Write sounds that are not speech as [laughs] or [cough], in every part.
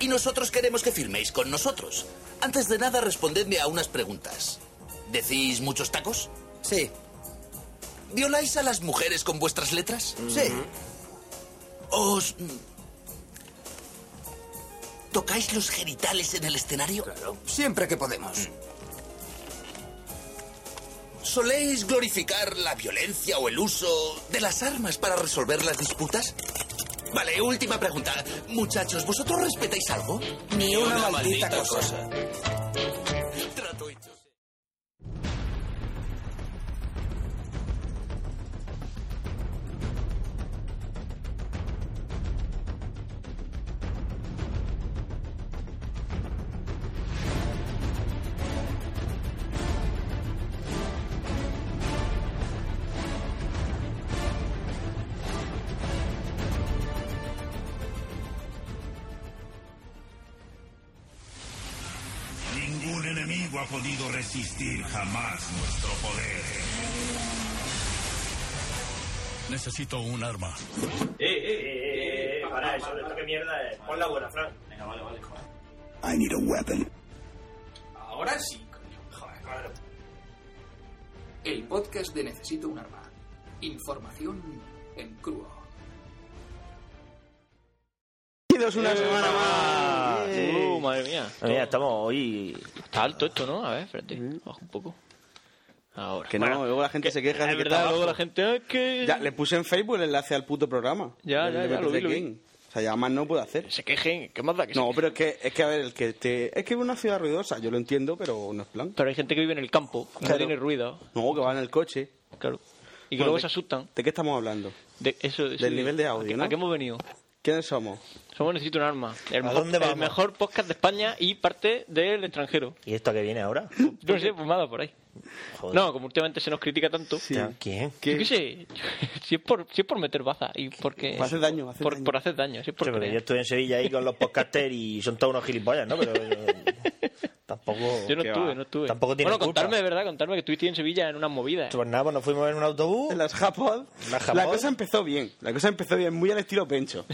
y nosotros queremos que firméis con nosotros. Antes de nada, respondedme a unas preguntas. ¿Decís muchos tacos? Sí, ¿Violáis a las mujeres con vuestras letras? sí. ¿Os... ¿Tocáis los genitales en el escenario? Siempre que podemos. ¿Soléis glorificar la violencia o el uso de las armas para resolver las disputas? Vale, última pregunta. Muchachos, ¿vosotros respetáis algo? Ni una, maldita, cosa. Trato hecho. Ningún enemigo ha podido resistir jamás nuestro poder. Necesito un arma. Eh, eh, eh, eh, eh, para eso, esto que mierda es. Pon la buena, Fran. Venga, vale, vale, joder. I need a weapon. Ahora sí, coño. Joder, madre. El podcast de Necesito un arma. Información en crudo. Bienvenidos una semana más. Uh, madre mía. Madre mía, estamos hoy. Está alto esto, ¿no? A ver, espérate. Baja un poco. Ahora. Que no, luego la gente se queja de Es que está verdad, abajo. luego la gente. "Ah, es que... Ya, le puse en Facebook el enlace al puto programa. Ya, ya, Del ya, lo vi, BTT lo vi. King. O sea, ya más no puedo hacer. Se quejen. ¿Qué más da que se No, quejen? pero es que, es que a ver, el que te... es que es una ciudad ruidosa, yo lo entiendo, pero no es plan. Pero hay gente que vive en el campo, que Claro. no tiene ruido. No, que va en el coche. Claro. Y que Bueno, luego de- se asustan. ¿De qué estamos hablando? De eso, eso- Del nivel de audio, ¿a qué- ¿no? ¿A qué hemos venido? ¿Quiénes somos? Somos Necesito un arma. El, ¿A mejor, dónde vamos? el mejor podcast de España y parte del extranjero. ¿Y esto que viene ahora? Yo no sé, pues nada por ahí. Pues Joder. No, como últimamente se nos critica tanto. Ya. ¿Quién? Yo qué sé, [laughs] si es por, si es por meter baza y porque... Por hacer daño, hacer por, daño. por hacer daño, si es por Sí, porque creer. yo estuve en Sevilla ahí con los podcasters y son todos unos gilipollas, ¿no? Pero eh, tampoco... Yo no qué estuve, va. no estuve. Tampoco tiene bueno, culpa. contarme, de verdad, contarme que estuviste en Sevilla en ¿eh? unas movidas. Pues nada, pues nos fuimos en un autobús. En las Japod. Las Japod. La cosa empezó bien. La cosa empezó bien, muy al estilo Pencho.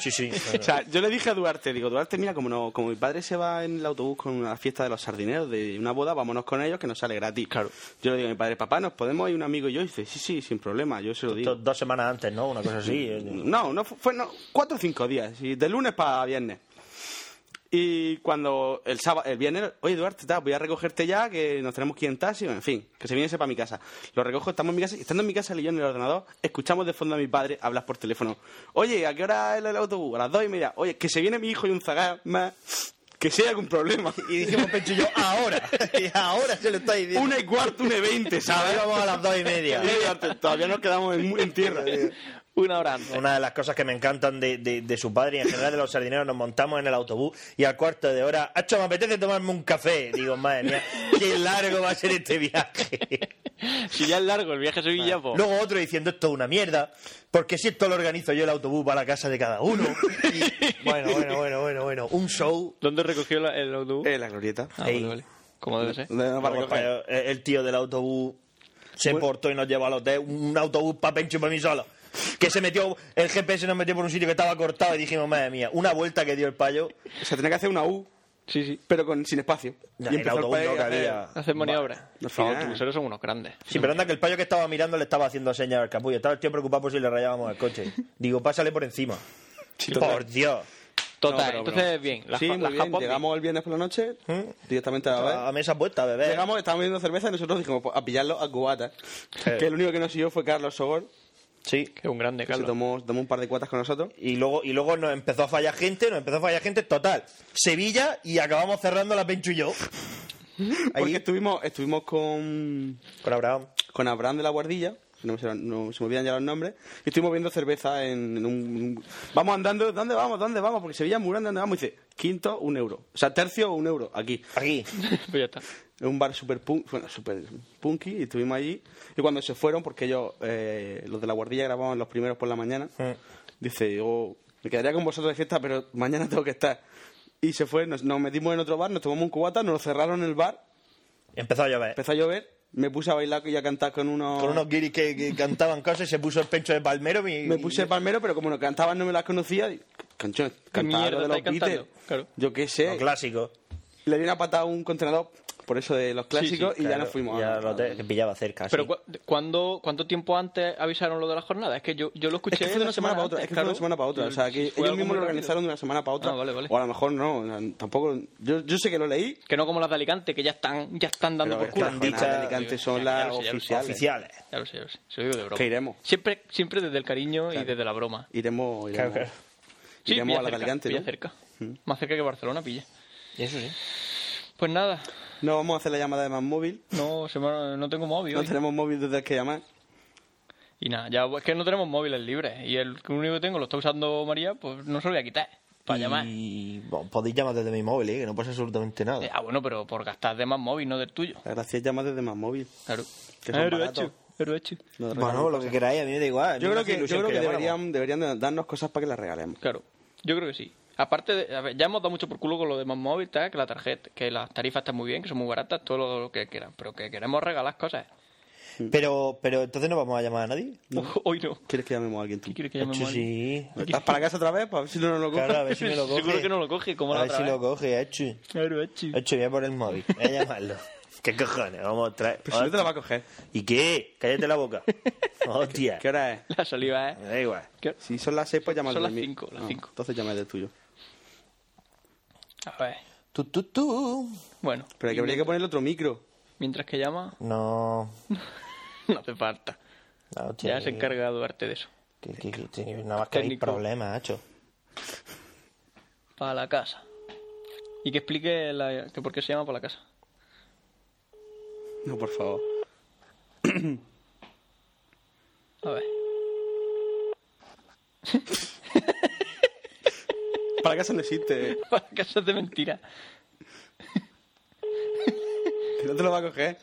Sí, sí. O sea, yo le dije a Duarte, digo, Duarte, mira, como, no, como mi padre se va en el autobús con una fiesta de los sardineros de una boda, vámonos con ellos que nos sale gratis. Claro. Yo le digo a mi padre, papá, ¿nos podemos ir un amigo y yo? Y dice, sí, sí, sin problema, yo se lo digo. Esto dos semanas antes, ¿no? Una cosa así. eh. No, no fu- fue no, cuatro o cinco días, y de lunes para viernes. Y cuando el sábado, el viernes, oye Duarte, ta, voy a recogerte ya, que nos tenemos que ir en taxi, en fin, que se viene para mi casa. Lo recojo, estamos en mi casa, y estando en mi casa, leyendo en el ordenador, escuchamos de fondo a mi padre hablar por teléfono. Oye, ¿a qué hora es el autobús? A las dos y media. Oye, que se viene mi hijo y un zagal más, que si hay algún problema. Y dijimos, Pencho y yo, ahora. [laughs] Y ahora se lo estáis diciendo. [laughs] Una y cuarto, una y veinte, Ahora ¿sabes? vamos a las dos y Y [laughs] media. yo, Duarte, [laughs] Todavía nos quedamos en, en tierra. tío. Una hora antes. Una de las cosas que me encantan de, de- de su padre y en general de los sardineros, nos montamos en el autobús y al cuarto de hora, ¡Acho, me apetece tomarme un café! Digo, madre mía, qué largo va a ser este viaje. Si ya es largo el viaje a Sevilla, pues... Luego otro diciendo, esto es una mierda, porque si esto lo organizo yo el autobús para la casa de cada uno. Y, bueno, bueno, bueno, bueno, bueno, un show. ¿Dónde recogió la- el autobús? Eh, la glorieta. Ah, Ey. vale, vale. Como debe ser. No, no, para Luego, recoger. pa- eh, el tío del autobús se Bueno. portó y nos llevó al hotel un autobús para Pencho y para mí solo. Que se metió, el GPS nos metió por un sitio que estaba cortado y dijimos, madre mía, una vuelta que dio el payo. O sea, tenía que hacer una U, Sí, sí. pero con, sin espacio. Ya, el autobús país no a hacer- cabía. Hacer maniobra. Al Los final. autobuseros son unos grandes. Sí, pero anda que el payo que estaba mirando le estaba haciendo señas al capullo. Estaba el tío preocupado por si le rayábamos el coche. Digo, pásale por encima. por Dios. No, Total, pero, bro. entonces bien. Las, sí, las muy bien. Japón- Llegamos el viernes por la noche, ¿Eh? directamente a la A vez. mesa puesta, bebé. Llegamos, estábamos bebiendo cerveza y nosotros dijimos pues, a pillarlo a cubatas. Eh. Que el único que nos siguió fue Carlos Sobor, Sí. Que es un grande, que se Carlos. tomó, tomó un par de cuatas con nosotros. Y luego, y luego nos empezó a fallar gente, nos empezó a fallar gente total. Sevilla y acabamos cerrando la Pencho y yo. Porque Ahí, estuvimos, estuvimos con, con Abraham. con Abraham de la Guardilla. No, me se- no se me olvidan ya los nombres. Y estuvimos viendo cerveza en, en un, un- Vamos andando, ¿dónde vamos? ¿Dónde vamos? Porque Sevilla es muy grande, ¿dónde vamos? Y dice, quinto, un euro. O sea, tercio, un euro, aquí. Aquí. [laughs] Pues ya está. Es un bar super punk, bueno, super punky, y estuvimos allí. Y cuando se fueron, porque ellos, eh, los de la guardilla, grababan los primeros por la mañana, Mm. dice, yo me quedaría con vosotros de fiesta, pero mañana [laughs] tengo que estar. Y se fue, nos, nos metimos en otro bar, nos tomamos un cubata, nos lo cerraron el bar, Empezó a llover. empezó a llover, me puse a bailar y a cantar con unos... Con unos guiris que, que cantaban cosas y se puso el Pencho de Palmero. mi- Me puse palmero, pero como no cantaban no me las conocía, y Cancho, mierda cantar lo de los estáis Beatles. cantando? Claro. Yo qué sé. Lo clásico. Le di una patada a un contenedor por eso de los clásicos y ya Claro, nos fuimos. Ya a- lo te- que pillaba cerca. Pero sí. cu- ¿cuándo, ¿cuánto tiempo antes avisaron lo de la jornada? Es que yo, yo lo escuché. Es que fue de una semana para otra, antes, es que fue de claro. una semana para otra. O sea, que Fue algo ellos mismos muy lo rápido. organizaron de una semana para otra. Ah, vale, vale. O a lo mejor no, o sea, tampoco. Yo, yo sé que lo leí, Que no como las de Alicante, que ya están, ya están dando por pero es que culo. las jornadas de dichas- Alicante son Ya las lo sé, ya lo sé. oficiales. Oficiales. Ya lo sé, ya lo sé. Se lo digo de broma. Que iremos. Siempre, siempre desde el cariño y desde la broma. Iremos, Claro, iremos, claro. Sí, iremos pilla a la de cerca, Alicante. pilla ¿no? Mm. cerca. Más cerca que Barcelona, pilla. Eso sí. Pues nada, No vamos a hacer la llamada de más móvil. no, se me- no tengo móvil. No hoy. tenemos móvil desde el que llamar. Y nada, ya es que no tenemos móviles libres. Y el único que tengo lo está usando María, pues no se lo voy a quitar. Para llamar. Y bueno, podéis llamar desde mi móvil, ¿eh? que no pasa absolutamente nada. Eh, Ah, bueno, pero por gastar de más móvil, no del tuyo. La gracia es llamar desde más móvil. Claro. Que son Ah, lo he baratos. hecho, lo he hecho. No bueno, lo que queráis, a mí me da igual. Yo Me creo hace que, yo ilusión creo que llamáramos. deberían, deberían de darnos cosas para que las regalemos. Claro, yo creo que sí. Aparte, de, a ver, ya hemos dado mucho por culo con lo de más móvil, tal, que la tarjeta, que las tarifas están muy bien, que son muy baratas, todo lo, lo que quieran, pero que queremos regalar cosas. Pero, pero entonces no vamos a llamar a nadie. [laughs] Hoy no. ¿Quieres que llamemos a alguien tú? ¿Qué quiere que llame Hecho, Mari? sí. ¿Estás para casa otra vez? Para ver si no nos lo Claro, a coge. ver si me lo coge. [laughs] Seguro que no lo coge, como A la ver otra si vez. lo coge, hecho. Claro, hecho. Hecho, voy a por el móvil. Voy a llamarlo. [laughs] ¿Qué cojones? Vamos a traer. Pero Pues si no te la va a coger. ¿Y qué? Cállate la [laughs] boca. Hostia. ¿Qué hora es? La saliva ¿eh? es. Me da igual. ¿Qué? Si son las seis, pues llama Son el de las mí. cinco, las No, cinco. Entonces llama el del tuyo. A ver. Tú, tú, tú. Bueno, Pero que habría que poner otro micro. mientras que llama, No. no hace falta. no hostia, Ya se que- encarga Duarte de eso. que- que- que- que- nada más que hay Técnico. problemas, [laughs] hacho. Para la casa. Y que explique la, que por qué se llama para la casa. No, por favor. A ver. [laughs] Para casa no existe. Para la casa es de mentira. Que no te lo va a coger.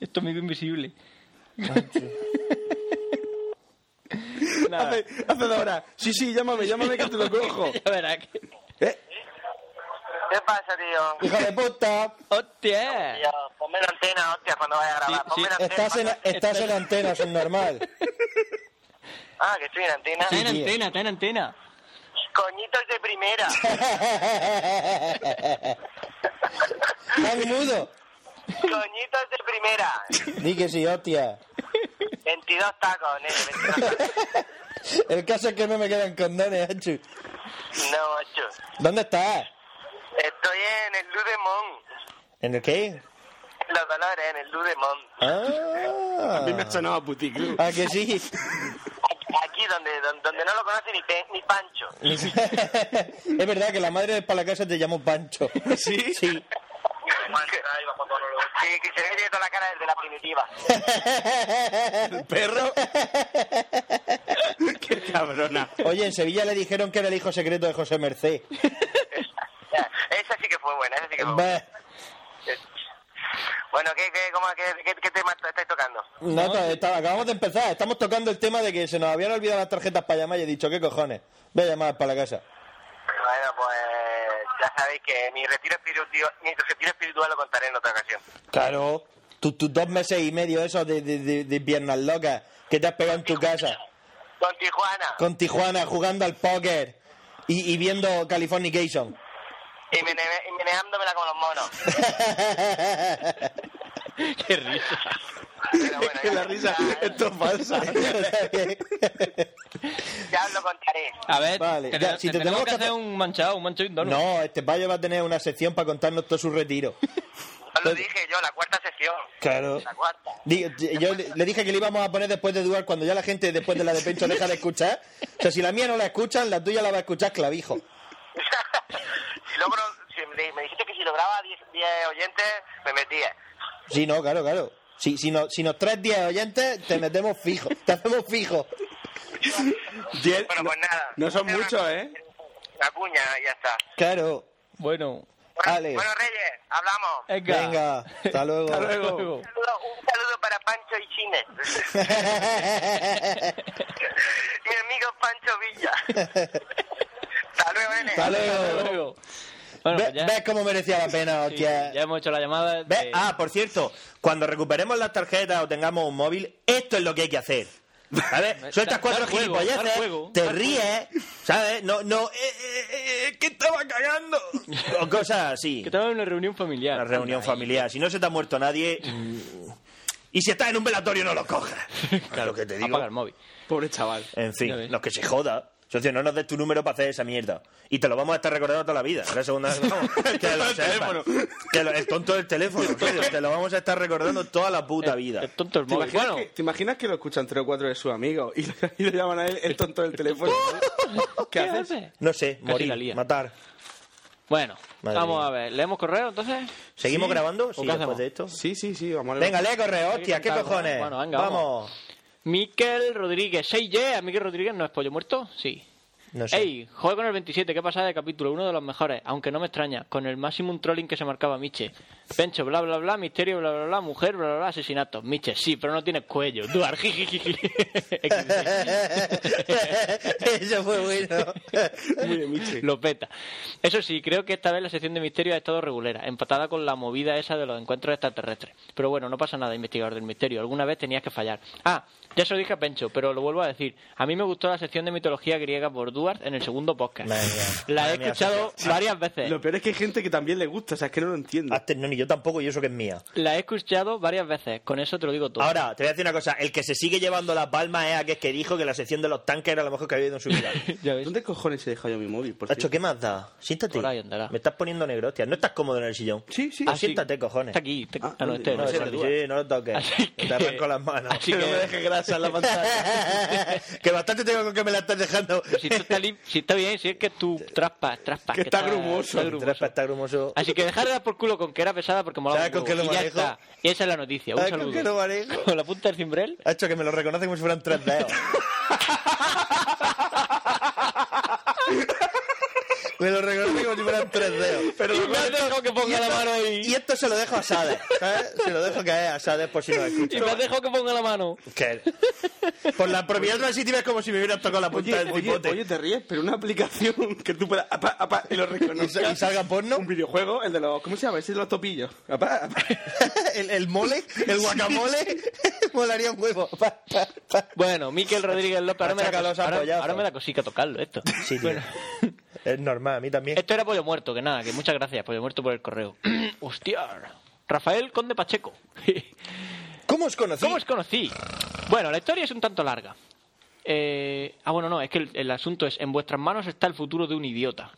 Esto amigo invisible. Nada. Hace, hace dos horas. Sí, sí, llámame, llámame que te lo cojo. [laughs] Ya verás que. ¿Eh? ¿Qué pasa, tío? ¡Hija de puta! ¡Hostia! Tío, ponme la antena, hostia, cuando vaya a grabar. Sí, Ponme sí. la antena. Estás en, [laughs] estás en antena, es normal. [laughs] Ah, que estoy en antena. Está en tío. antena, está en antena. Coñitos de primera. ¡Estás mudo! Coñitos de primera. Di que sí, [laughs] hostia. 22 tacos, nene. 22 tacos. El caso es que no me quedan condones, hacho. No, ocho. ¿Dónde estás? Estoy en el Ludemont. ¿En el qué? Los dolores en el Ludemont. Ah. A mí me ha sonado a puticlub. ¿A que [laughs] sí? Aquí donde, don- donde no lo conoce ni, Pe- ni Pancho. es verdad que la madre de Palacasa te llamó Pancho. ¿Sí? Sí. Sí, que se ve toda la cara desde la primitiva. ¿El perro? ¡Qué cabrona! Oye, en Sevilla le dijeron que era el hijo secreto de José Merced. Ya, Esa sí que fue buena, esa sí que fue buena. Va, Bueno, ¿qué, qué, cómo, qué, qué, qué tema estáis tocando? no, to- está- acabamos de empezar. Estamos tocando el tema de que se nos habían olvidado las tarjetas para llamar y he dicho, ¿qué cojones? Voy a llamar para la casa. Bueno, pues ya sabéis que mi retiro espiritual, mi retiro espiritual lo contaré en otra ocasión. Claro. Tus tus dos meses y medio esos de, de, de- de piernas locas que te has pegado en tu casa. Con Tijuana. Con Tijuana jugando al póker y, y viendo [laughs] Californication. Y, mene- y meneándomela como los monos. [laughs] Qué risa. [laughs] Pero bueno, [laughs] Que ya- la risa, ya- esto es falsa. ya os lo contaré. A ver, Vale, ten- ya, si te tenemos tenemos que que hacer hacer- un manchado, un manchado indorno. No, este payo va a tener una sección para contarnos todo su retiro. Os lo dije yo, la cuarta sesión. Claro. La cuarta. Digo, t- Yo le le dije que le íbamos a poner después de Duar cuando ya la gente después de la de Pencho deja de escuchar. O sea, si la mía no la escuchan, la tuya la va a escuchar clavijo. si logro, si me, me dijiste que si lograba 10 10 oyentes, me eh. metía. Sí, no, claro, claro. Si, si, no- si nos traes 10 oyentes, te metemos fijo. Te hacemos fijo. Diez- Bueno, pues nada. No son muchos, ¿eh? La cuña y ya está. Claro. [laughs] Bueno, Bueno, Ale. bueno, Reyes, hablamos. venga. Venga, hasta luego. Hasta Hasta luego. luego. Un saludo, un saludo para Pancho y Chines. [laughs] Mi amigo Pancho Villa. Hasta luego, nene. Hasta Hasta luego. luego. Bueno, Ve- eh. pues ya, ¿Ves cómo merecía la pena, sí, hostia? ya hemos hecho la llamada. ¿Ves? de- Ah, por cierto, cuando recuperemos las tarjetas o tengamos un móvil, esto es lo que hay que hacer. ¿Sabes? [laughs] Está- Sueltas cuatro dar juego, dar gilipolleces, juego, te dar ríes, ¿sabes? No, no, eh, eh, eh, eh, que [laughs] estaba cagando. O cosas así. Que estaba en una reunión familiar. Una reunión familiar. Si no se te ha [laughs] muerto nadie. mm, Y si estás en un velatorio, no lo cojas. Claro que te digo. Apaga el móvil. Pobre chaval. En Ya fin, ves. los que se joda. Socio, no nos des tu número para hacer esa mierda. Y te lo vamos a estar recordando toda la vida. La segunda vez que [laughs] vamos, que lo El sepas. teléfono. Que lo- el tonto del teléfono. tío, te lo vamos a estar recordando toda la puta vida. El tonto el ¿Te móvil. imaginas, Bueno, que, te imaginas que lo escuchan tres o cuatro de sus amigos y, [laughs] le- y le llaman a él el tonto del teléfono? ¿Qué haces? haces? No sé, la lía. morir, matar. Bueno, Madre vamos mía. a ver. ¿Leemos correo entonces? ¿Seguimos Sí. grabando? Sí, qué después hacemos? de esto. Sí, sí, sí, vamos a leer. [laughs] Venga, lee correo, hostia, ¿qué Hay que cojones? contarlo. Bueno, venga, vamos. Miquel Rodríguez, 6Y. ¿A Miquel Rodríguez no es pollo muerto? Sí. No sé. Ey, joder con el 27, qué pasada de capítulo, uno de los mejores, aunque no me extraña, con el máximo un trolling que se marcaba Miche. Pencho, bla bla bla, misterio, bla bla bla, mujer, bla bla bla, asesinato. Miche, sí, pero no tienes cuello. [laughs] Duar, [laughs] jijijiji. [laughs] Eso fue [laughs] bueno. Muy bien, Michi. Lo peta. Eso sí, creo que esta vez la sección de misterio ha estado regulera, empatada con la movida esa de los encuentros extraterrestres. Pero bueno, no pasa nada, investigador del misterio. Alguna vez tenías que fallar. Ah, ya se lo dije a Pencho, pero lo vuelvo a decir. A mí me gustó la sección de mitología griega por Duarte en el segundo podcast. Madre mía. La he Madre mía, escuchado varias veces. Lo peor es que hay gente que también le gusta, o sea, es que no lo entiendo. Hazte- No, ni yo tampoco, y eso que es mía. La he escuchado varias veces, con eso te lo digo todo. Ahora, te voy a decir una cosa. El que se sigue llevando las palmas es aquel que dijo que la sección de los tanques era lo mejor que había ido en su [laughs] vida. [laughs] ya ves. ¿Dónde cojones he dejado yo mi móvil? Por Nacho, cierto? ¿qué más da? Siéntate. Pues Por ahí andará. Me estás poniendo negro, hostia. No estás cómodo en el sillón. Sí, sí. Pues Ah, sí. siéntate, cojones. Está aquí. está- Ah, ah, no, este No, no, ¿dónde? este ese- no. esa es la sí, no lo toques. Así que- Te arranco las manos. así que- grasa en [laughs] la pantalla. que bastante tengo con que me la estás dejando. Pero Si, esto está lim- si está bien, si es que tú Este- traspas, traspas. Que está grumoso. está grumoso. Tres para estar grumoso. Así que dejar de dar por culo con que era pesada porque molaba ¿Sabes un con qué huevo. lo Y ya manejo? está. Y esa es la noticia. Un ¿Sabes con saludo. qué lo manejo? Con la punta del cimbrel. Ha hecho que me lo reconoce como si fueran tres [laughs] dedos. [laughs] me lo reconoce como si fueran tres dedos. Pero y me has dejado que ponga la mano Y ahí. esto se lo dejo a Sade. ¿sabes? Se lo dejo caer a Sade por si no escucha. Y me has dejado que ponga la mano. Que- Por la propiedad transitiva es como si me hubieras tocado la punta Oye, del oye, cipote. oye, te ríes, pero una aplicación [laughs] que tú puedas... apa, apa, y lo y, sa- y reconozcas. salga porno. Un videojuego, el de los... ¿Cómo se llama? Ese de los topillos. Apa, apa. [laughs] el, el mole, el guacamole, [laughs] molaría un huevo. Pa, pa, pa. Bueno, Miquel Rodríguez López. Ahora me, da, Achácalos a ahora- pollazos. ahora me da cosica tocarlo esto. Sí, tío. Bueno. Es normal, a mí también. Esto era Pollo Muerto, que nada, que muchas gracias, Pollo Muerto, por el correo. [clears throat] Hostia. Rafael Conde Pacheco. [laughs] ¿Cómo os conocí? ¿Cómo os conocí? Bueno, la historia es un tanto larga. Eh, ah, bueno, no, es que el, el asunto es, en vuestras manos está el futuro de un idiota.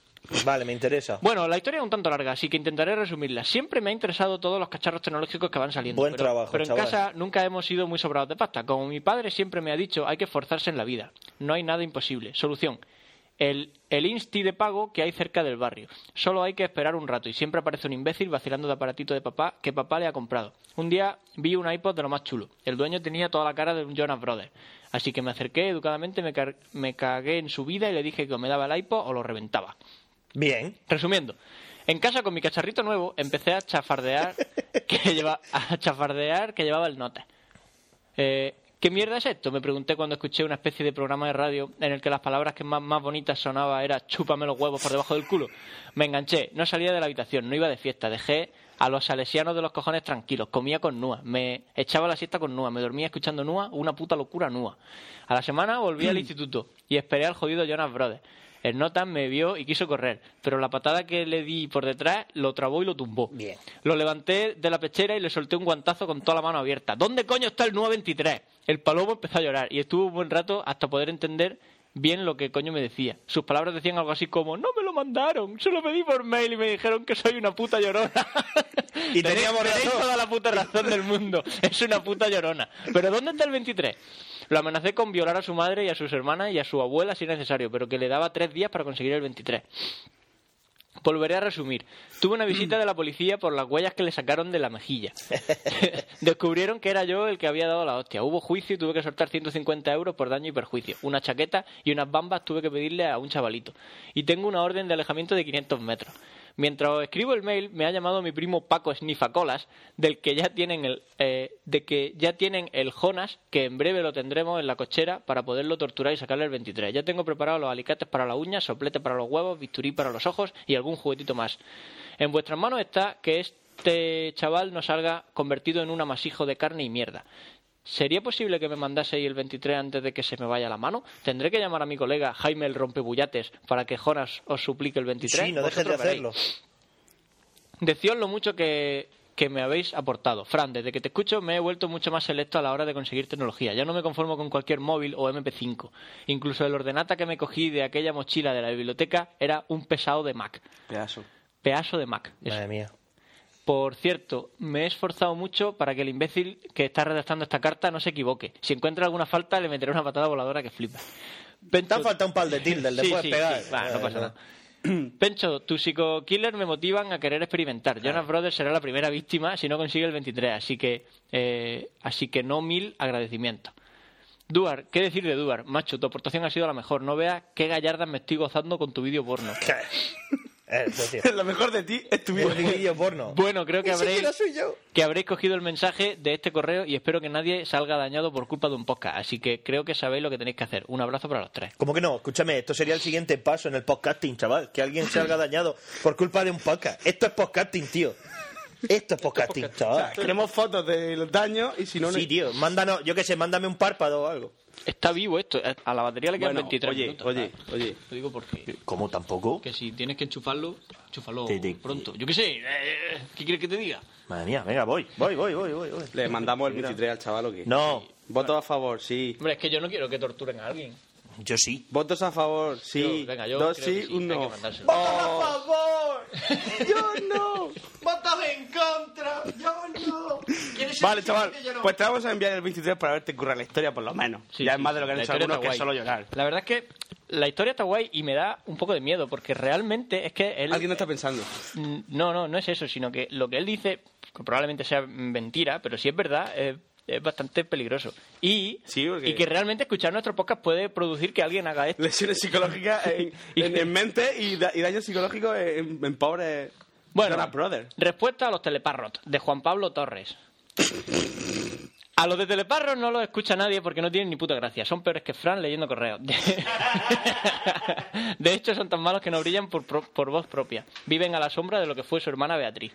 Vale, me interesa. Bueno, la historia es un tanto larga, así que intentaré resumirla. Siempre me ha interesado todos los cacharros tecnológicos que van saliendo. Buen pero, trabajo, Pero en chaval. casa nunca hemos sido muy sobrados de pasta. Como mi padre siempre me ha dicho, hay que esforzarse en la vida. No hay nada imposible. Solución. El, el insti de pago que hay cerca del barrio. Solo hay que esperar un rato y siempre aparece un imbécil vacilando de aparatito de papá que papá le ha comprado. Un día vi un iPod de lo más chulo. El dueño tenía toda la cara de un Jonas Brothers. Así que me acerqué educadamente, me, car- me cagué en su vida y le dije que o me daba el iPod o lo reventaba. Bien. Resumiendo, en casa con mi cacharrito nuevo empecé a chafardear que lleva, a chafardear que llevaba el nota. Eh, ¿Qué mierda es esto? Me pregunté cuando escuché una especie de programa de radio en el que las palabras que más, más bonitas sonaba era chúpame los huevos por debajo del culo. Me enganché, no salía de la habitación, no iba de fiesta, dejé a los salesianos de los cojones tranquilos, comía con Nua, me echaba la siesta con Nua, me dormía escuchando Nua, una puta locura Nua. A la semana volví al instituto y esperé al jodido Jonas Brothers. El Notan me vio y quiso correr, pero la patada que le di por detrás lo trabó y lo tumbó. Bien. Lo levanté de la pechera y le solté un guantazo con toda la mano abierta. ¿Dónde coño está el 923? El palomo empezó a llorar y estuvo un buen rato hasta poder entender bien lo que coño me decía. Sus palabras decían algo así como, no me lo mandaron, se lo pedí por mail y me dijeron que soy una puta llorona. [laughs] Y Tenéis- teníamos tenéis razón. toda la puta razón del mundo. Es una puta llorona. Pero ¿dónde está el 23? Lo amenacé con violar a su madre y a sus hermanas y a su abuela si necesario, pero que le daba tres días para conseguir el 23. Volveré a resumir. Tuve una visita de la policía por las huellas que le sacaron de la mejilla. Descubrieron que era yo el que había dado la hostia. Hubo juicio y tuve que soltar 150 euros por daño y perjuicio. Una chaqueta y unas bambas tuve que pedirle a un chavalito. Y tengo una orden de alejamiento de 500 metros. Mientras os escribo el mail, me ha llamado mi primo Paco Snifacolas, del que ya tienen el, eh, de que ya tienen el Jonas, que en breve lo tendremos en la cochera para poderlo torturar y sacarle el 23. Ya tengo preparados los alicates para la uña, soplete para los huevos, bisturí para los ojos y algún juguetito más. En vuestras manos está que este chaval no salga convertido en un amasijo de carne y mierda. ¿Sería posible que me mandaseis el 23 antes de que se me vaya la mano? ¿Tendré que llamar a mi colega Jaime el Rompebullates para que Jonas os suplique el 23? Sí, no dejes de Vosotros veréis. hacerlo. Decíos lo mucho que, que me habéis aportado. Fran, desde que te escucho me he vuelto mucho más selecto a la hora de conseguir tecnología. Ya no me conformo con cualquier móvil o MP5. Incluso el ordenata que me cogí de aquella mochila de la biblioteca era un pesado de Mac. Pedazo. Pedazo de Mac. Eso. Madre mía. Por cierto, me he esforzado mucho para que el imbécil que está redactando esta carta no se equivoque. Si encuentra alguna falta, le meteré una patada voladora que flipa. Te Pencho- han faltado un par de tildes, le Sí, puedes sí, pegar. sí. Va, no Eh, pasa nada. [laughs] Pencho, tus psico-killers me motivan a querer experimentar. Jonas Brothers será la primera víctima si no consigue el 23, así que, eh, así que no mil agradecimientos. Duar, ¿qué decir de Duar? Macho, tu aportación ha sido la mejor. No veas qué gallardas me estoy gozando con tu vídeo porno. Eh, [laughs] pues, tío. [laughs] Lo mejor de ti es tu vida. Un vídeo porno. Bueno, creo que habréis, siquiera soy yo. que habréis cogido el mensaje de este correo y espero que nadie salga dañado por culpa de un podcast. Así que creo que sabéis lo que tenéis que hacer. Un abrazo para los tres. ¿Cómo que no? Escúchame, esto sería el siguiente paso en el podcasting, chaval. Que alguien salga dañado por culpa de un podcast. Esto es podcasting, tío. Esto es podcasting, chaval. Queremos fotos de los daños y si no, no. Sí, tío. Mándanos, yo qué sé, mándame un párpado o algo. Está vivo esto. A la batería le quedan Bueno, 23 oye, minutos. oye, Ah, oye. Lo digo porque... ¿Cómo tampoco? Que si tienes que enchufarlo, enchúfalo Te- te- pronto. Yo qué sé. eh, ¿Qué quieres que te diga? Madre mía, venga, voy. Voy, voy, voy, voy. voy. Le mandamos el 23 al chaval o qué. No, Votos a favor, sí. Hombre, es que yo no quiero que torturen a alguien. yo sí. Votos a favor, sí. Yo- venga, yo Dos creo sí, que sí, un hay que no. mandárselo. Vale, chaval, pues te vamos a enviar el 23 para verte currar la historia, por lo menos. Sí, ya sí, es más de lo sí, que han la hecho historia algunos, está que guay. es solo llorar. La verdad es que la historia está guay y me da un poco de miedo porque realmente es que él... Alguien no está pensando. Mm, No, no, no es eso, sino que lo que él dice, que probablemente sea mentira, pero si es verdad, eh, es bastante peligroso. Y, Sí, porque- y que realmente escuchar nuestro podcast puede producir que alguien haga esto. Lesiones [laughs] psicológicas en, en- en mente y, da- y daños psicológicos en, en pobres. Bueno, Jonas Brothers. respuesta a los teleparrot de Juan Pablo Torres. A los de Teleparros no los escucha nadie porque no tienen ni puta gracia. Son peores que Fran leyendo correos. [laughs] De, De hecho, son tan malos que no brillan por, pro- por voz propia. Viven a la sombra de lo que fue su hermana Beatriz.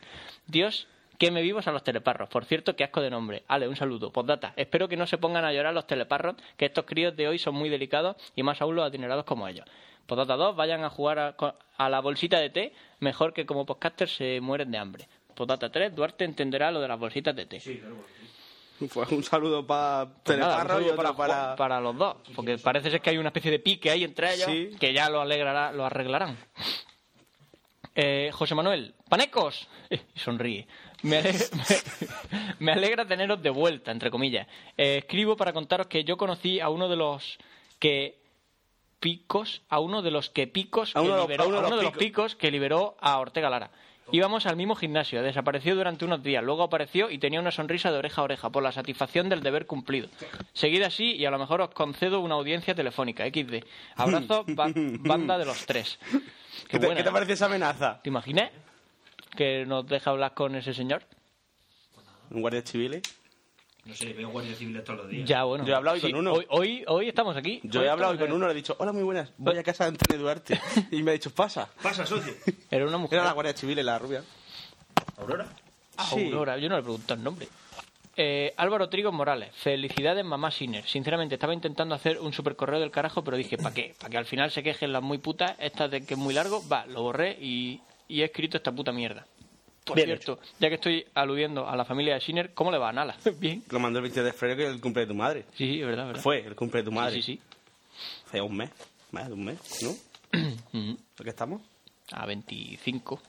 Dios, que me vivos a los teleparros. Por cierto, qué asco de nombre. Ale, un saludo. Postdata. Espero que no se pongan a llorar los teleparros, que estos críos de hoy son muy delicados y más aún los adinerados como ellos. Postdata 2, vayan a jugar a, co- a la bolsita de té. Mejor que como podcaster se mueren de hambre. Postdata 3, Duarte entenderá lo de las bolsitas de té. Pues un saludo para Pues nada, un Teleparro y saludo otro para. para... para los dos, porque parece ser que hay una especie de pique ahí entre ellos Sí. que ya lo alegrará, lo arreglarán. Eh, José Manuel, panecos, Eh, y sonríe. Me, ale- me- me alegra teneros de vuelta, entre comillas. Eh, escribo para contaros que yo conocí a uno de los que picos, a uno de los que picos A que uno de los- liberó, a uno de a uno los de los picos. picos que liberó a Ortega Lara. Íbamos al mismo gimnasio, desapareció durante unos días, luego apareció y tenía una sonrisa de oreja a oreja por la satisfacción del deber cumplido. Seguid así y a lo mejor os concedo una audiencia telefónica, XD. [laughs] Abrazo, ba- banda de los tres. ¿Qué Qué te, buena, qué te ¿eh? parece esa amenaza? ¿Te imaginas que nos deja hablar con ese señor? ¿Un guardia civil? No sé, veo guardia civil todos los días. Ya, bueno. Yo he hablado hoy con uno. Hoy, hoy, hoy estamos aquí. Yo he hablado estamos con uno, le he dicho, hola, muy buenas, voy a casa de [laughs] Antonio Duarte. Y me ha dicho, pasa. Pasa, socio. aquí. Era una mujer. Ah, Era la guardia civil, la rubia. ¿Aurora? Sí. Aurora, yo no le he preguntado el nombre. Eh, Álvaro Trigo Morales, felicidades mamá Sinner. Sinceramente, estaba intentando hacer un super correo del carajo, pero dije, ¿para qué? ¿Para que al final se quejen las muy putas, estas de que es muy largo? Va, lo borré y, y he escrito esta puta mierda. Por Bien cierto, ya que estoy aludiendo a la familia de Sinner, ¿cómo le va a Nala? [laughs] Bien. Lo mandó el 23 de febrero, que es el cumple de tu madre. Sí, sí, es verdad, es verdad. Fue el cumple de tu madre. Sí, sí, Hace un mes, más de un mes, [clears throat] ¿no? sí. Mm. ¿Por qué estamos? A 25.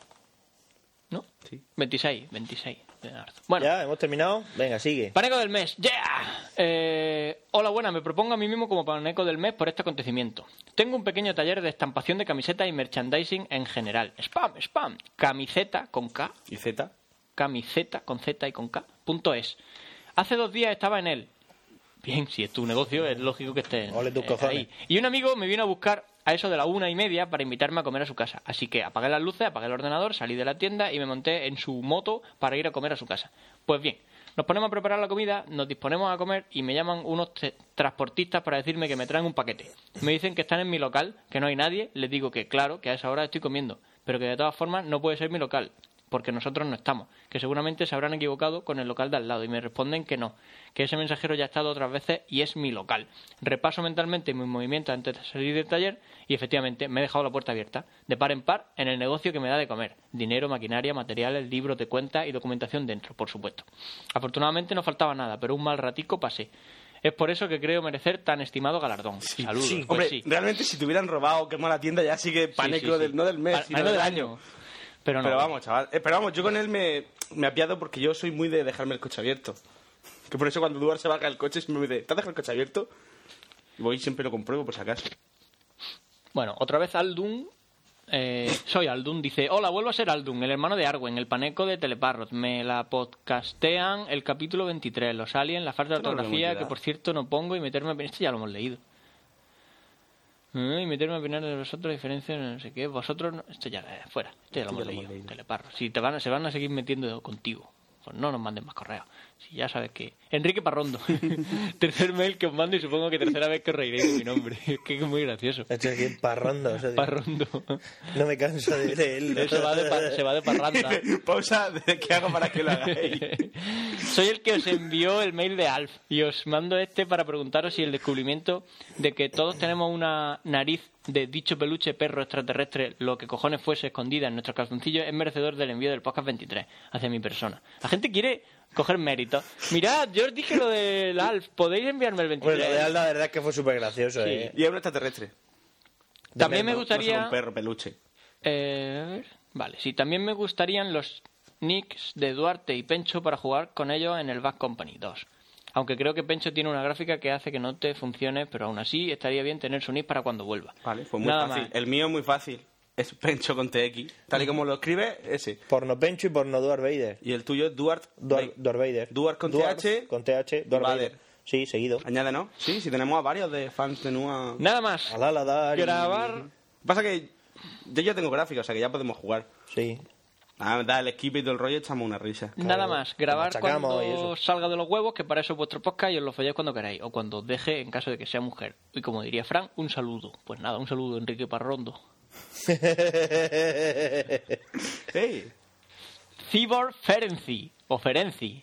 ¿No? Sí. 26, 26 de marzo. Bueno, Ya, hemos terminado. Venga, sigue. Paneco del mes, ¡yeah! Eh, hola, buenas, me propongo a mí mismo como Paneco del mes por este acontecimiento. Tengo un pequeño taller de estampación de camisetas y merchandising en general. Spam, spam. Camiseta con K, ¿Y Z? camiseta con Z y con K, punto es. Hace dos días estaba en él. Bien, si es tu negocio, es lógico que esté en- Ole tus eh, cojones. ahí. Y un amigo me vino a buscar a eso de la una y media para invitarme a comer a su casa. Así que apagué las luces, apagué el ordenador, salí de la tienda y me monté en su moto para ir a comer a su casa. Pues bien, nos ponemos a preparar la comida, nos disponemos a comer y me llaman unos te- transportistas para decirme que me traen un paquete. Me dicen que están en mi local, que no hay nadie. Les digo que claro, que a esa hora estoy comiendo, pero que de todas formas no puede ser mi local porque nosotros no estamos, que seguramente se habrán equivocado con el local de al lado y me responden que no, que ese mensajero ya ha estado otras veces y es mi local. Repaso mentalmente mis movimientos antes de salir del taller y efectivamente me he dejado la puerta abierta, de par en par, en el negocio que me da de comer. Dinero, maquinaria, materiales, libros de cuenta y documentación dentro, por supuesto. Afortunadamente no faltaba nada, pero un mal ratico pasé. Es por eso que creo merecer tan estimado galardón. Saludos. Sí, Pues hombre, sí. realmente si te hubieran robado, quemado la tienda, ya sigue paneco sí, sí. Del, no del mes, Pa- sino pánico del del año. año. Pero no. Pero vamos, chaval. Eh, pero vamos, yo con él me, me apiado porque yo soy muy de dejarme el coche abierto. Que por eso cuando Duarte se baja el coche siempre me dice, ¿te has dejado el coche abierto? Y voy y siempre lo compruebo por si acaso. Bueno, otra vez Aldun. eh, soy Aldun, dice: Hola, vuelvo a ser Aldun, el hermano de Arwen, el paneco de Teleparrot. Me la podcastean el capítulo 23, los aliens, la falta de Esto no lo hemos ortografía, llegado. que por cierto no pongo, y meterme a. Este ya lo hemos leído. Eh, Y meterme a opinar de vosotros, diferencias, no sé qué. Vosotros, no- esto ya eh, fuera. Esto ya lo hemos Esto ya lo hemos leído. leído. Teleparrot. Si te van, a- se van a seguir metiendo contigo, pues no nos manden más correos. Si ya sabes que. Enrique Parrondo. [laughs] Tercer mail que os mando y supongo que tercera vez que os reiréis de mi nombre. [laughs] Es que es muy gracioso. Estoy aquí en parranda, [laughs] o sea, digo, Parrondo. no me canso de leerlo. Se va de, pa- se va de [laughs] parranda. Pausa, ¿de ¿qué hago para que lo [laughs] hagáis? Soy el que os envió el mail de Alf y os mando este para preguntaros si el descubrimiento de que todos tenemos una nariz de dicho peluche perro extraterrestre, lo que cojones fuese escondida en nuestros calzoncillos, es merecedor del envío del podcast 23 hacia mi persona. La gente quiere coger mérito. Mirad, yo os dije lo del Alf, podéis enviarme el 23. Bueno, lo de Alda, la verdad es que fue súper gracioso, Sí. ¿eh? Y es un extraterrestre. También me No- No gustaría... solo un perro peluche. Eh, a ver. vale, sí, también me gustarían los nicks de Duarte y Pencho para jugar con ellos en el Bad Company 2. Aunque creo que Pencho tiene una gráfica que hace que no te funcione, pero aún así estaría bien tener su nick para cuando vuelva. Vale, pues muy Nada fácil. más. El mío es muy fácil. Es Pencho con TX. Tal y como lo escribe, ese. Porno Pencho y porno Duar Vader. Y el tuyo es Duarte. Duar, Darth Vader. Duar con Duar TH. Con TH, Duar Vader. Vader. Sí, seguido. Añade, ¿no? Sí, si tenemos a varios de fans de Nua. Nada más. Alá, la dar y- Grabar. Pasa que yo ya tengo gráfica, o sea que ya podemos jugar. Sí. Ah, da el equipo y todo el rollo, echamos una risa. Nada más, grabar machacamos y cuando eso. salga de los huevos, que para eso es vuestro podcast y os lo falláis cuando queráis, o cuando os deje en caso de que sea mujer. Y como diría Fran, un saludo. Pues nada, un saludo, Enrique Parrondo. Hey. Cibor Ferenci, o Ferenci.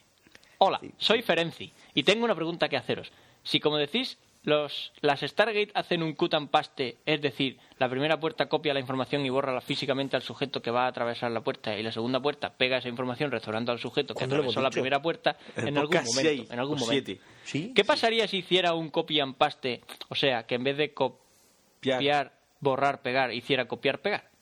Hola, soy Ferenci y tengo una pregunta que haceros. Si, como decís, los, las Stargate hacen un cut and paste, es decir, la primera puerta copia la información y borra físicamente al sujeto que va a atravesar la puerta y la segunda puerta pega esa información restaurando al sujeto que ¿Cuándo lo hemos atravesó la dicho? primera puerta El en algún podcast momento. seis en algún o momento. siete. Sí. ¿Qué pasaría si hiciera un copy and paste? O sea, que en vez de Piar. copiar, borrar, pegar, hiciera copiar, pegar.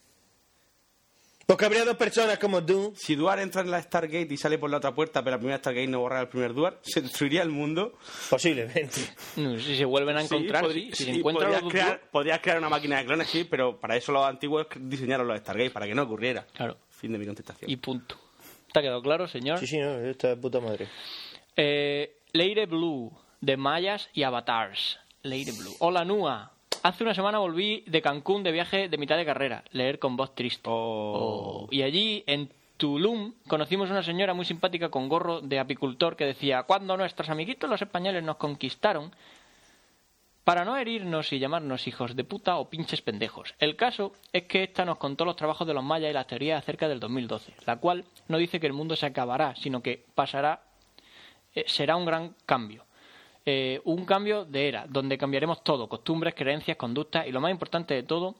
Porque habría dos personas como tú. Si Duar entra en la Stargate y sale por la otra puerta, pero la primera Stargate no borra el primer Duar, se destruiría el mundo. Posiblemente. No, si se vuelven a encontrar, podri- sí, si se sí, encuentran podrías los dos crear, podrías crear una máquina de clones, sí, pero para eso los antiguos diseñaron los Stargate, para que no ocurriera. Claro. Fin de mi contestación. y punto. ¿Te ha quedado claro, señor? Sí, sí, no, esta de puta madre. Eh, Leire Blue, de Mayas y Avatars. Leire Blue. Hola, Nua. Hace una semana volví de Cancún de viaje de mitad de carrera. Leer con voz triste. Oh. Oh. Y allí, en Tulum, conocimos una señora muy simpática con gorro de apicultor que decía, cuando nuestros amiguitos los españoles nos conquistaron, para no herirnos y llamarnos hijos de puta o pinches pendejos. El caso es que esta nos contó los trabajos de los mayas y las teorías acerca del 2012, la cual no dice que el mundo se acabará, sino que pasará eh, será un gran cambio. Eh, un cambio de era, donde cambiaremos todo, costumbres, creencias, conductas y lo más importante de todo,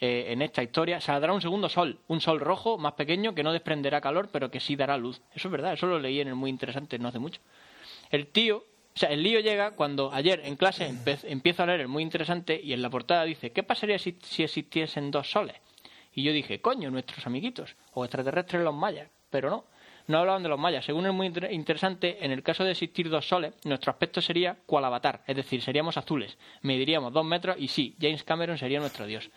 eh, en esta historia saldrá un segundo sol, un sol rojo más pequeño que no desprenderá calor, pero que sí dará luz. Eso es verdad, eso lo leí en el muy interesante no hace mucho. El tío, o sea, el lío llega cuando ayer en clase empe- empiezo a leer el muy interesante y en la portada dice, ¿qué pasaría si, si existiesen dos soles? Y yo dije, coño, nuestros amiguitos, o extraterrestres los mayas, pero no, no hablaban de los mayas. Según es muy inter- interesante, en el caso de existir dos soles, nuestro aspecto sería cual avatar, es decir, seríamos azules, mediríamos dos metros y sí, James Cameron sería nuestro dios.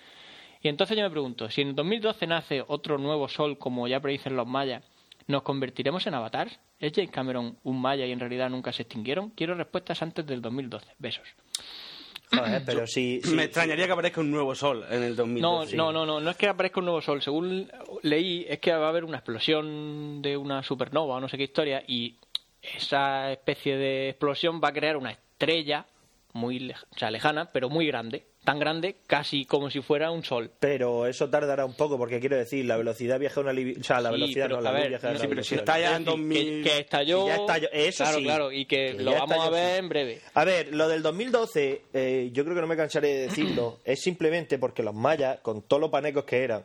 Y entonces yo me pregunto, si en 2012 nace otro nuevo sol, como ya predicen los mayas, ¿nos convertiremos en avatars? ¿Es James Cameron un maya y en realidad nunca se extinguieron? Quiero respuestas antes del 2012. Besos. Joder, pero sí. sí, Me extrañaría que aparezca un nuevo sol en el 2012. No, no, no, no, no es que aparezca un nuevo sol. Según leí, es que va a haber una explosión de una supernova o no sé qué historia y esa especie de explosión va a crear una estrella muy lej- o sea, lejana, pero muy grande, tan grande, casi como si fuera un sol. Pero eso tardará un poco, porque quiero decir, la velocidad viaja una libi- O sea, la Sí, velocidad pero, no, la a luz ver, viaja no a una sé, pero si velocidad. está ya en Es decir, 2000. Que, que estalló. Que ya estalló, eso claro, sí. claro, y que, Que lo ya vamos a estalló, ver sí. en breve. A ver, lo del 2012, eh, yo creo que no me cansaré de decirlo, es simplemente porque los mayas, con todos los panecos que eran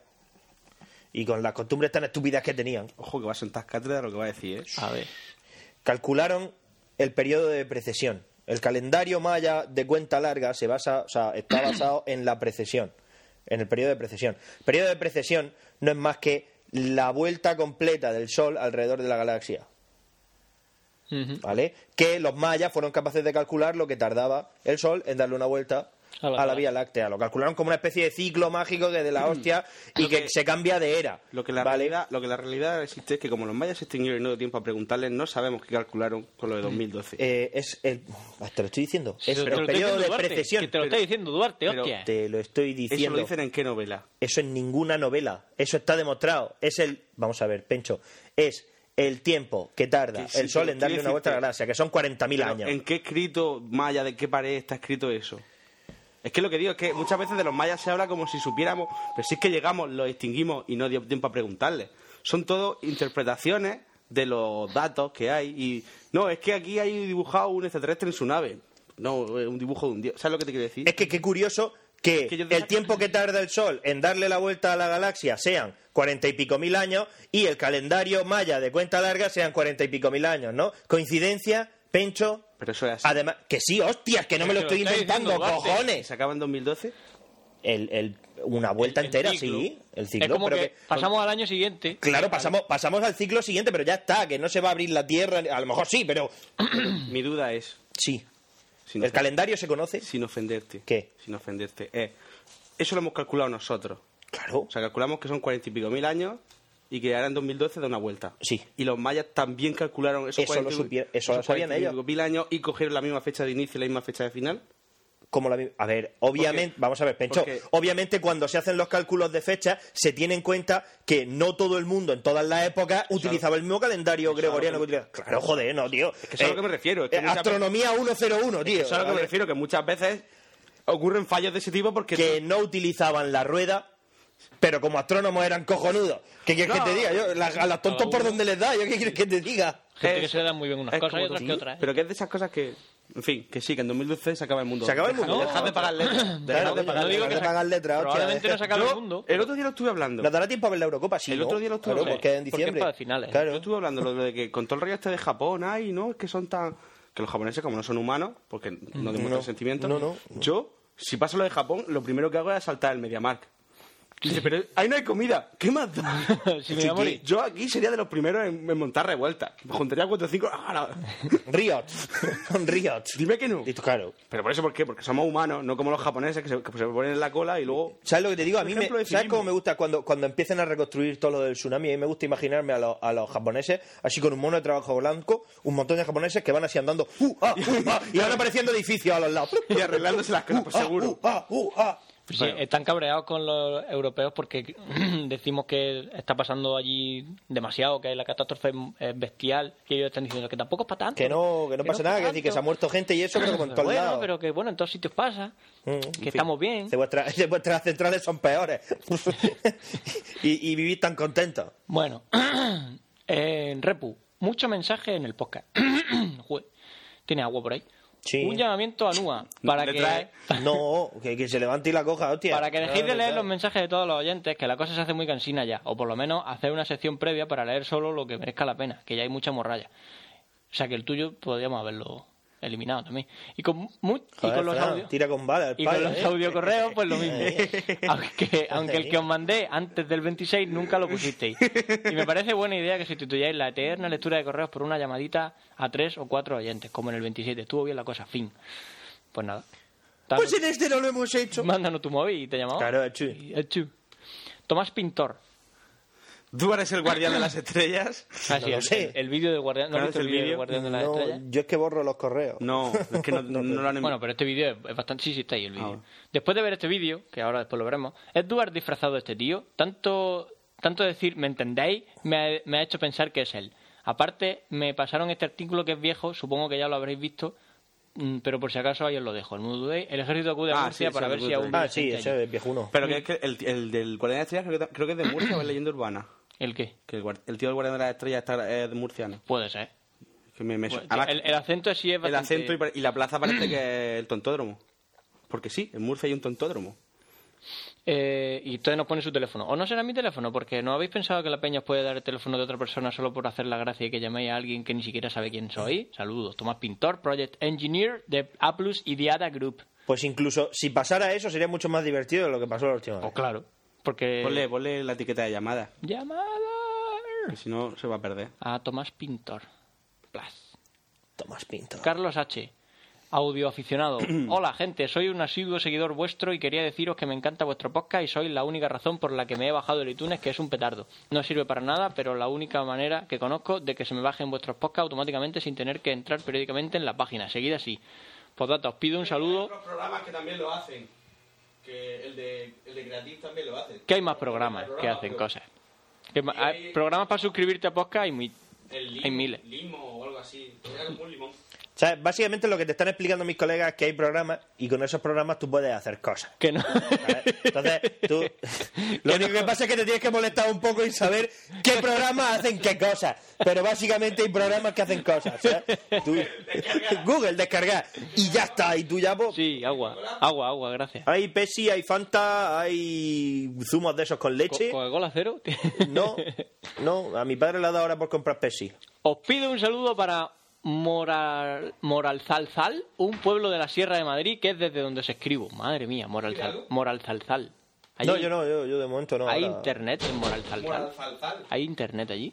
y con las costumbres tan estúpidas que tenían, Ojo, que va a sentar cátedra de lo que va a decir, ¿eh? A ver. calcularon el periodo de precesión. El calendario maya de cuenta larga se basa, o sea, está basado en la precesión, en el periodo de precesión. El periodo de precesión no es más que la vuelta completa del Sol alrededor de la galaxia. Ujú. ¿vale? Que los mayas fueron capaces de calcular lo que tardaba el Sol en darle una vuelta A la a la, galaxia. Mm. Vía Láctea. Lo calcularon como una especie de ciclo mágico que de la hostia y Lo que, que- se cambia de era. Lo que, la ¿vale? realidad, lo que la realidad existe es que como los mayas se extinguieron y no dio tiempo a preguntarles, no sabemos qué calcularon con lo de 2012. Eh, es el- te lo estoy diciendo. Es Pero te lo el estoy periodo diciendo, de Duarte, precesión. que te lo está diciendo Duarte, pero hostia. Te lo estoy ¿Eso diciendo. lo dicen en qué novela? Eso en ninguna novela. Eso está demostrado. Es el. Vamos a ver, Pencho. Es el tiempo que tarda Que sí, el sol pero en darle quiero una vuelta a la decirte- galaxia, que son 40.000 Pero, años. ¿En qué escrito maya, de qué pared está escrito eso? Es que lo que digo es que muchas veces de los mayas se habla como si supiéramos, pero si es que llegamos, los extinguimos y no dio tiempo a preguntarles. Son todo interpretaciones de los datos que hay y... No, es que aquí hay dibujado un extraterrestre en su nave. No, es un dibujo de un dios. ¿Sabes lo que te quiero decir? Es que qué curioso que, que yo el pensaba- tiempo que tarda el Sol en darle la vuelta a la galaxia sean cuarenta y pico mil años y el calendario maya de cuenta larga sean cuarenta y pico mil años, ¿no? Coincidencia, Pencho. Pero eso es así. Además, que sí, hostias, que no me lo Pero te estoy lo está inventando, diciendo, Duarte. cojones. ¿Se acaba en 2012? El- el- una vuelta El entera, ciclo. sí, el es ciclo, como pero que, que- pasamos al año siguiente. Claro, pasamos, pasamos al ciclo siguiente, pero ya está, que no se va a abrir la Tierra, a lo mejor sí, pero Mi duda es, sí. sin, Mm. ¿El ofen- calendario se conoce? sin ofenderte, ¿Qué? sin ofenderte, eh, eso lo hemos calculado nosotros. Claro. O sea, calculamos que son cuarenta y pico mil años y que ahora en 2012 da una vuelta. Sí. Y los mayas también calcularon esos Eso lo 40 y- supie- eso lo esos sabían 40 y ellos. pico mil años y cogieron la misma fecha de inicio y la misma fecha de final. como la mi- a ver obviamente Porque- vamos a ver Pencho porque- obviamente cuando se hacen los cálculos de fecha se tiene en cuenta que no todo el mundo en todas las épocas utilizaba el mismo calendario gregoriano que utiliza- claro joder no tío Eh, que eso es a lo que me refiero, es que muchas- astronomía 101 tío Eso es a lo que me ¿vale? refiero, que muchas veces ocurren fallos de ese tipo porque... que no utilizaban la rueda pero como astrónomos eran cojonudos ¿qué quieres No. que te diga yo La- a las tontos por donde les da yo qué quieres que te diga Gente que Es- se le dan muy bien unas es cosas como y otras tú. que otras. ¿eh? Pero que es de esas cosas que... En fin, que sí, que en 2012 se acaba el mundo. Se acaba el mundo. Dejad dejad de pagar letras. Dejad coño, de pagar no digo letras. que se- pagar letras, hostia, Probablemente eh. no se acabe el Yo, mundo. el otro día lo estuve hablando. nos dará tiempo a ver la Eurocopa sí El ¿no? otro día lo estuve Claro, hablando. porque es en Porque es diciembre para finales. claro Yo estuve hablando de lo de que con todo el rollo este de Japón, ay, no, es que son tan... Que los japoneses como no son humanos, porque no demuestran No, sentimientos. no, no. Yo, si paso lo de Japón, lo primero que hago es saltar el MediaMark. Dice, pero ahí no hay comida. ¿Qué más da? Si me voy a morir. Yo aquí sería de los primeros en, en montar revueltas. Me juntaría cuatro o cinco... [laughs] ¡ah, la- Riot [laughs] Son Riot Dime que no. Listo, claro Pero por eso, ¿por qué? Porque somos humanos, no como los japoneses que se, que se ponen en la cola y [laughs] luego... ¿Sabes lo que te digo? A Un mí me, ejemplo de ¿Sabes cinismo. cómo me gusta cuando, cuando empiecen a reconstruir todo lo del tsunami? A mí me gusta imaginarme a, los- a los japoneses así con un mono de trabajo blanco, un montón de japoneses que van así andando ¡uh, ah, uh, ah! y van apareciendo edificios a los [laughs] lados. Y arreglándose las cosas, pues, ¡Uh, ah, seguro. ¡uh, ah, uh, ah! Pues sí, están cabreados con los europeos porque [clears throat] decimos que está pasando allí demasiado, que la catástrofe es bestial, y ellos están diciendo que tampoco es para tanto. Que no, que no pasa es nada, pa' que decir que tanto. se ha muerto gente y eso, pero como en todos bueno, lados. pero que bueno, en todos sitios pasa, que estamos bien. De [laughs] vuestras, de vuestras centrales son peores. [laughs] y, y vivís tan contentos. Bueno, [clears throat] en Repu, mucho mensaje en el podcast. [clears throat] Jue, Tiene agua por ahí. Sí. Un llamamiento a Nua para le que trae. No, que, que se levante y la coja, hostia. Para que dejéis de No, leer no, los mensajes de todos los oyentes, que la cosa se hace muy cansina ya. O por lo menos hacer una sección previa para leer solo lo que merezca la pena, que ya hay mucha morralla. O sea que el tuyo podríamos haberlo eliminado también. Y con, mu- y Joder, con los Fran, audios. Tira con bala, el Y con palo, los ¿eh? audiocorreos, pues lo mismo. aunque, aunque el que os mandé antes del 26 nunca lo pusisteis. Y me parece buena idea que sustituyáis la eterna lectura de correos por una llamadita a tres o cuatro oyentes, como en el 27. Estuvo bien la cosa, fin. Pues nada. Pues en este no lo hemos hecho. Mándanos tu móvil y te llamamos. Claro, achu. Y achu. Tomás Pintor. Tú eres el guardián de las estrellas. Ah, sí, lo el, sé. el- el vídeo de Guardián, ¿no has Claro, visto el es el vídeo de vídeo. Guardián de la No, Estrella? yo es que borro los correos. No, es que no, no- no lo han enviado. Bueno, pero este vídeo es, es bastante... Sí, sí, está ahí el vídeo. Em, Ah, bueno. Después de ver este vídeo, que ahora después lo veremos, ¿es Duarte disfrazado de este tío? Tanto, tanto decir, ¿me entendéis? Me ha, me ha hecho pensar que es él. Aparte, me pasaron este artículo que es viejo, supongo que ya lo habréis visto, Mm, Pero por si acaso ayer lo dejo. El Mood Day, el ejército acude a Ah, Murcia sí, para sí, ver el si aún Mood Ah, vive sí, gente ese allí. es viejuno. Pero que es que el, el del Guardián de las Estrellas creo que, ta- creo que es de Murcia o es leyenda urbana. ¿El qué? Que el, guar- el tío del Guardián de las Estrellas está, es de murciano. Puede ser. Que me- me- Bueno, además, Pues, el, el acento sí es el bastante- acento y, pa- y la plaza parece que es el tontódromo. Porque sí, en Murcia hay un tontódromo. Eh, y entonces nos pone su teléfono. O no será mi teléfono, porque no habéis pensado que la peña os puede dar el teléfono de otra persona solo por hacer la gracia y que llaméis a alguien que ni siquiera sabe quién soy. Saludos. Tomás Pintor, Project Engineer de Aplus y Diada Group. Pues incluso si pasara eso sería mucho más divertido de lo que pasó la última vez. Pues claro, porque... Ponle, ponle la etiqueta de llamada, Llamada que si no se va a perder. a Tomás Pintor. Plas. Tomás Pinto. Carlos H. Audio [clears throat] aficionado. Hola, gente. Soy un asiduo seguidor vuestro y quería deciros que me encanta vuestro podcast y sois la única razón por la que me he bajado el iTunes, que es un petardo. No sirve para nada, pero la única manera que conozco de que se me bajen vuestros podcasts automáticamente sin tener que entrar periódicamente en la página. Seguid así. Postdata, os pido un saludo. programas que también lo hacen. Que el de, el de Creative también lo hace. Que hay más programas que hacen cosas. Que ma- hay programas para suscribirte a podcast y mi- hay miles. Limo o algo así. O sea, básicamente lo que te están explicando mis colegas es que hay programas y con esos programas tú puedes hacer cosas. Que no. ¿vale? Entonces, tú. [laughs] Lo único que pasa es que te tienes que molestar un poco y saber qué programas hacen qué cosas. Pero básicamente hay programas que hacen cosas. ¿sabes? Tú- [laughs] Google, descargar. Y ya está. Y tú ya, [laughs] pues, Sí, agua. Agua, agua, gracias. Hay Pepsi, hay Fanta, hay zumos de esos con Co- leche. ¿Coca-Cola cero? [laughs] No, no, a mi padre le ha dado ahora por comprar Pepsi. Os pido un saludo para Moral, Moralzalzal, un pueblo de la Sierra de Madrid que es desde donde se escribo. Madre mía, Moralzal, Moralzalzal. Allí- No, yo no, yo, yo de momento no. ¿Hay ahora- internet en Moralzalzal? ¿Hay internet allí?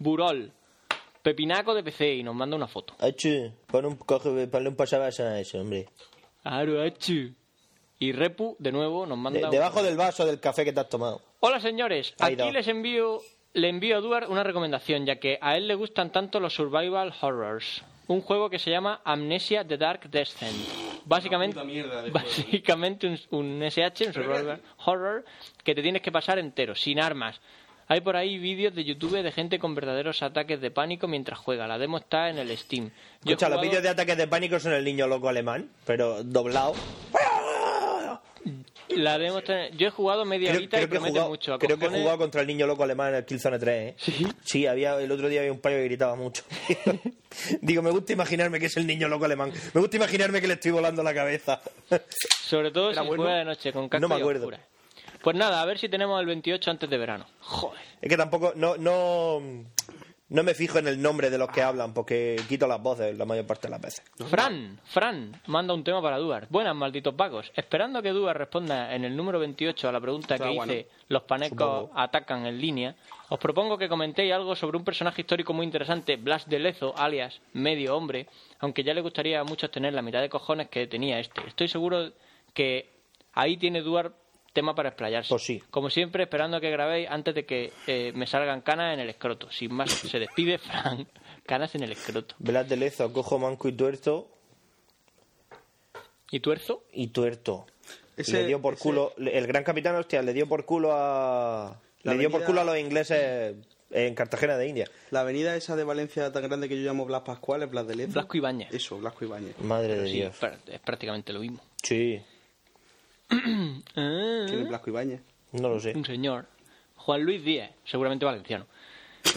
Burol, Pepinaco de PC y nos manda una foto. Achu, pon un, coge, ponle un pasabas a eso, hombre. Aruachu. Y Repu, de nuevo, nos De- manda... un- debajo del vaso del café que te has tomado. Hola señores, Ahí aquí va. les envío, le envío a Duar una recomendación, ya que a él le gustan tanto los survival horrors. Un juego que se llama Amnesia The Dark Descent. Básicamente, básicamente un, un SH, un survival horror, que te tienes que pasar entero, sin armas. Hay por ahí vídeos de YouTube de gente con verdaderos ataques de pánico mientras juega. La demo está en el Steam. Yo he Escucha, los jugado- vídeos de ataques de pánico son el niño loco alemán, pero doblado. la demo está en- Yo he jugado media Creo, horita y creo que, he promete jugado, mucho. A creo que he cojones- jugado contra el niño loco alemán en el Killzone 3, ¿eh? Sí. Sí, había, el otro día había un payo que gritaba mucho. [laughs] Digo, me gusta imaginarme que es el niño loco alemán. Me gusta imaginarme que le estoy volando la cabeza. [laughs] Sobre todo si bueno? juega de noche con casco No me y acuerdo. oscuras. Pues nada, a ver si tenemos el 28 antes de verano. Joder. Es que tampoco, no, no, no me fijo en el nombre de los que hablan, porque quito las voces la mayor parte de las veces. Fran, Fran, manda un tema para Duar. Buenas, malditos vagos. Esperando que Duar responda en el número 28 a la pregunta que Está bueno. hice, los panecos Supongo. atacan en línea, os propongo que comentéis algo sobre un personaje histórico muy interesante, Blas de Lezo, alias Medio Hombre, aunque ya le gustaría a muchos tener la mitad de cojones que tenía este. Estoy seguro que ahí tiene Duar tema para explayarse. Pues sí. Como siempre, esperando a que grabéis antes de que eh, me salgan canas en el escroto. Sin más, se despide [laughs] Fran. Canas en el escroto. Velas de Lezo, cojo manco y tuerto, ¿Y tuerzo? y tuerto. Ese- le dio por ese- culo, le- el gran capitán, hostia, le dio por culo a. La le dio por avenida- culo a los ingleses en Cartagena de India. La avenida esa de Valencia tan grande que yo llamo Blas Pascual es Blas de Lezo. Blasco Ibáñez. Eso, Blasco Ibáñez. Madre de Sí, Dios. prá- es prácticamente lo mismo. Sí, ¿Quién es Blasco Ibáñez? no lo sé. Ah, Un señor, Juan Luis Díaz, seguramente valenciano.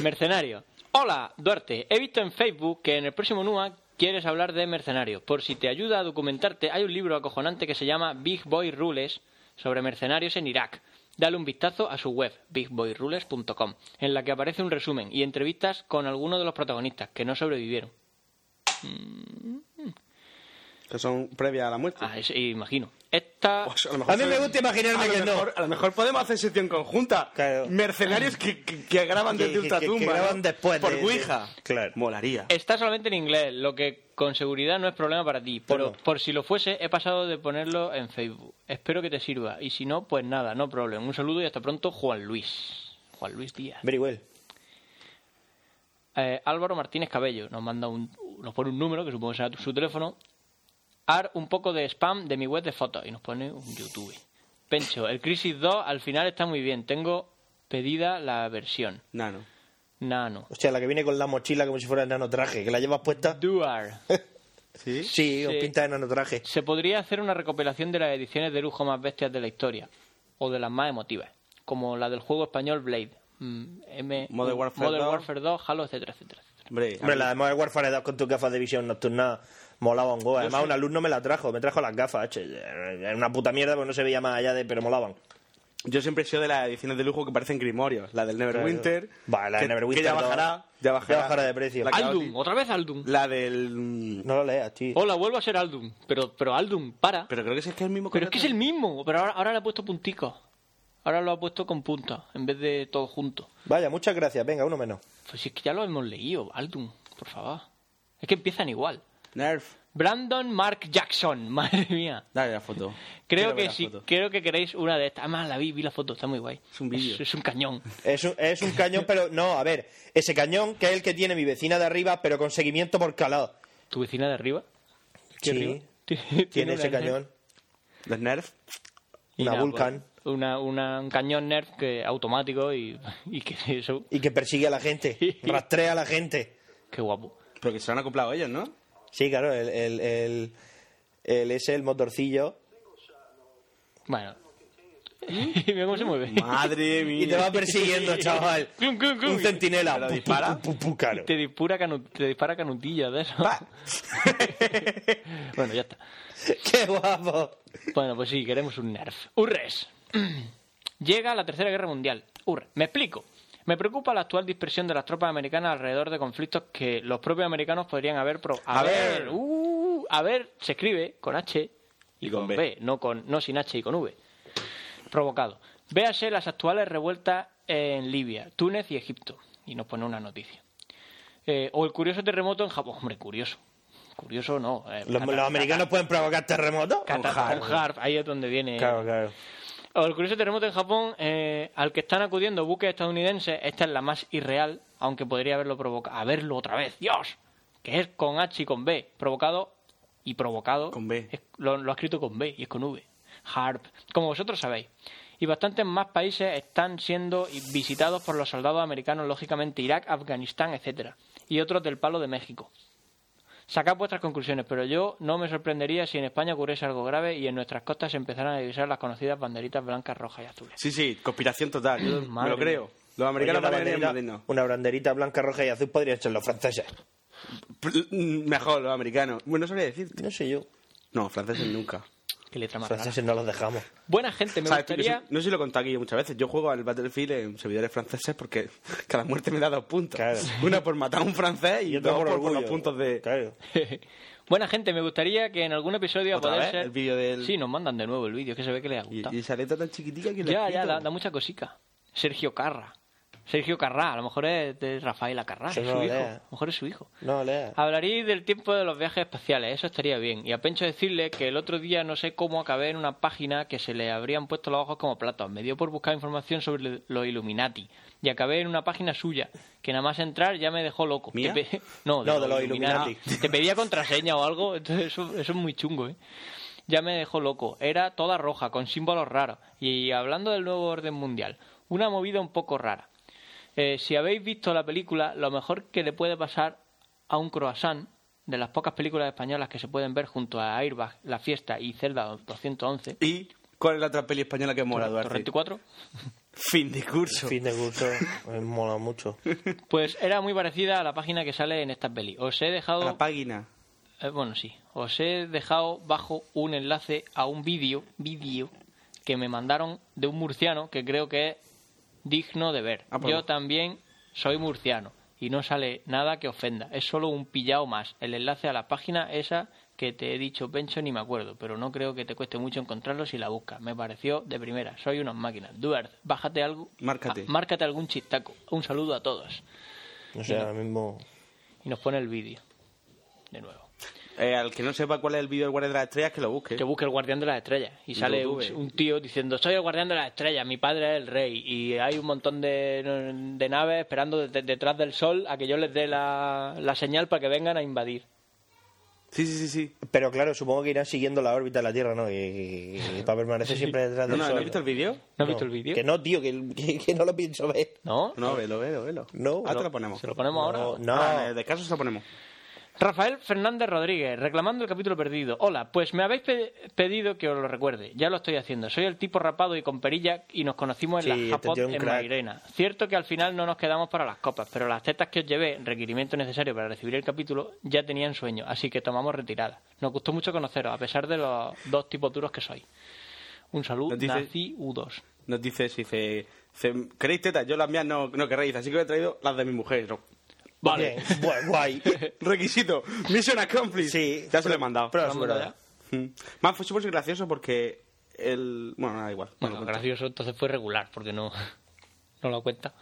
Mercenario. Hola, Duarte. He visto en Facebook que en el próximo NUA quieres hablar de mercenarios. Por si te ayuda a documentarte, hay un libro acojonante que se llama Big Boy Rules sobre mercenarios en Irak. Dale un vistazo a su web, bigboyrules.com, en la que aparece un resumen y entrevistas con algunos de los protagonistas que no sobrevivieron. Que son previas a la muerte. Ah, es- imagino. Esta... [laughs] Pues, lo A mí me son- gusta imaginarme a lo que no. mejor- A lo mejor podemos hacer sesión conjunta. Claro. Mercenarios que, que- que graban Que- desde que- que- que Ultratumba. ¿no? graban después Por de- de- Ouija. Claro. Eh. Molaría. Está solamente en inglés, lo que con seguridad no es problema para ti, pero Bueno. por si lo fuese, he pasado de ponerlo en Facebook. Espero que te sirva, y si no, pues nada, no problema. Un saludo y hasta pronto, Juan Luis. Juan Luis Díaz. Very well. Eh, Álvaro Martínez Cabello nos manda un, nos pone un número, que supongo que será tu- su teléfono. Ar un poco de spam de mi web de fotos y nos pone un YouTube. Pencho, el Crisis 2 al final está muy bien. Tengo pedida la versión. Nano. Nano. Hostia, la que viene con la mochila como si fuera el nano traje, que la llevas puesta. Duar. ¿Sí? Sí, con Sí. pinta de nanotraje. Se podría hacer una recopilación de las ediciones de lujo más bestias de la historia, o de las más emotivas, como la del juego español Blade, mm, M- Modern Warfare 2. Warfare 2, Halo, etcétera, etcétera. etcétera. Hombre, Hombre, la de Modern Warfare 2 con tus gafas de visión nocturna molaba un go. Además, sé. un alumno me la trajo, me trajo las gafas. che. Era una puta mierda porque no se veía más allá de, pero molaban. Yo siempre he sido de las ediciones de lujo que parecen grimorios. La del Neverwinter. Va, la de que- Neverwinter Que ya dos. bajará. Ya bajará, Ya bajará de precio. La, que- Aldum, otra vez Aldum. la del... mm, No lo leas, tío. Hola, vuelvo a ser Aldum, pero, pero Aldum, para. Pero creo que es que es el mismo Pero es que es el contrato. mismo, pero ahora, ahora le ha puesto punticos. Ahora lo ha puesto con puntos, en vez de todo junto. Vaya, muchas gracias. Venga, uno menos. Pues si es que ya lo hemos leído, Aldum, por favor. Es que empiezan igual. Nerf. Brandon Mark Jackson, [laughs] madre mía. Dale la foto. Quiero Creo ver que la sí, foto. creo que queréis una de estas. Además, la vi, vi la foto, está muy guay. Es un vídeo. Es, es un cañón. Es un, es un cañón, pero no, a ver, ese cañón que es el que tiene mi vecina de arriba, pero con seguimiento por calado. ¿Tu vecina de arriba? Sí, ¿De arriba? [laughs] [laughs] tiene ese una- cañón. Del Nerf. Y Una nada, Vulcan. pues, una, una- un cañón Nerf que, automático y, [laughs] y que eso. Y que persigue a la gente, rastrea a la gente. Qué guapo. Pero que se han acoplado [laughs] ellos, ¿no? Sí, claro, el, el, el, el- ese, el motorcillo. Bueno. [laughs] Mira cómo se mueve. [laughs] Madre mía. Y te va persiguiendo, chaval. Cum, cum, cum. Un centinela. Pu, pu, dispara? pu, pu, claro. Te dispara, canu- te dispara canutilla de eso. [laughs] bueno, ya está. ¡Qué guapo! Bueno, pues sí, queremos un nerf. Urres. [clears throat] Llega la Tercera Guerra Mundial. Urres. Me explico. Me preocupa la actual dispersión de las tropas americanas alrededor de conflictos que los propios americanos podrían haber... pro- A ver. uh, a ver, se escribe con H y, con, B, no, con, no sin H y con V. Provocado. Véase las actuales revueltas en Libia, Túnez y Egipto. Y nos pone una noticia. Eh, o el curioso terremoto en Japón. Hombre, curioso. Curioso no. eh, ¿Los, cata- los americanos pueden provocar terremotos? cata- Harp. con Harp, ahí es donde viene. Claro, claro. O el curioso terremoto en Japón, eh, al que están acudiendo buques estadounidenses, esta es la más irreal, aunque podría haberlo provocado. A verlo otra vez, Dios, que es con H y con B, provocado y provocado. Con B. Es- lo, lo ha escrito con B y es con V. Harp, como vosotros sabéis. Y bastantes más países están siendo visitados por los soldados americanos, lógicamente Irak, Afganistán, etcétera, y otros del palo de México. Sacad vuestras conclusiones, pero yo no me sorprendería si en España ocurriese algo grave y en nuestras costas se empezaran a divisar las conocidas banderitas blancas, rojas y azules. Sí, sí, conspiración total. Yo Me Madre Pues lo creo. Los Oye, americanos una, también banderita, modernos. una banderita blanca, roja y azul podrían ser los franceses. Pl- mm, Mejor, los americanos. Bueno, sabría decirte. No sé yo. No, franceses nunca. Qué letra más rara. Franceses no los dejamos. Buena gente, me ¿Sabes tú? Yo gustaría... soy- no sé si lo he contado aquí muchas veces. Yo juego al Battlefield en servidores franceses porque [laughs] cada muerte me da dos puntos. Claro. Una por matar a un francés y Yo otra tengo por, por por orgullo. los puntos de... Claro. Buena gente, me gustaría que en algún episodio... ¿Otra a poder vez? ser- El vídeo del- Sí, nos mandan de nuevo el vídeo, que se ve que les ha gustado. Y, y esa letra tan chiquitica que la Ya, he ya, escrito. da, da mucha cosica. Sergio Carra. Sergio Carra, a lo mejor es de Rafael Carra, Sí, es no su lo hijo. lea. A lo mejor es su hijo. No, lea. Ah. Hablaréis del tiempo de los viajes espaciales, eso estaría bien. Y a Pencho decirle que el otro día no sé cómo acabé en una página que se le habrían puesto los ojos como platos. Me dio por buscar información sobre los Illuminati. Y acabé en una página suya, que nada más entrar ya me dejó loco. ¿Mía? Te pe- [laughs] No, No, de los Illuminati. Te pedía contraseña o algo, entonces eso, eso es muy chungo, ¿eh? Ya me dejó loco. Era toda roja, con símbolos raros. Y hablando del nuevo orden mundial, una movida un poco rara. Eh, si habéis visto la película, lo mejor que le puede pasar a un croissant, de las pocas películas españolas que se pueden ver junto a Airbag, La Fiesta y Zelda 211, ¿Y cuál es la otra peli española que mola, Duarte? Torrente 4, Fin de curso. Fin de [laughs] curso. Me mola mucho. pues era muy parecida a la página que sale en esta peli. Os he La dejado, página. eh, bueno, sí, os he dejado bajo un enlace a un vídeo, vídeo que me mandaron de un murciano que creo que es digno de ver. Ah, pues. Yo también soy murciano y no sale nada que ofenda. Es solo un pillado más. El enlace a la página esa que te he dicho, Pencho, ni me acuerdo, pero no creo que te cueste mucho encontrarlo si la buscas. Me pareció de primera. Soy unas máquinas. Duarte, bájate algo. Márcate. ah, márcate algún chistaco. Un saludo a todos. No sé, ahora mismo. Y nos pone el vídeo. De nuevo. Eh, al que no sepa cuál es el vídeo del Guardia de las Estrellas, que lo busque. Que busque el guardián de las estrellas. Y sale un, YouTube. un tío diciendo, soy el guardián de las estrellas, mi padre es el rey. Y hay un montón de, de naves esperando de- de- detrás del sol a que yo les dé la, la señal para que vengan a invadir. Sí, sí, sí, sí. Pero claro, supongo que irán siguiendo la órbita de la Tierra, ¿no? Y, y- y para permanecer siempre detrás No, del no, Sol. ¿no has visto el vídeo? ¿No has visto el vídeo? Que no, tío, que, que- que no lo pienso ver. ¿No? No, velo, velo, velo. No. Ah, te lo ponemos. ¿Se lo ponemos No, ahora? no. Ah, en el descanso se lo ponemos. Rafael Fernández Rodríguez, reclamando el capítulo perdido. Hola, pues me habéis pe- pedido que os lo recuerde. Ya lo estoy haciendo. Soy el tipo rapado y con perilla y nos conocimos en Sí, la Japot este tío es un en crack. Mairena. Cierto que al final no nos quedamos para las copas, pero las tetas que os llevé, requerimiento necesario para recibir el capítulo, ya tenían sueño, así que tomamos retirada. Nos gustó mucho conoceros, a pesar de los dos tipos duros que sois. Un saludo, Nos dice- Nazi U2. Nos dice, si dice, dice, ¿queréis tetas? Yo las mías no, no querréis, así que os he traído las de mi mujer. [laughs] Yo, Vale. Bien, guay, [laughs] guay. Requisito, mission accomplished. Sí. ya se lo he mandado. Pero es Vamos verdad. Mm. Más fue súper gracioso porque el... Bueno, nada, igual. Bueno, Bueno, gracioso, entonces fue regular, porque no, [laughs] no lo cuenta.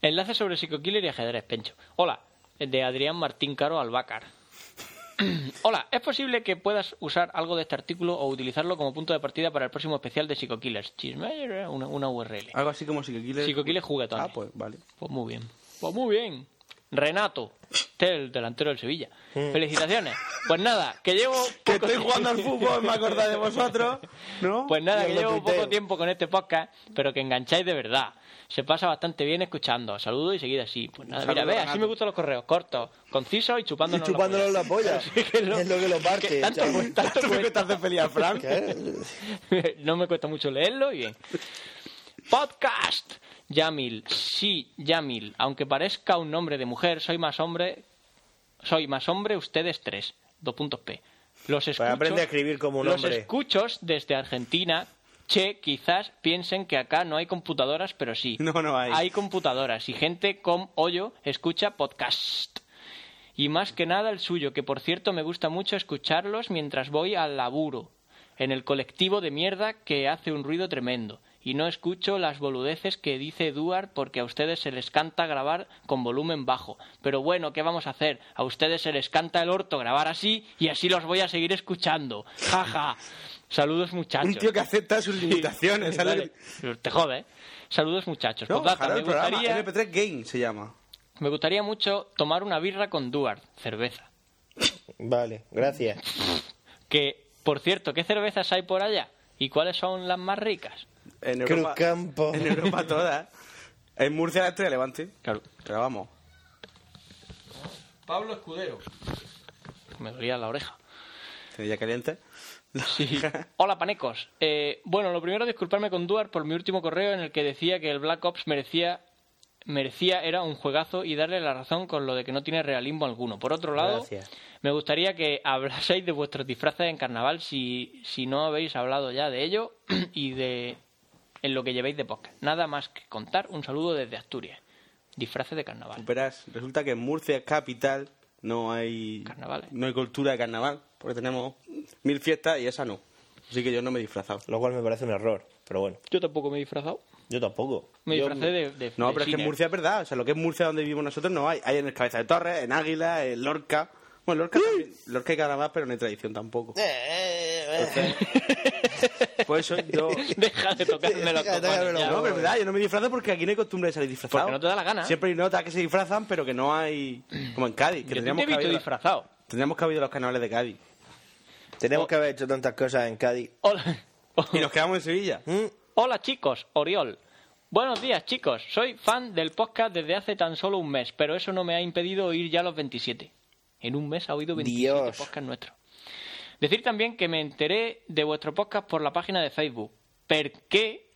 Enlace sobre psico-killer y ajedrez, Pencho. Hola, de Adrián Martín Caro Albacar. [clears throat] Hola, ¿es posible que puedas usar algo de este artículo o utilizarlo como punto de partida para el próximo especial de psico-killers? Chisme, una, una URL. Algo así como psicoquiles... Psicoquiles juguetones. Ah, pues vale. Pues muy bien. Pues muy bien. Renato, usted el delantero del Sevilla. Felicitaciones. Pues nada, que llevo. Mm. Que poco estoy tiempo- jugando al fútbol, me acordé de vosotros, [laughs] ¿no? Pues nada, que Y os lo llevo tuiteo. poco tiempo con este podcast, pero que engancháis de verdad. Se pasa bastante bien escuchando. Saludos y seguid así. Pues nada, Saludos, mira, ve, Renato. así me gustan los correos cortos, concisos y chupándonos Y chupándonos la la [laughs] polla. Así que Es lo que lo parte, tanto chaval. cuesta- tanto ¿Tú qué te cuesta. haces feliz a Frank? [laughs] no me cuesta mucho leerlo y bien. Podcast. Yamil, sí, Yamil. Aunque parezca un nombre de mujer, soy más hombre. Soy más hombre, ustedes tres. Dos puntos P. Los Pues escuchos, Pues aprende a escribir como un los hombre. escuchos desde Argentina. Che, quizás piensen que acá no hay computadoras, pero [laughs] sí. No, no hay. Hay computadoras y gente con hoyo escucha podcast. Y más que nada el suyo, que por cierto me gusta mucho escucharlos mientras voy al laburo, en el colectivo de mierda que hace un ruido tremendo. Y no escucho las boludeces que dice Eduard porque a ustedes se les canta grabar con volumen bajo. Pero bueno, ¿qué vamos a hacer? A ustedes se les canta el orto grabar así y así los voy a seguir escuchando. Jaja. Saludos muchachos. Un tío que acepta sus limitaciones. ¿sabes? [laughs] Vale. Te jode. ¿eh? Saludos muchachos. No, Postdata, ojalá me el programa gustaría... MP3 Game se llama. Me gustaría mucho tomar una birra con Duarte, cerveza. Vale, gracias. Que, por cierto, ¿qué cervezas hay por allá? ¿Y cuáles son las más ricas? En Cruz Europa, Campo. [laughs] En Europa todas. En Murcia la estrella de Levante. Claro. Pero vamos. Pablo Escudero. Me dolía la oreja. Tenía caliente. Sí. Hola, panecos. Eh, bueno, lo primero, disculparme con Duarte por mi último correo en el que decía que el Black Ops merecía merecía era un juegazo y darle la razón con lo de que no tiene realismo alguno. Por otro lado, Gracias. me gustaría que hablaseis de vuestros disfraces en carnaval si, si no habéis hablado ya de ello [clears throat] y de en lo que llevéis de podcast. Nada más que contar. Un saludo desde Asturias. Disfraces de carnaval. [laughs] Verás, resulta que en Murcia capital no hay Carnavales. no hay cultura de carnaval, porque tenemos mil fiestas y esa no. Así que yo no me he disfrazado. Lo cual me parece un error, pero bueno, Yo tampoco me he disfrazado. yo tampoco. Me Yo- disfracé de, de- No, de pero es que cine. en Murcia es verdad, o sea, lo que es Murcia donde vivimos nosotros no hay, hay en el Cabeza de Torres, en Águila, en Lorca. Bueno, Lorca también- Lorca hay carnaval, pero no hay tradición tampoco. Eh. [laughs] Por eso yo Deja de tocarme los Deja de tocarme cojones, los ya. huevos. No, pero es verdad, yo no me disfrazo porque aquí no hay costumbre de salir disfrazado. eh. Porque no te da la gana. Siempre hay notas que se disfrazan, pero que no hay. Como en Cádiz, Yo que te he tendríamos que, visto haber ido- disfrazado. tendríamos que haber ido a los canales de Cádiz. Oh. Tenemos que haber hecho tantas cosas en Cádiz. Hola. Y nos quedamos en Sevilla. Mm, [laughs] Hola chicos, Oriol. Buenos días chicos, soy fan del podcast desde hace tan solo un mes, pero eso no me ha impedido oír ya los 27. En un mes ha oído 27 Dios. podcasts nuestros. Decir también que me enteré de vuestro podcast por la página de Facebook. ¿Por [laughs] qué?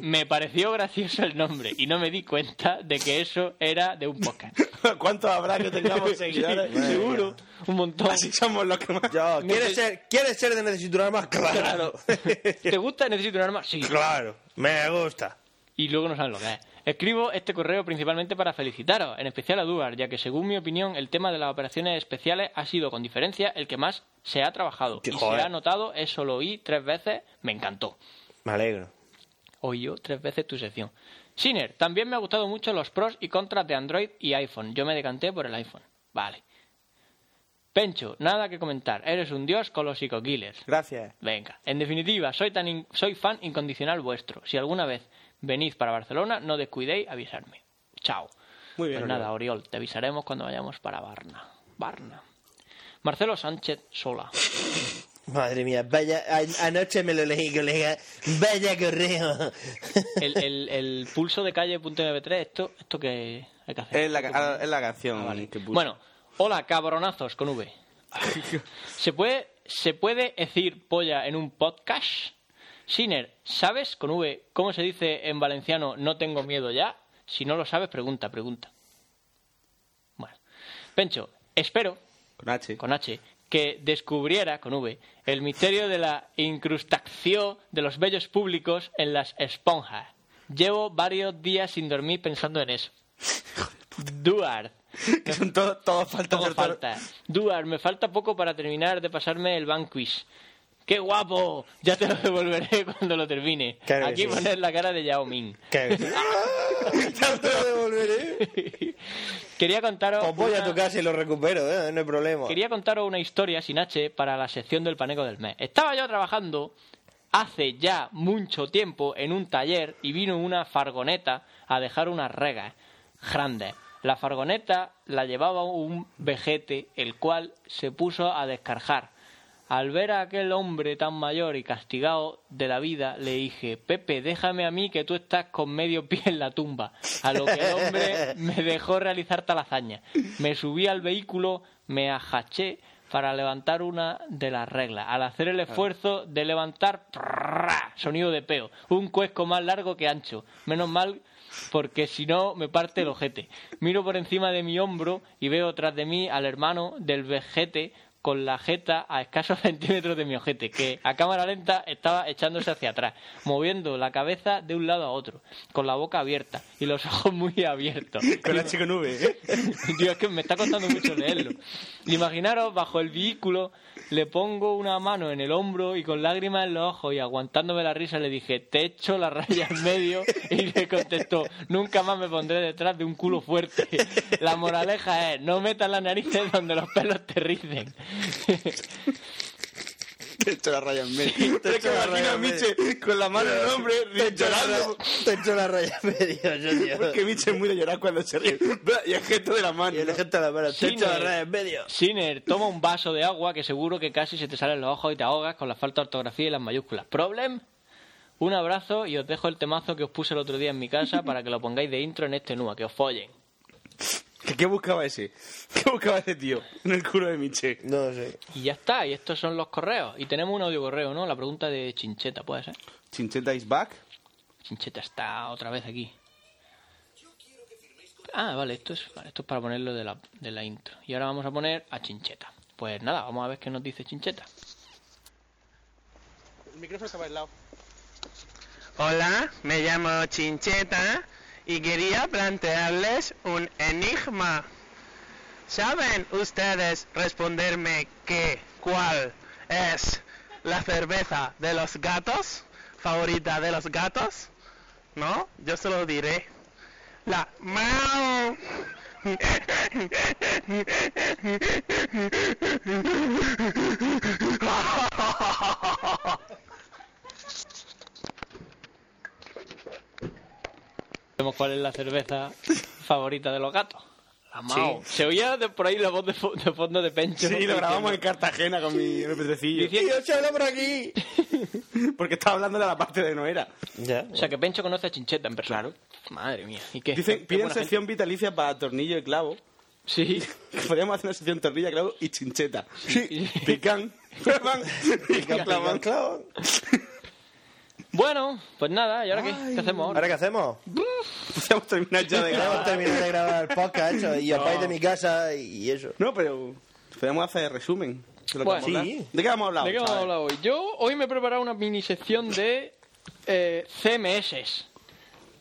Me pareció gracioso el nombre y no me di cuenta de que eso era de un podcast. [laughs] ¿Cuántos habrá que [laughs] tengamos seguidores? Sí, seguro, un montón. Así somos los que más. Yo, Neces- ¿quieres ser, ¿quieres ser de Necesito un arma? Claro. [laughs] ¿Te gusta? Necesito un arma. Sí. claro, me gusta. y luego no saben lo que es. Escribo este correo principalmente para felicitaros, en especial a Duar, ya que según mi opinión el tema de las operaciones especiales ha sido con diferencia el que más se ha trabajado Qué y joder. se ha notado, eso lo oí tres veces, me encantó. Me alegro. Oí yo tres veces tu sección. Siner, también me ha gustado mucho los pros y contras de Android y iPhone. Yo me decanté por el iPhone. Vale. Pencho, nada que comentar. Eres un dios con los psico-killers. Gracias. Venga, en definitiva, soy, tan in- soy fan incondicional vuestro. Si alguna vez venís para Barcelona, no descuidéis avisarme. Chao. Muy bien, Pues nada, Oriol, te avisaremos cuando vayamos para Barna. Barna. Marcelo Sánchez Sola. Madre mía, vaya, a- anoche me lo leí, colega. Vaya correo. El, el- el pulso de calle.mb3, esto, esto que hay que hacer. Es la, ca- es la canción Ah, vale. que puso. Bueno, Hola, cabronazos con [laughs] V. ¿Se puede, ¿Se puede decir polla en un podcast? Siner, ¿sabes con V cómo se dice en valenciano no tengo miedo ya? Si no lo sabes, pregunta, pregunta. Bueno. Pencho, espero, Con H. con H, que descubriera, con V, el misterio de la incrustación de los vellos públicos en las esponjas. Llevo varios días sin dormir pensando en [laughs] eso. Duarte. [laughs] que son todo- todas faltas. Todo del toro. falta. Duar, me falta poco para terminar de pasarme el Vanquish. ¡Qué guapo! Ya te lo devolveré [laughs] cuando lo termine. Claro que Aquí sí. poner la cara de Yao Ming. [laughs] Que- Ya te lo devolveré. Quería contaros. Os voy a una- tu casa y lo recupero, ¿eh? no hay problema. Quería contaros una historia sin H para la sección del paneco del mes. Estaba yo trabajando hace ya mucho tiempo en un taller y vino una fargoneta a dejar unas regas grandes. La fargoneta la llevaba un vejete, el cual se puso a descarjar. Al ver a aquel hombre tan mayor y castigado de la vida, le dije, Pepe, déjame a mí que tú estás con medio pie en la tumba. A lo que el hombre me dejó realizar tal hazaña. Me subí al vehículo, me ajaché para levantar una de las reglas. Al hacer el esfuerzo de levantar, ¡prrrá! sonido de peo, un cuesco más largo que ancho. Menos mal porque si no me parte el ojete. Miro por encima de mi hombro y veo tras de mí al hermano del vejete con la jeta a escasos [laughs] centímetros de mi ojete, que a cámara lenta estaba echándose hacia atrás, moviendo la cabeza de un lado a otro, con la boca abierta y los [laughs] ojos muy abiertos. Con H con V. [laughs] ¿eh? Dios, es que me está costando mucho leerlo. Imaginaros bajo el vehículo, le pongo una mano en el hombro y con lágrimas en los ojos y aguantándome la risa le dije, te echo la raya en medio y le contestó, nunca más me pondré detrás de un culo fuerte. La moraleja es, no metas las narices donde los pelos te ricen. Te echo la raya en medio. Te echo la raya en Miche con la mano en el hombre llorando. Te echo la raya en medio, yo, tío. Porque Miche es muy de llorar cuando se ríe. Y el gesto de la mano. Y el gente a la mano, te Sí, echo no la es. raya en medio. Siner, toma un vaso de agua que seguro que casi se te salen los ojos y te ahogas con la falta de ortografía y las mayúsculas. ¿Problem? Un abrazo y os dejo el temazo que os puse el otro día en mi casa para que lo pongáis de intro en este NUA, que os follen. ¿Qué, qué buscaba ese? [laughs] ¿Qué buscaba ese tío en el culo de Miche? No sé. Y ya está, y estos son los correos. Y tenemos un audio correo, ¿no? La pregunta de Chincheta, ¿puede ser? Chincheta is back. Chincheta está otra vez aquí. Ah, vale, esto es, vale, esto es para ponerlo de la, de la intro. Y ahora vamos a poner a Chincheta. Pues nada, vamos a ver qué nos dice Chincheta. El micrófono estaba al lado. Hola, me llamo Chincheta y quería plantearles un enigma. ¿Saben ustedes responderme qué, cuál es la cerveza de los gatos? ¿Favorita de los gatos? ¿No? Yo se lo diré. La Mau. Vemos cuál es la [laughs] cerveza favorita de los gatos. La Mao. Se oía de por ahí la voz de, fo- de fondo de Pencho. Sí, lo grabamos en Cartagena con mi petrecillo. Diciendo- yo solo por aquí! Porque estaba hablando de la parte de no era. Ya. O sea, que Pencho conoce a Chincheta en persona. Madre mía. ¿Y qué? Dicen, ¿Qué piden buena sección vitalicia para tornillo y clavo. [laughs] gente? Sí. Podríamos hacer una sección tornillo, clavo y chincheta. Sí. [laughs] Pican. Clavan. Pican, clavan. Claro. Bueno, pues nada, ¿y ahora qué? ¿Qué hacemos ahora? ¿Ahora qué hacemos? Podríamos terminar ya de Ya hemos grabar. terminado de grabar el podcast hecho, y os vais de mi casa y eso. No, pero podemos hacer resumen de lo que Bueno. vamos a hablar. Sí. ¿De qué vamos a hablar? ¿De qué vamos a hablar hoy? Yo hoy me he preparado una mini sección de eh, CMS.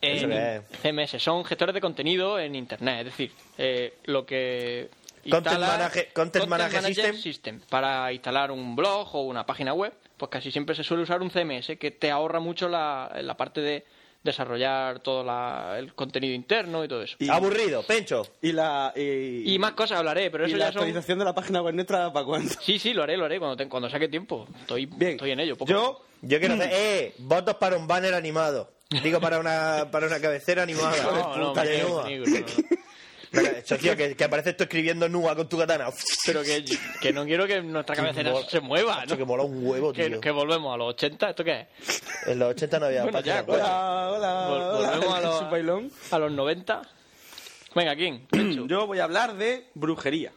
En- Eso CMS son gestores de contenido en Internet, es decir, eh, lo que... Content instala- manage- content manage system. Para instalar un blog o una página web, pues casi siempre se suele usar un CMS que te ahorra mucho la, la parte de desarrollar todo la- el contenido interno y todo eso. Y- Aburrido, Pencho. Y la, y, Y más cosas hablaré, pero y eso la ya son... actualización de la página web nuestra para cuándo. Sí, sí, lo haré, lo haré cuando, te- cuando saque tiempo. Estoy, Bien. estoy en ello. poco a poco. Yo, Yo quiero hacer. ¡Eh! Votos para un banner animado. Digo, para una, para una cabecera animada. No, no, Puta, me de quedo Nua. conmigo, no, no. Venga, hecho, tío, que, que apareces tú escribiendo Nua con tu katana. Pero que, que no quiero que nuestra cabecera mola. se Ah, mueva, Hecho, ¿no? que mola un huevo, Que- tío. que volvemos a los 80, ¿esto qué es? En los 80 no había Bueno, página ya, web. hola, hola, Vol- hola, [laughs] volvemos a los, su Ah, bailón. a los 90. Venga, ¿quién? Pencho. Yo voy a hablar de brujería.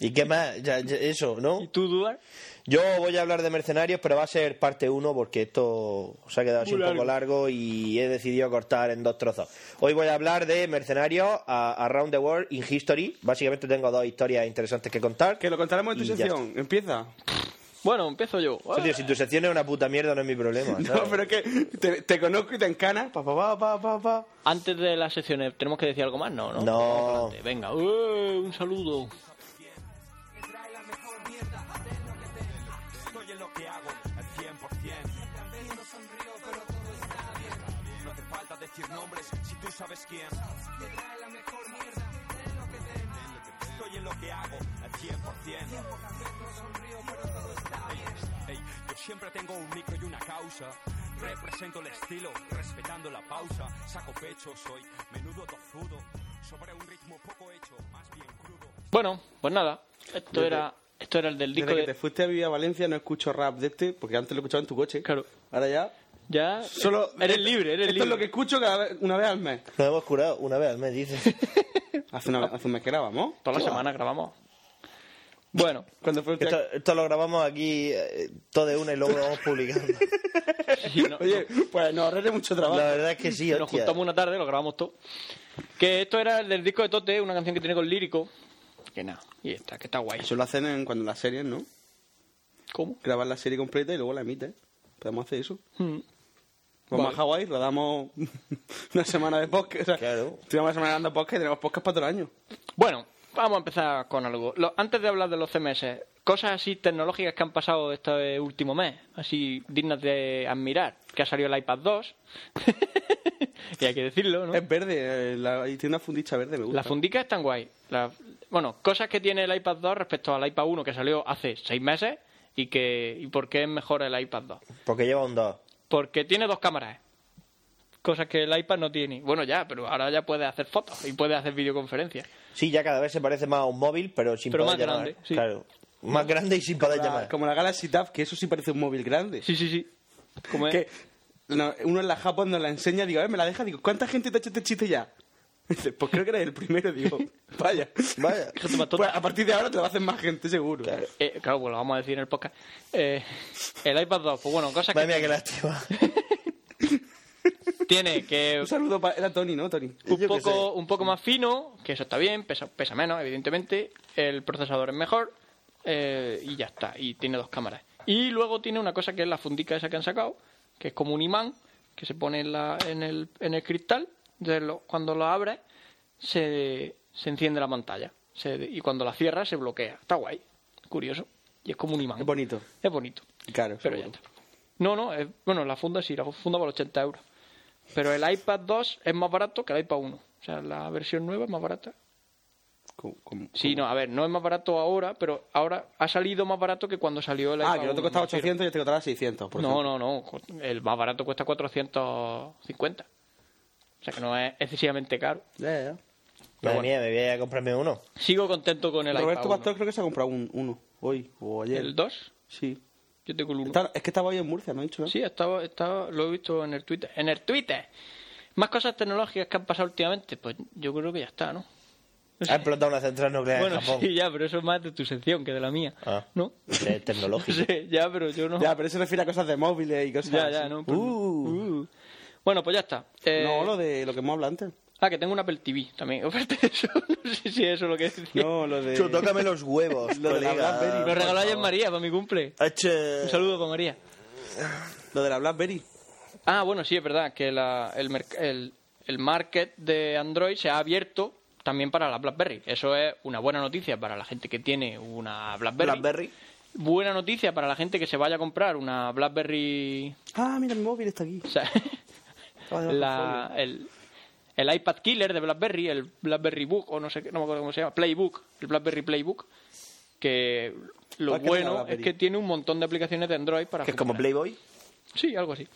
¿Y qué más? Ya- ya- eso, ¿no? ¿Y tú, Duar? Yo voy a hablar de mercenarios, pero va a ser parte uno porque esto se ha quedado así Muy un poco largo y he decidido cortar en dos trozos. Hoy voy a hablar de mercenarios a Around the World in History. Básicamente tengo dos historias interesantes que contar. Que lo contaremos en tu Y ya sección. Empieza. Bueno, empiezo yo. Sí, tío, si tu sección es una puta mierda, no es mi [laughs] problema. No, ¿sabes? pero es que te, te conozco y te encanas. Pa, pa, pa, pa, pa, pa. Antes de las secciones, ¿tenemos que decir algo más? No, ¿no? No. Venga, ¡eh! un saludo. Bueno, pues nada. Esto Desde- era, esto era el del disco Desde que de... te fuiste a vivir a Valencia no escucho rap de este, porque antes lo escuchaba en tu coche. Claro. Ahora ya... Ya... Solo, Eres libre, eres Esto libre. es lo que escucho cada vez- una vez al mes. Nos hemos curado una vez al mes, dices. Hace, una, hace un mes que grabamos. Toda la semana grabamos. Bueno, Cuando fue el Esto, día- esto lo grabamos aquí eh, todo de una y luego lo vamos publicando. y no- Oye, pues nos ahorraré mucho trabajo. La verdad es que sí, nos hostia. juntamos una tarde, lo grabamos todo. Que esto era el del disco de Tote, una canción que tiene con lírico. Que nada, y esta, que está guay. Eso lo hacen en- cuando las series, ¿no? ¿Cómo? Grabar la serie completa y luego la emite. Podemos hacer eso. Mm. Vamos Vale. a Hawái, rodamos [laughs] una semana de podcast. O sea, Claro. Estuvimos una semana dando podcast y tenemos podcast para todo el año. Bueno, vamos a empezar con algo. Lo- antes de hablar de los CMS, cosas así tecnológicas que han pasado este último mes, así dignas de admirar. Que ha salido el iPad 2. [laughs] y hay que decirlo, ¿no? Es verde, eh, la- y tiene una fundicha verde, me gusta. Las fundicas están guay. La- bueno, cosas que tiene el iPad 2 respecto al iPad 1 que salió hace seis meses y que y por qué es mejor el iPad 2. Porque lleva un 2. Porque tiene dos cámaras. Cosas que el iPad no tiene. Bueno, ya, pero ahora ya puedes hacer fotos y puedes hacer videoconferencias. Sí, ya cada vez se parece más a un móvil, pero sin Pero poder más llamar. grande, sí. Claro. Más grande y sin poder La- llamar. como la Galaxy Tab, que eso sí parece un móvil grande. Sí, sí, sí. eh. Como es- Que no, uno en la Japón nos la enseña, digo, a ver, me la deja, digo, ¿cuánta gente te ha hecho este chiste ya? [laughs] Dice, pues creo que eres el primero, [laughs] digo, vaya. Vaya. Hijo de matota. Pues a partir de ahora te lo hacen más gente, seguro. Claro. eh, claro, pues lo vamos a decir en el podcast. Eh, el iPad 2, pues bueno, cosas Madre mía, que qué lástima. [laughs] tiene que [laughs] Un saludo para... Era Tony, ¿no, Tony? un Yo qué poco, sé. un poco más fino, que eso está bien, pesa, pesa menos, evidentemente. El procesador es mejor eh, y ya está. Y tiene dos cámaras. Y luego tiene una cosa que es la fundica esa que han sacado, que es como un imán que se pone en, la, en, el, en el cristal. Entonces, lo- cuando lo abres, se, se enciende la pantalla. Se- y cuando la cierras, se bloquea. Está guay, curioso. Y es como un imán. Es bonito. Es bonito. Claro, Pero ya seguro. está. No, no, es- bueno, la funda sí, la funda vale 80 euros. Pero el iPad 2 es más barato que el iPad 1. O sea, la versión nueva es más barata. ¿Cómo- cómo- Sí, no, a ver, no es más barato ahora, pero ahora ha salido más barato que cuando salió el iPad Ah, que el 1, otro costaba me refiero. 800 y este costaba 600, por No, ejemplo. no, no. co- El más barato cuesta 450. O sea, que no es excesivamente caro. Ya, ya. Madre mía, me voy a comprarme uno. Sigo contento con el Roberto iPad 1. Pastor creo que se ha comprado un, uno hoy o ayer. ¿El 2? Sí. Yo tengo el 1. Está- es que estaba hoy en Murcia, ¿no he dicho? no? Sí, estaba, estaba, lo he visto en el Twitter. ¡En el Twitter! Más cosas tecnológicas que han pasado últimamente, pues yo creo que ya está, ¿no? No sé. Ha explotado una central Eh, nuclear bueno, en [laughs] Japón. sí, ya, pero eso es más de tu sección que de la mía, Ah. ¿no? [laughs] Es tecnológico. No sé, ya, pero yo no... Ya, pero eso refiere a cosas de móviles y cosas ya, así. ya, no. pero- Uh. uh. Bueno, pues ya está. Eh, No, lo de lo que hemos hablado antes. Ah, que tengo una Apple TV también. [laughs] Aparte de eso, no sé si eso es lo que decía. No, lo de... Chu, tócame [laughs] los huevos, Lo de la colega. Blackberry. Me regaló ayer María para mi cumple. Eche. Un saludo para María. Lo de la BlackBerry. Ah, bueno, sí, es verdad que la- el, merc- el, el market de Android se ha abierto también para la BlackBerry. Eso es una buena noticia para la gente que tiene una BlackBerry. Blackberry. Buena noticia para la gente que se vaya a comprar una BlackBerry... Ah, mira, mi móvil está aquí. o [laughs] sea, Ah, no, la- el, el iPad Killer de BlackBerry, el BlackBerry Book, o no sé, qué- no me acuerdo cómo se llama, Playbook, el BlackBerry Playbook, que lo Ah, que no era bueno es BlackBerry. que tiene un montón de aplicaciones de Android para... Que es como funcionar. Playboy. Sí, algo así.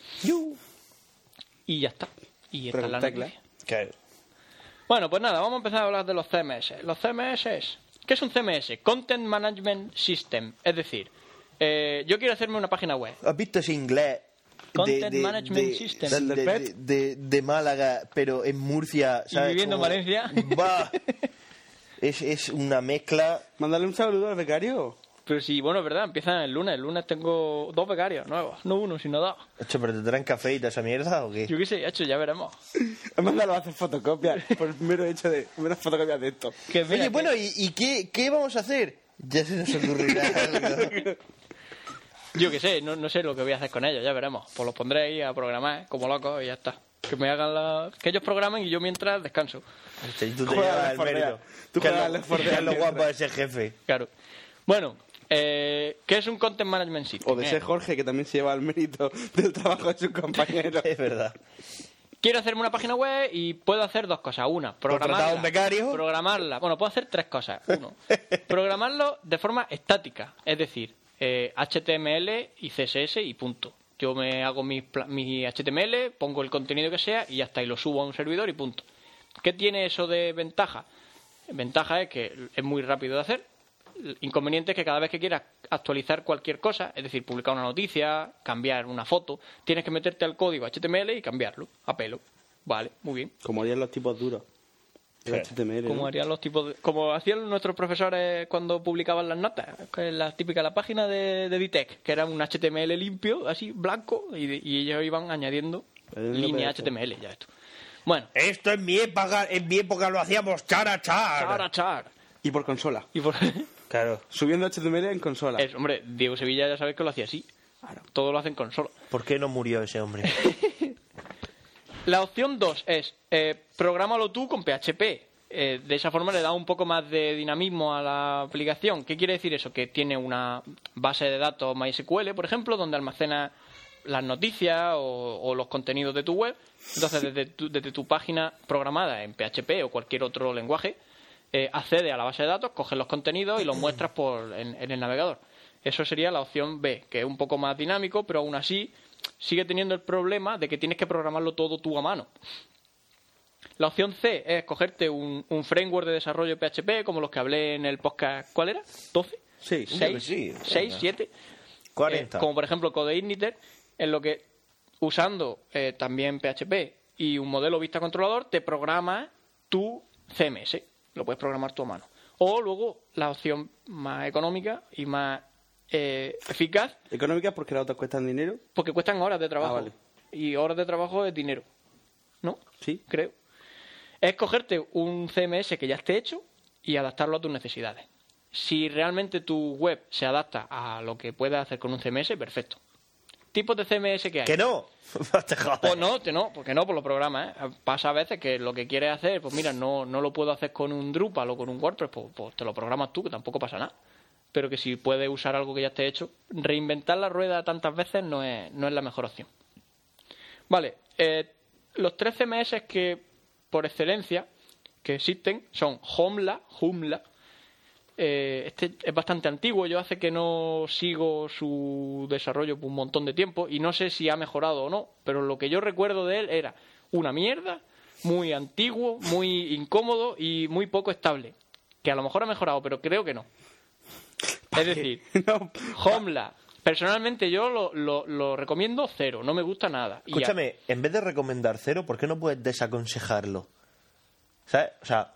Y ya está. Y esta Pero es la con tecla. noticia. Claro. Bueno, pues nada, vamos a empezar a hablar de los CMS. Los CMS es... ¿Qué es un CMS? Content Management System. Es decir, eh, yo quiero hacerme una página web. ¿Has visto ese inglés? Content Management System. de- Del de, de- de Málaga, pero en Murcia. [laughs] ¿sabes? viviendo en Valencia. Va. Es, es una mezcla. Mándale un saludo al becario. Pero sí, bueno, es verdad, empieza el lunes. El lunes tengo dos becarios nuevos. No uno, sino dos. Hecho, pero te traen café y toda esa mierda o qué? Yo qué sé, hecho, ya veremos. Mándalo a hacer fotocopias por el mero hecho de unas fotocopias de esto. Que mira, Oye, que- bueno, ¿y, y qué, qué vamos a hacer? Ya se nos [laughs] ocurrirá algo. Yo qué sé, no, no sé lo que voy a hacer con ellos, ya veremos. Pues los pondré ahí a programar, ¿eh? como locos, y ya está. Que me hagan la... Que ellos programen y yo mientras descanso. Y Tú te Juega llevas al el Fordea. mérito. Tú Que es juega lo- al Fordea que es lo siempre. guapo de ese jefe. Claro. Bueno, eh, ¿qué es un Content Management System? O de Eh, ser Jorge, que también se lleva el mérito del trabajo de sus [laughs] compañeros. Es verdad. Quiero hacerme una página web y puedo hacer dos cosas. Una, Contratar programarla. a un becario. Programarla. Bueno, puedo hacer tres cosas. [laughs] Uno, programarlo de forma estática, es decir, eh, HTML y CSS y punto. Yo me hago mi, mi HTML, pongo el contenido que sea y hasta y lo subo a un servidor y punto. ¿Qué tiene eso de ventaja? Ventaja es que es muy rápido de hacer. El Inconveniente es que cada vez que quieras actualizar cualquier cosa, es decir, publicar una noticia, cambiar una foto, tienes que meterte al código HTML y cambiarlo a pelo. Vale, muy bien. Como harían los tipos duros. El HTML, ¿no? Como harían los tipos, de- como hacían nuestros profesores cuando publicaban las notas, que es la típica la página de, de Ditec, que era un HTML limpio, así blanco, y, de- y ellos iban añadiendo Pero es lo línea peor. HTML, ya esto. Bueno, Esto en mi época, en mi época lo hacíamos char a chara, char. Y por consola. Y por [laughs] Claro. Subiendo HTML en consola. Es- hombre, Diego Sevilla ya sabes que lo hacía así. Todo lo hacen con solo. ¿Por qué no murió ese [laughs] hombre? La opción 2 es, eh, prográmalo tú con PHP. Eh, de esa forma le da un poco más de dinamismo a la aplicación. ¿Qué quiere decir eso? Que tiene una base de datos MySQL, por ejemplo, donde almacena las noticias o, o los contenidos de tu web. Entonces, desde tu, desde tu página programada en PHP o cualquier otro lenguaje, eh, accede a la base de datos, coges los contenidos y los muestras por, en, en el navegador. Eso sería la opción B, que es un poco más dinámico, pero aún así sigue teniendo el problema de que tienes que programarlo todo tú a mano. La opción C es cogerte un, un framework de desarrollo PHP, como los que hablé en el podcast, ¿cuál era? ¿12? Sí, creo que 6, sí, 6 venga. 7. 40. Eh, como por ejemplo CodeIgniter, en lo que usando eh, también PHP y un modelo vista controlador, te programa tu CMS. Lo puedes programar tú a mano. O luego la opción más económica y más eh, eficaz, Económicas porque las otras cuestan dinero. porque cuestan horas de trabajo. Ah, vale. Y horas de trabajo es dinero. ¿No? Sí. [laughs] Creo. Es cogerte un CMS que ya esté hecho y adaptarlo a tus necesidades. Si realmente tu web se adapta a lo que puedas hacer con un CMS, perfecto. Tipos de CMS que hay. [laughs] ¡Que no! [laughs] Te jodas. O Pues no, te no, porque no, por los programas. ¿eh? Pasa a veces que lo que quieres hacer, pues mira, no, no lo puedo hacer con un Drupal o con un WordPress, pues, pues te lo programas tú, que tampoco pasa nada. Pero que si puedes usar algo que ya esté hecho, reinventar la rueda tantas veces no es, no es la mejor opción. Vale, eh, los tres CMS que por excelencia que existen son Homla, Joomla. eh, este es bastante antiguo, yo hace que no sigo su desarrollo por un montón de tiempo y no sé si ha mejorado o no, pero lo que yo recuerdo de él era una mierda, muy antiguo, muy incómodo y muy poco estable. Que a lo mejor ha mejorado, pero creo que no. Es decir, No. Homla. Personalmente yo lo, lo- lo recomiendo cero, no me gusta nada. Y ya. Escúchame, en vez de recomendar cero, ¿por qué no puedes desaconsejarlo? ¿Sabes? O sea,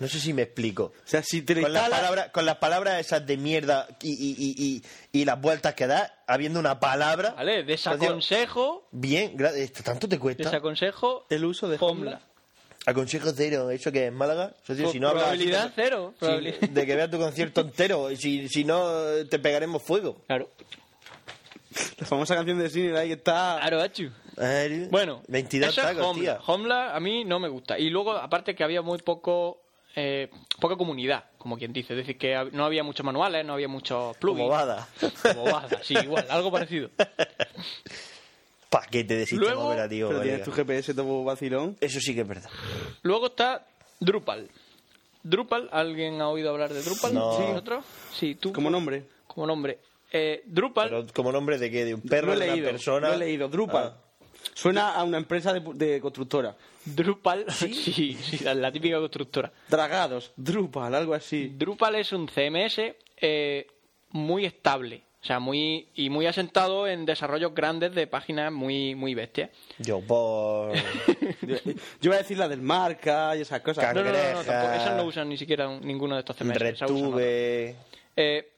no sé si me explico. O sea, si te lo Con las, instalas- palabras, con las palabras esas de mierda y, y- y- y- y las vueltas que da, habiendo una palabra. ¿Vale? Desaconsejo, Bien, gra- eh, esto tanto te cuesta. desaconsejo El uso de Homla. Aconsejo cero, eso que es Málaga. Socio, Pro- si no hablas así, probabilidad te- cero, si- probabilidad. de que veas tu concierto entero. y Si, si no, te pegaremos fuego. Claro, La famosa canción de Sinner ahí que está. claro, Achu. Ay, Bueno, 22 eso es tacos, Homla. tía. Homla a mí no me gusta. Y luego, aparte que había muy poco, eh, poca comunidad, como quien dice. Es decir, que hab- no había muchos manuales, no había muchos plugins. Como bada. Como Bada, sí, [laughs] igual, algo parecido. Paquete de sistema Luego- operativo, Pero tienes colega. tu GPS todo vacilón. Eso sí que es verdad. Luego está Drupal. Drupal, ¿alguien ha oído hablar de Drupal? No. ¿Sí, vosotros? Sí, tú. Como nombre. Como nombre. Eh, Drupal, Pero como nombre de qué, de un lo perro, he de una leído. persona. Lo he leído. Drupal. Ah. Suena a una empresa de, pu- de constructora. Drupal, ¿Sí? [laughs] sí, la- la típica constructora. [laughs] Dragados. Drupal, algo así. Drupal es un CMS eh, muy estable. O sea, muy, y muy asentado en desarrollos grandes de páginas muy, muy bestias. [laughs] Yo por... yo, yo iba a decir la del marca y esas cosas. No, no, no, no, tampoco. Esas no usan ni siquiera un- ninguno de estos CMS. esas usan otros. Retuve... Eh,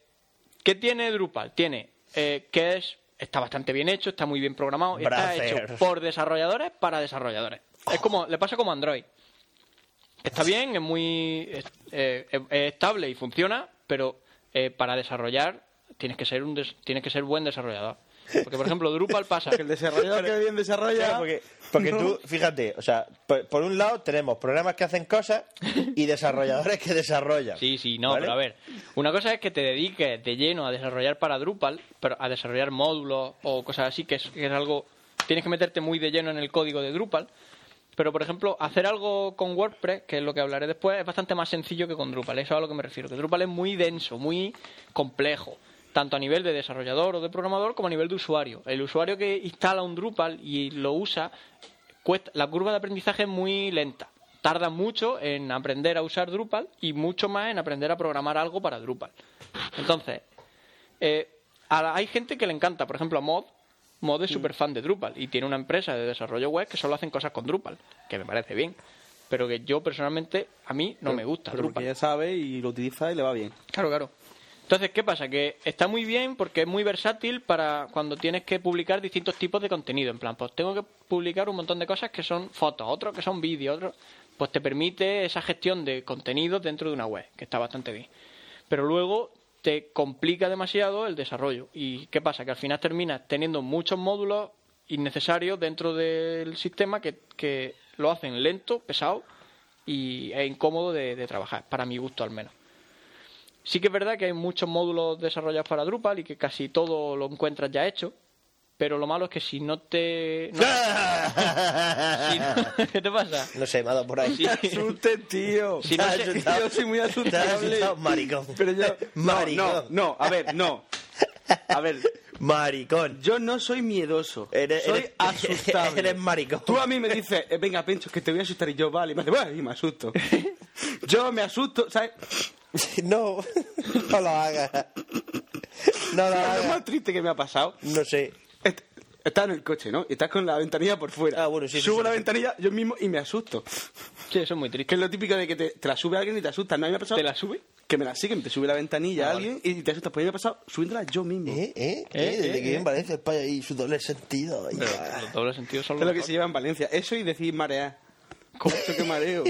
¿Qué tiene Drupal? Tiene eh, que es está bastante bien hecho, está muy bien programado, y está Browser. hecho por desarrolladores para desarrolladores. Es como le pasa como Android. Está bien, es muy es- eh, es- es estable y funciona, pero eh, para desarrollar tienes que ser un des- tienes que ser buen desarrollador. Porque por ejemplo Drupal pasa. Que el desarrollador que bien desarrolla. Claro, porque porque No. [laughs] tú, fíjate, o sea, por, por un lado tenemos programas que hacen cosas y desarrolladores que desarrollan. Sí, sí, no, ¿vale? pero a ver. Una cosa es que te dediques de lleno a desarrollar para Drupal, pero a desarrollar módulos o cosas así, que es, que es algo. Tienes que meterte muy de lleno en el código de Drupal. Pero, por ejemplo, hacer algo con WordPress, que es lo que hablaré después, es bastante más sencillo que con Drupal. Eso es a lo que me refiero. Que Drupal es muy denso, muy complejo. Tanto a nivel de desarrollador o de programador como a nivel de usuario. El usuario que instala un Drupal y lo usa, cuesta- la curva de aprendizaje es muy lenta. Tarda mucho en aprender a usar Drupal y mucho más en aprender a programar algo para Drupal. Entonces, eh, a la- hay gente que le encanta, por ejemplo, a Mod. Mod Mm. es súper fan de Drupal y tiene una empresa de desarrollo web que solo hacen cosas con Drupal, que me parece bien. Pero que yo personalmente, a mí no me gusta Pero porque Drupal. ya sabe y lo utiliza y le va [laughs] bien. Claro, claro. Entonces, ¿qué pasa? Que está muy bien porque es muy versátil para cuando tienes que publicar distintos tipos de contenido. En plan, pues tengo que publicar un montón de cosas que son fotos, otros que son vídeos, otros. Pues te permite esa gestión de contenidos dentro de una web, que está bastante bien. Pero luego te complica demasiado el desarrollo. ¿Y qué pasa? Que al final terminas teniendo muchos módulos innecesarios dentro del sistema que, que lo hacen lento, pesado y es incómodo de- de trabajar, para mi gusto al menos. Sí que es verdad que hay muchos módulos desarrollados para Drupal y que casi todo lo encuentras ya hecho, pero lo malo es que si no te... [laughs] no- si no- [laughs] ¿Qué te pasa? [laughs] No sé, me ha dado por ahí. Sí. Asuste, tío. Si no se- Yo soy muy Te has asustable. asustado, maricón. Pero yo. No, no, Maricón. no, a ver, no. A ver, Maricón. [laughs] yo no soy miedoso. Eres- soy eres- [laughs] asustable. eres maricón. Tú a mí me dices, eh, venga, Pencho, que te voy a asustar. Y yo, vale, y me hace, "Buah", y me [laughs] asusto. Yo me asusto, ¿sabes? No, no lo hagas. No lo Lo hagas. más triste que me ha pasado. No sé. est- Estás en el coche, ¿no? Y estás con la ventanilla por fuera. Ah, bueno, sí, sí, Subo sí, la sí. ventanilla yo mismo y me asusto. Sí, eso es muy Que triste. es lo típico de que te, te la sube alguien y te asustas. ¿No? A mí me ha pasado ¿Te la sube? que me la siguen, te sube la ventanilla alguien y te asustas. Pues a mí me ha pasado subiéndola yo mismo. Ah, ¿Eh? ¿Eh? Eh, ¿Eh? Desde eh, que eh. en Valencia España y su doble sentido. Pero los dobles sentidos son Es los lo que se lleva en Valencia. Eso y decir marea. ¿Cómo eso que [laughs] mareo?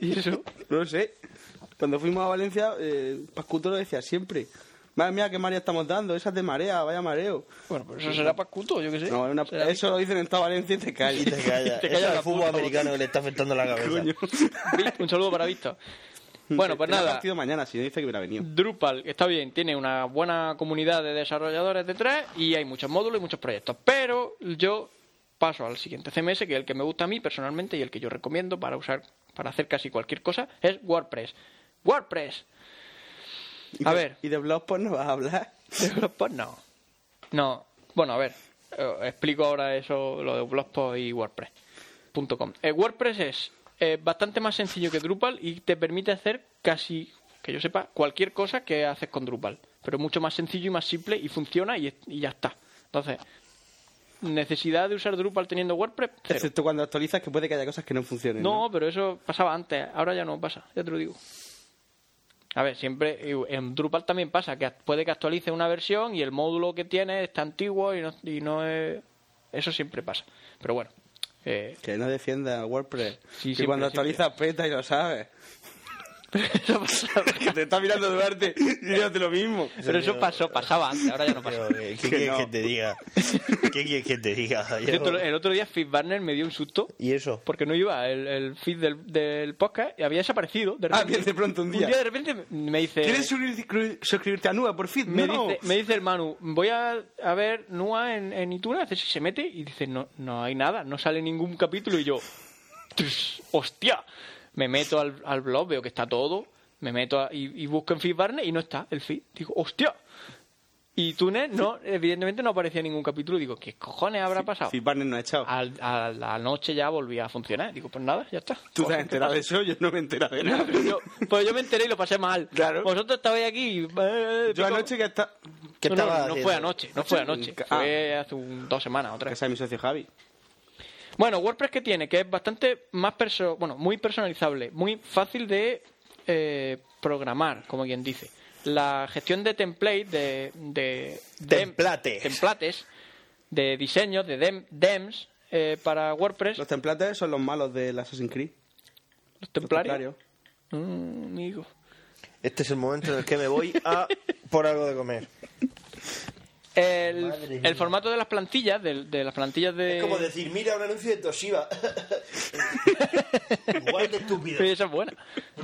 ¿Y eso? No lo sé. Cuando fuimos a Valencia, eh, Pascuto lo decía siempre. Madre mía, qué marea estamos dando. Esas de marea, vaya mareo. Bueno, pues eso será Pacuto, yo qué sé. No, es una- Será- eso lo dicen en toda Valencia y te callas. Y [laughs] te callas. Te Eso callas es la el fútbol puta americano que le está afectando la cabeza. Coño. [laughs] Vi- Un saludo para Víctor. Bueno, pues Tenía nada. partido mañana, si no dice que hubiera venido. Drupal está bien, tiene una buena comunidad de desarrolladores detrás y hay muchos módulos y muchos proyectos. Pero yo paso al siguiente CMS, que es el que me gusta a mí personalmente y el que yo recomiendo para usar, para hacer casi cualquier cosa, es WordPress. WordPress. A Y- ver. Y de blog, pues no vas a hablar. ¿De Blogspot? No. No. Bueno, a ver. eh, explico ahora eso, lo de Blogspot y WordPress.com. Eh, WordPress es eh, bastante más sencillo que Drupal y te permite hacer casi, que yo sepa, cualquier cosa que haces con Drupal. Pero es mucho más sencillo y más simple y funciona y, y ya está. Entonces, necesidad de usar Drupal teniendo WordPress, cero. Excepto cuando actualizas, que puede que haya cosas que no funcionen. No, pero eso pasaba antes, ahora ya no pasa, ya te lo digo. A ver, siempre en Drupal también pasa que puede que actualice una versión y el módulo que tiene está antiguo y no, y no es... Eso siempre pasa. Pero bueno, eh, [laughs] Que no defienda WordPress. Sí, que siempre, cuando siempre. actualizas peta y lo sabes. eso pasaba. [laughs] que te está mirando Duarte y yo te lo [laughs] mismo. Pero eso pasó, pasaba antes, ahora ya no [laughs] pasa. Pero, [laughs] eh, Que ¿Qué quieres no. que te diga? ¿Qué quieres que te diga? Por cierto, el otro día Fitzbarner me dio un susto ¿Y eso? porque no iba el, el feed del, del podcast y había desaparecido. De Ah, repente. bien, de pronto un Un día. día de repente me dice... ¿Quieres suscribir- cru- suscribirte a Nua por fin? Me, no. dice, me dice el Manu, voy a, a ver Nua en, en iTunes, a ver si se mete, y dice, no, no hay nada, no sale ningún capítulo, y yo, "Tss, hostia, me meto al, al blog, veo que está todo, me meto a- y, y busco en FeedBarner y no está el feed, digo, hostia. Y iTunes, no, evidentemente no aparecía ningún capítulo, digo, ¿qué cojones habrá pasado? Si Barnes no ha echado. Al- a la noche ya volvía a funcionar, digo, pues nada, ya está. Tú te has enterado [laughs] de eso, yo no me he enterado de nada. Yo- pues yo me enteré y lo pasé mal. Claro. Vosotros estabais aquí. eh, Yo pico- anoche que está... ¿Qué no, no, estaba no haciendo? fue anoche, no fue anoche. Ah. Fue hace un- dos semanas o tres. Ese es mi socio Javi. Bueno, WordPress que tiene, que es bastante más perso bueno, muy personalizable, muy fácil de eh, programar, como quien dice. La gestión de template, de, de dem- Templates. templates, de diseños, de dem- dems eh, para WordPress, Los templates son los malos del Assassin's Creed. los Los templarios. templarios. Mm, amigo. Este es el momento en el que me voy a por algo [laughs] de comer. Madre El, mía. el formato de las plantillas, de, de las plantillas de... Es como decir, mira un anuncio de [laughs] Toshiba. Igual de estúpido. Sí, esa es buena.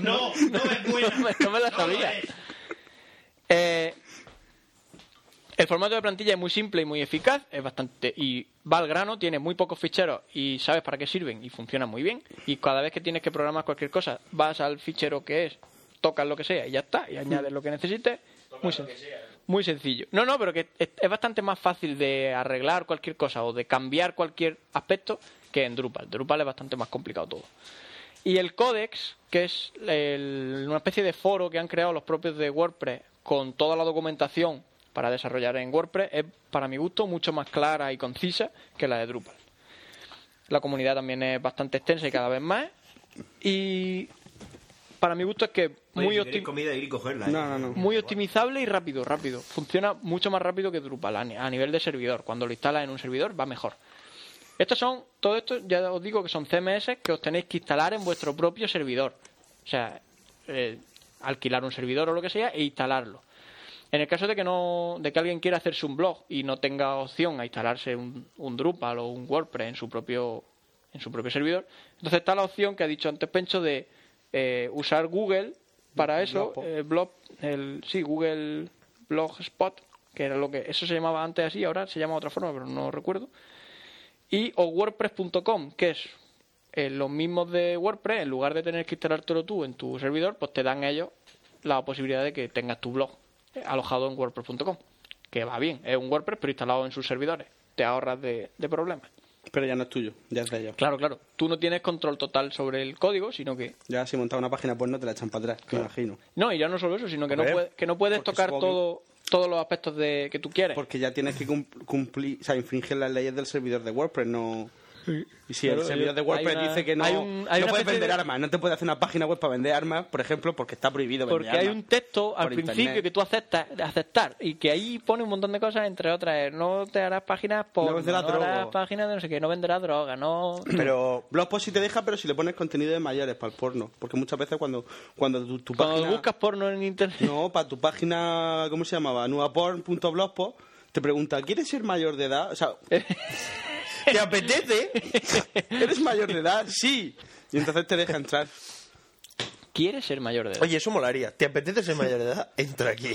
No, no [laughs] es No me, no me la sabía. es. Eh, el formato de plantilla es muy simple y muy eficaz, es bastante y va al grano, tiene muy pocos ficheros y sabes para qué sirven y funciona muy bien. Y cada vez que tienes que programar cualquier cosa, vas al fichero que es, tocas lo que sea y ya está, y añades lo que necesites. Muy, sen- muy sencillo. No, no, pero que es, es bastante más fácil de arreglar cualquier cosa o de cambiar cualquier aspecto que en Drupal. Drupal es bastante más complicado todo. Y el Codex, que es el- una especie de foro que han creado los propios de WordPress con toda la documentación para desarrollar en WordPress, es para mi gusto mucho más clara y concisa que la de Drupal. La comunidad también es bastante extensa y cada vez más. Y para mi gusto es que Oye, muy si queréis optim- comida ir y cogerla. ¿eh? No, no, no. muy optimizable y rápido, rápido. Funciona mucho más rápido que Drupal a ni- a nivel de servidor. Cuando lo instalas en un servidor va mejor. Estos son, todo esto ya os digo que son CMS que os tenéis que instalar en vuestro propio servidor. O sea, eh, alquilar un servidor o lo que sea e instalarlo. En el caso de que no, de que alguien quiera hacerse un blog y no tenga opción a instalarse un, un Drupal o un WordPress en su propio, en su propio servidor, entonces está la opción que ha dicho antes Pencho de eh, usar Google para eso, el blog, el sí, Google Blogspot, que era lo que eso se llamaba antes así, ahora se llama de otra forma, pero no recuerdo y o wordpress.com, que es eh, los mismos de WordPress, en lugar de tener que instalártelo tú en tu servidor, pues te dan ellos la posibilidad de que tengas tu blog eh, alojado en wordpress.com, que va bien, es un WordPress pero instalado en sus servidores, te ahorras de, de problemas. Pero ya no es tuyo, ya es de ellos. Claro, claro, tú no tienes control total sobre el código, sino que... Ya si montas una página pues no te la echan para atrás, me imagino. No, y ya no solo eso, sino que, no Hombre, puedes, que no puedes porque tocar supongo que- todo, todos los aspectos de, que tú quieres. Porque ya tienes que cum- cumplir, o sea, infringir las leyes del servidor de WordPress, no... Y si Claro, el servidor de hay WordPress una- dice que no, hay un- hay una no puedes especie vender de- armas, no te puede hacer una página web para vender armas, por ejemplo, porque está prohibido vender Porque hay un armas texto al por principio internet. que tú aceptas aceptar y que ahí pone un montón de cosas, entre otras, eh, no te harás páginas por No venderás harás droga. páginas de no sé qué, no venderás droga, [clears throat] no Pero Blogspot sí te deja, pero si le pones contenido de mayores para el porno. Porque muchas veces cuando, cuando tu, tu cuando página... buscas porno en internet No, para tu página, ¿cómo se llamaba? nuaporn.blogspot te pregunta, ¿quieres ser mayor de edad? O sea, ¿te apetece? ¿Eres mayor de edad? Sí. Y entonces te deja entrar. quieres ser mayor de edad. Oye, eso molaría. ¿Te apetece ser mayor de edad? Entra aquí.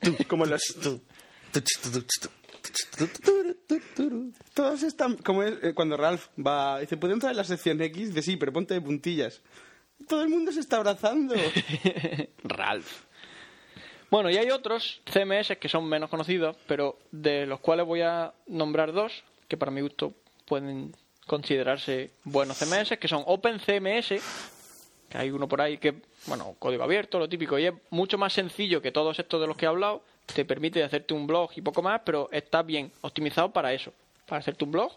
Tú, como los... [laughs] Tú. Tú, tú, tú, tú, tú, tú, tú. Todas están... Como es, eh, cuando Ralph va... Dice, ¿puedo entrar en la sección X? Dice, sí, pero ponte de puntillas. Todo el mundo se está abrazando. Ralph. Bueno, y hay otros CMS que son menos conocidos, pero de los cuales voy a nombrar dos, que para mi gusto pueden considerarse buenos CMS, que son OpenCMS, que hay uno por ahí que, bueno, código abierto, lo típico, y es mucho más sencillo que todos estos de los que he hablado, te permite hacerte un blog y poco más, pero está bien optimizado para eso, para hacerte un blog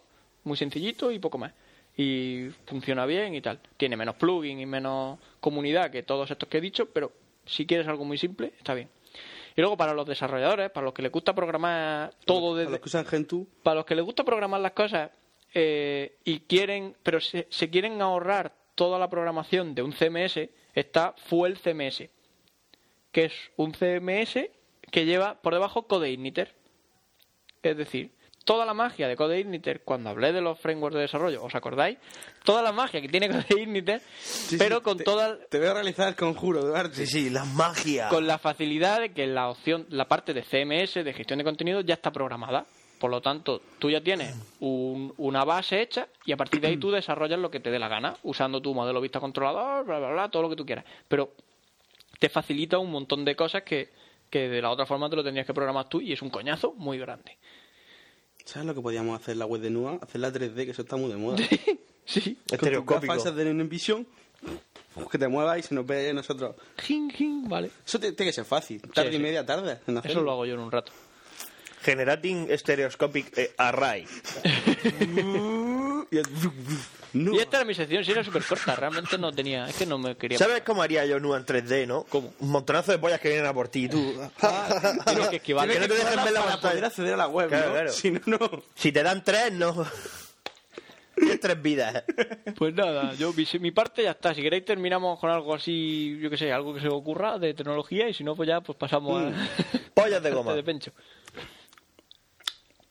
muy sencillito y poco más. Y funciona bien y tal. Tiene menos plugin y menos comunidad que todos estos que he dicho, pero si quieres algo muy simple, está bien. Y luego para los desarrolladores, para los que les gusta programar todo Para desde los que usan Gentoo, para los que les gusta programar las cosas eh, y quieren, pero se, se quieren ahorrar toda la programación de un CMS, está Fuel CMS, que es un CMS que lleva por debajo CodeIgniter. Es decir, toda la magia de CodeIgniter, cuando hablé de los frameworks de desarrollo, ¿os acordáis? Toda la magia que tiene CodeIgniter, pero con te- toda Te veo realizar el conjuro, Duarte. Sí, sí, la magia. con la facilidad de que la opción, la parte de CMS, de gestión de contenido, ya está programada. Por lo tanto, tú ya tienes un- una base hecha y a partir de ahí tú desarrollas lo que te dé la gana, usando tu modelo vista controlador, bla, bla, bla, todo lo que tú quieras. Pero te facilita un montón de cosas que, que de la otra forma te lo tendrías que programar tú y es un coñazo muy grande. [laughs] ¿Sabes lo que podíamos hacer en la web de Nua? Hacer la 3D, que eso está muy [laughs] de moda. Sí. Con tus Estereoscópico. gafas de Nenenvisión, que te muevas y se nos ve a nosotros. Jin, jin, vale. Eso te- tiene que ser fácil. Tarde Sí, y sí. media tarde. en Eso [laughs] hacerlo. lo hago yo en un rato. Generating Stereoscopic eh, Array. [laughs] Y esta era mi sección, si era súper corta, realmente no tenía, es que no me quería... ¿Sabes cómo haría yo Nu en 3D, no? ¿Cómo? Un montonazo de pollas que vienen a por ti, tú. Tienes [laughs] que esquivar. Que no te dejen ver la para poder pantalla. acceder a la web, Claro, ¿no? claro. Si no, no. Si te dan tres, no. [laughs] Tienes tres vidas. Pues nada, yo mi, mi parte ya está. Si queréis terminamos con algo así, yo que sé, algo que se os ocurra de tecnología y si no, pues ya pues pasamos a... [laughs] Pollas Mm. de goma. parte de pencho.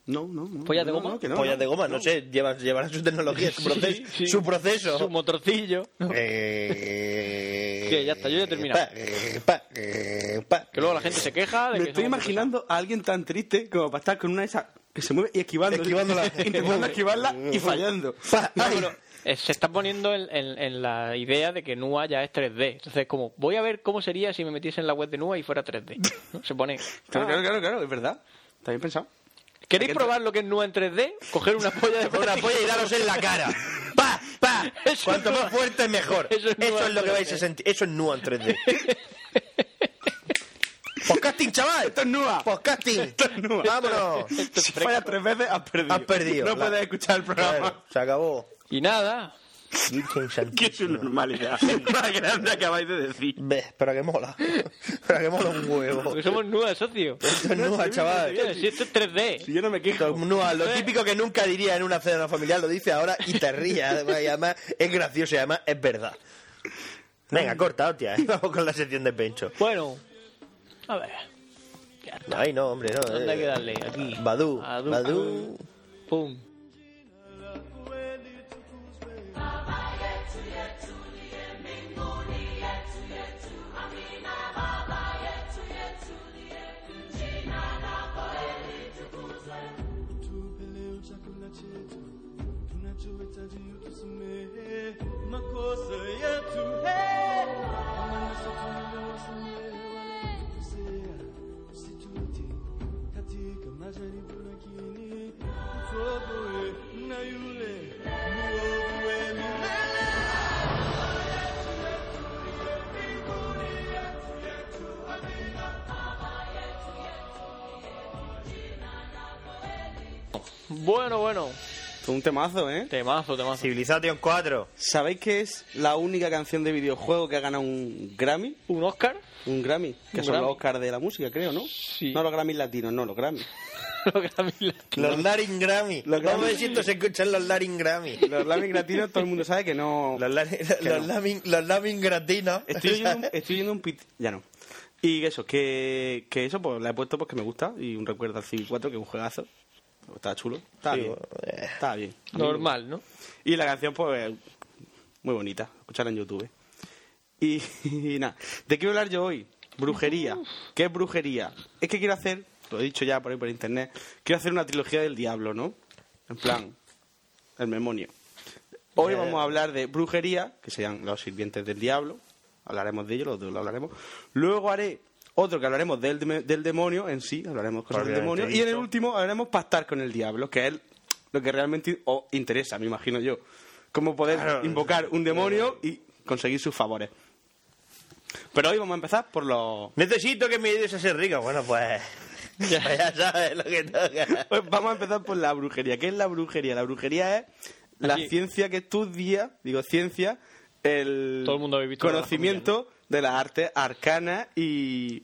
No, no, no. Pollas de no, goma. no, que no, pollas no. de goma, no, sé, llevan, llevarán su tecnología, su, [laughs] Sí, proceso- sí. su proceso. [laughs] Su motorcillo. Eh, Que ya está, yo ya he terminado. pa, eh, pa, eh, pa. Que luego la gente se queja de Me que estoy somos imaginando a alguien tan triste como para estar con una de esas que se mueve y esquivando. [laughs] Esquivándola. [laughs] Intentando esquivarla y fallando. Pa, No, ay. pero, eh, se está poniendo en, en- en la idea de que Nua ya es 3D. Entonces, como, voy a ver cómo sería si me metiese en la web de Nua y fuera 3D. ¿no? Se pone. Ah. Claro, claro, claro, claro, es verdad. Está bien pensado. ¿Queréis probar lo que es Nua en 3D? Coger una polla [laughs] de Con una plástico. polla y daros en la cara. ¡Pa! ¡Pa! Eso Cuanto no- más fuerte, mejor. eso Eso es es, Nuan lo que 3D. vais a sentir. Eso es Nuan 3D. ¡Podcasting, chaval! Esto es Nua. ¡Podcasting! Nua. ¡Vámonos! Si fallas tres veces, has perdido. Has perdido. No La- puedes escuchar el programa. Claro, se acabó. Y nada. Virgen [laughs] Que es una santísima. normalidad. Más grande acabáis de decir. Ve, pero que mola. [laughs] Pero que mola un huevo. Porque somos Nua, socio. Esto es Nua, Pues, chaval. Mira, Si esto es 3D. Si yo no me quejo. Esto es Nua, lo típico que nunca diría en una cena familiar lo dice ahora y te ríes. Además, y además es gracioso y además es verdad. Venga, corta, hostia. ¿eh? [laughs] Vamos con la sección de Pencho. Bueno. A ver. Ya está. Ay, no, hombre, no. ¿Dónde hay que darle? eh. Aquí. Badú. Badú. Badú. Pum. Bueno, bueno. Esto es un temazo, ¿eh? Temazo, temazo. Civilization 4. ¿Sabéis que es la única canción de videojuego que ha ganado un Grammy? ¿Un Oscar? [laughs] Un Grammy, que Un son Grammy. los Oscars de la música, creo, ¿no? Sí. No los Grammys latinos, no, los Grammys. Lo que a mí la- Los Laring Grammy. Los Vamos a ver Grammy. si esto se escucha en los Laring Grammy. Los Grammys latinos todo el mundo sabe que no... Los [laughs] Laring no. los Laring- los Laring Gratinos. Estoy oyendo, [laughs] un, estoy oyendo un pit... Ya no. Y eso, que, que eso pues le he puesto porque me gusta y un recuerdo al Civil 4 que es un juegazo. Está chulo. Está Sí, bien. bueno, eh. Está bien. Normal, ¿no? Y la canción, pues, muy bonita. Escucharla en YouTube. Y, y nada. ¿De qué voy a hablar yo hoy? Brujería. ¿Qué es brujería? Es que quiero hacer, lo he dicho ya por ahí por internet, quiero hacer una trilogía del diablo, ¿no? En plan, el memonio. Hoy Ya, ya. vamos a hablar de brujería, que serían los sirvientes del diablo. Hablaremos de ellos, los dos lo hablaremos. Luego haré otro que hablaremos del, dem- del demonio en sí, hablaremos cosas del Obviamente demonio. Y en el dicho. último hablaremos pactar con el diablo, que es lo que realmente os interesa, me imagino yo. Cómo poder Claro. Eh, invocar un demonio y conseguir sus favores. Pero hoy vamos a empezar por los... Necesito que me ayudes a ser rico. Bueno, [laughs] pues. Ya sabes lo que toca. Pues vamos a empezar por la brujería. ¿Qué es la brujería? La brujería es la Aquí. ciencia que estudia, digo ciencia, el Todo el mundo habéis visto conocimiento de las artes arcanas y,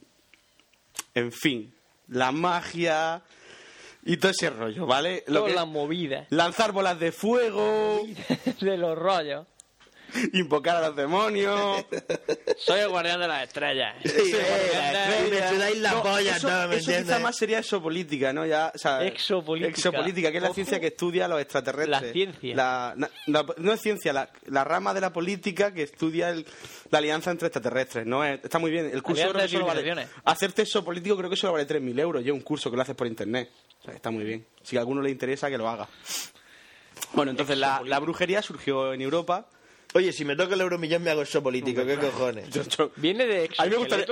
en fin, la magia y todo ese rollo, ¿vale? Lo Todas que- las movidas lanzar bolas de fuego, [laughs] de los rollos. invocar a los demonios. Soy el guardián de las estrellas. Sí, eh, me sudáis la No, polla, eso, todo, ¿me eso quizá entiendes? más sería exopolítica, ¿no? Ya, o sea, Exopolítica. exopolítica, que es la Ojo. ciencia que estudia a los extraterrestres. La ciencia. La- na- la- no es ciencia, la, la rama de la política que estudia el- la alianza entre extraterrestres. No es- está muy bien. El curso Alianza creo que de solo vale. civilizaciones. Hacerte exopolítico creo que solo vale 3.000 euros. Yo un curso que lo haces por internet. O sea, está muy bien. Si a alguno le interesa, que lo haga. Bueno, entonces la, la brujería surgió en Europa. Oye, si me toca el euromillón me hago eso político. ¿Qué cojones? Yo- yo- ¿Viene de exo A mí me gustaría-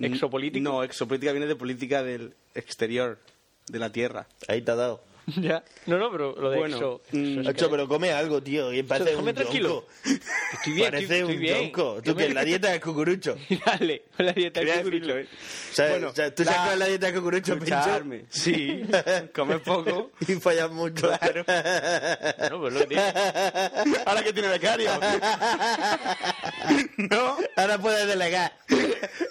¿Exopolítico? No, exopolítica viene de política del exterior, de la Tierra. Ahí te ha dado. [laughs] Ya. No, no, pero lo de Bueno, Exo. mm, Exo es Exo, que- pero come algo, tío. Y parece déjame un tranquilo. yonko. Estoy bien, parece estoy- estoy un bien. yonko. Yo Tú me- que la [laughs] dieta del cucurucho. Dale, la dieta del Quería cucurucho. ¿eh? O sea, Bueno, o sea, tú la- sacas la dieta del cucurucho, Escucharme. Pencho. [laughs] Sí, comes poco. y fallas mucho. No, pues lo que tiene. Ahora que tiene becario. [laughs] No. Ahora puedes delegar.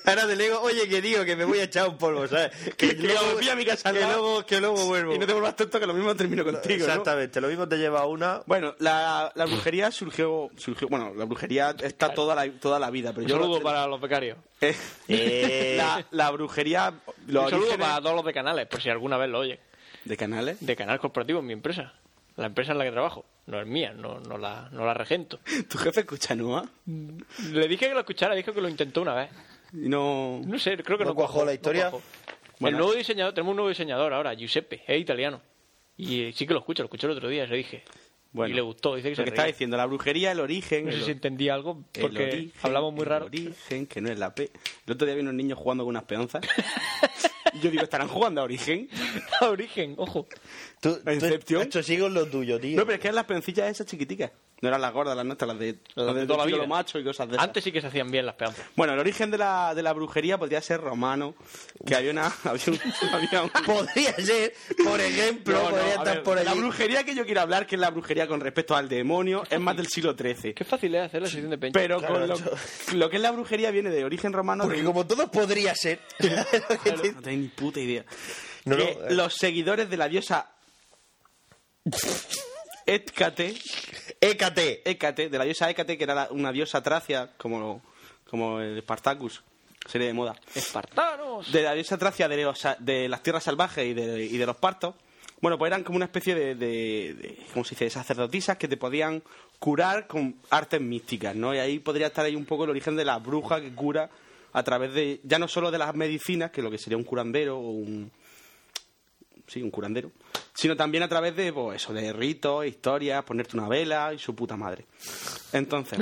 Ahora delego, oye, que digo que me voy a echar un polvo, ¿sabes? Que me fui a mi casa al que lado. luego, que luego vuelvo. Y no te vuelvas tonto que lo mismo termino contigo. ¿no? Exactamente, lo mismo te lleva a una. Bueno, la, la brujería surgió, surgió. Bueno, la brujería está toda la, toda la vida, pero Un yo. saludo para los becarios. Eh, Eh. [laughs] La, la brujería. Los Un saludo orígenes para todos los de canales, por si alguna vez lo oyen. ¿De canales? [laughs] De canal corporativo en mi empresa. La empresa en la que trabajo. No es mía, no, no, la, no la regento. ¿Tu jefe escucha Nua? Le dije que lo escuchara, dijo que lo intentó una vez. Y no. No sé, creo que ¿No no, cuajó la historia? cuajó. Bueno. El nuevo diseñador, tenemos un nuevo diseñador ahora, Giuseppe, es italiano. Y eh, sí que lo escucho, lo escuché el otro día, se dije. Bueno. y le gustó, dice que se Lo que estaba reía. diciendo, la brujería, el origen. No sé el- si entendía algo, el porque origen, hablamos muy raro. El [laughs] origen, que no es la P. El otro día vi unos niños jugando con unas peonzas. Y yo digo, ¿estarán jugando a origen? A origen, ojo. Tú, ¿La Inception? Esto sigo en lo tuyo, tío. No, pero es que eran las peoncillas esas chiquiticas. No eran las gordas, las nuestras, las de, las de toda la vida. chico lo macho y cosas de esas. Antes sí que se hacían bien las peonzas. Bueno, el origen de la, de la brujería podría ser romano, que había una... [laughs] Había un- había un- [laughs] Podría ser, por ejemplo, No, no, podría a estar ver, por allí. La brujería que yo quiero hablar, que es la brujería con respecto al demonio, es más del siglo XIII. Qué fácil es hacer la sección de peña. Pero Claro, con lo, yo- lo que es la brujería viene de origen romano. Porque de- como todo podría ser. [laughs] No tengo ni puta idea. No, que no, eh. los seguidores de la diosa Hécate, Écate. Hécate, de la diosa Hécate, que era la- una diosa tracia, como, como el Spartacus, serie de moda. ¡Espartanos! de la diosa tracia de, los- de las tierras salvajes y de, y de los partos, bueno, pues eran como una especie de, de- de- ¿cómo se dice?, de sacerdotisas que te podían curar con artes místicas, ¿no? Y ahí podría estar ahí un poco el origen de la bruja que cura a través de, ya no solo de las medicinas, que lo que sería un curandero o un... Sí, un curandero. Sino también a través de, pues, eso, de ritos, historias, ponerte una vela y su puta madre. Entonces...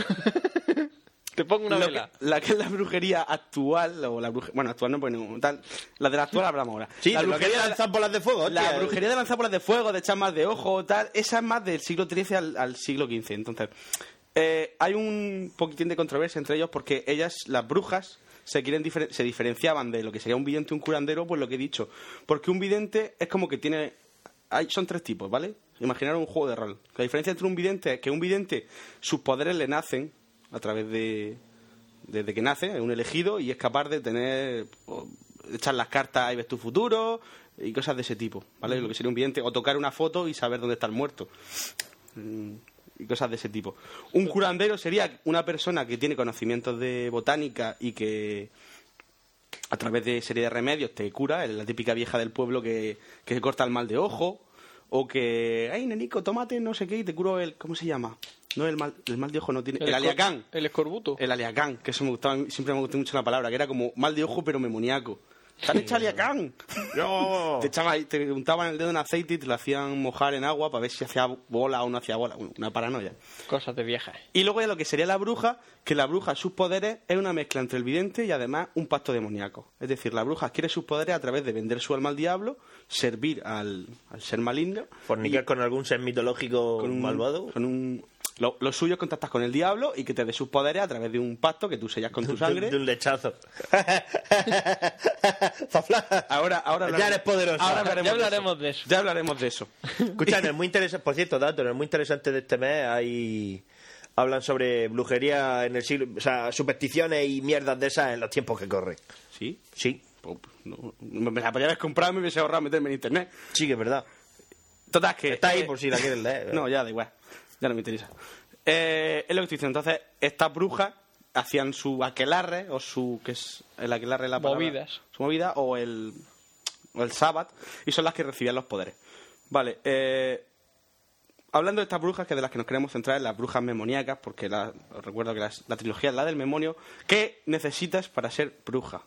Te pongo una Lo vela. que- la que es la brujería actual, o la brujería, bueno, actual no, pues no, tal, la de la actual hablamos ahora. Sí, la de lo que brujería, es lanzar bolas de fuego, la hostia. brujería de lanzar bolas de fuego, de chamas de ojo, tal, esa es más del siglo XIII al, al siglo XV. Entonces, eh, hay un poquitín de controversia entre ellos porque ellas, las brujas, se, quieren difer- se diferenciaban de lo que sería un vidente y un curandero, pues lo que he dicho. Porque un vidente es como que tiene. Hay, son tres tipos, ¿vale? Imaginar un juego de rol. La diferencia entre un vidente es que un vidente, sus poderes le nacen a través de, desde que nace, es un elegido y es capaz de tener, o, echar las cartas y ves tu futuro y cosas de ese tipo, ¿vale? Lo que sería un vidente, o tocar una foto y saber dónde está el muerto mm, y cosas de ese tipo. Un curandero sería una persona que tiene conocimientos de botánica y que a través de serie de remedios te cura, es la típica vieja del pueblo que, que se corta el mal de ojo o que, ay, nenico, tómate no sé qué y te curo el, ¿cómo se llama? No, el mal, el mal de ojo no tiene... El, escor- aliacán. El escorbuto. El aliacán, que eso me gustaba, siempre me gustó mucho la palabra, que era como mal de ojo pero memoniaco. ¿Te han hecho aliacán? No. Te, echaban- te untaban el dedo en aceite y te lo hacían mojar en agua para ver si hacía bola o no hacía bola. Bueno, Una paranoia. Cosas de viejas. Y luego ya lo que sería la bruja, que la bruja, sus poderes, es una mezcla entre el vidente y además un pacto demoníaco. Es decir, la bruja quiere sus poderes a través de vender su alma al diablo, servir al, al ser maligno. Fornicar y- con algún ser mitológico malvado. Con un, lo, lo suyo es contactar con el diablo y que te dé sus poderes a través de un pacto que tú sellas [laughs] con tu De, sangre. de un lechazo. Fafla. Ahora, ahora Ya eres poderoso. Ahora [laughs] Ya de hablaremos eso. de eso. Ya hablaremos de eso. Escucha, en el muy interesante, por cierto, dato, en el muy interesante de este mes hay hablan sobre brujería en el siglo, o sea, supersticiones y mierdas de esas en los tiempos que corren. ¿Sí? [laughs] Sí, Pues, no, me la podría haber comprado y me hubiese ahorrado meterme en internet. sí que es verdad. Total, que. Está ahí eh, por si la quieres [laughs] [laughs] leer. No, ya da igual. Ya no me interesa. Eh, es lo que estoy diciendo. Entonces, estas brujas hacían su aquelarre, o su. que es el aquelarre la palabra? Movidas. Su movida, o el. o el sábado, y son las que recibían los poderes. Vale, eh, Hablando de estas brujas, que de las que nos queremos centrar es las brujas memoniacas, porque la- os recuerdo que las- la trilogía es la del memonio. ¿Qué necesitas para ser bruja?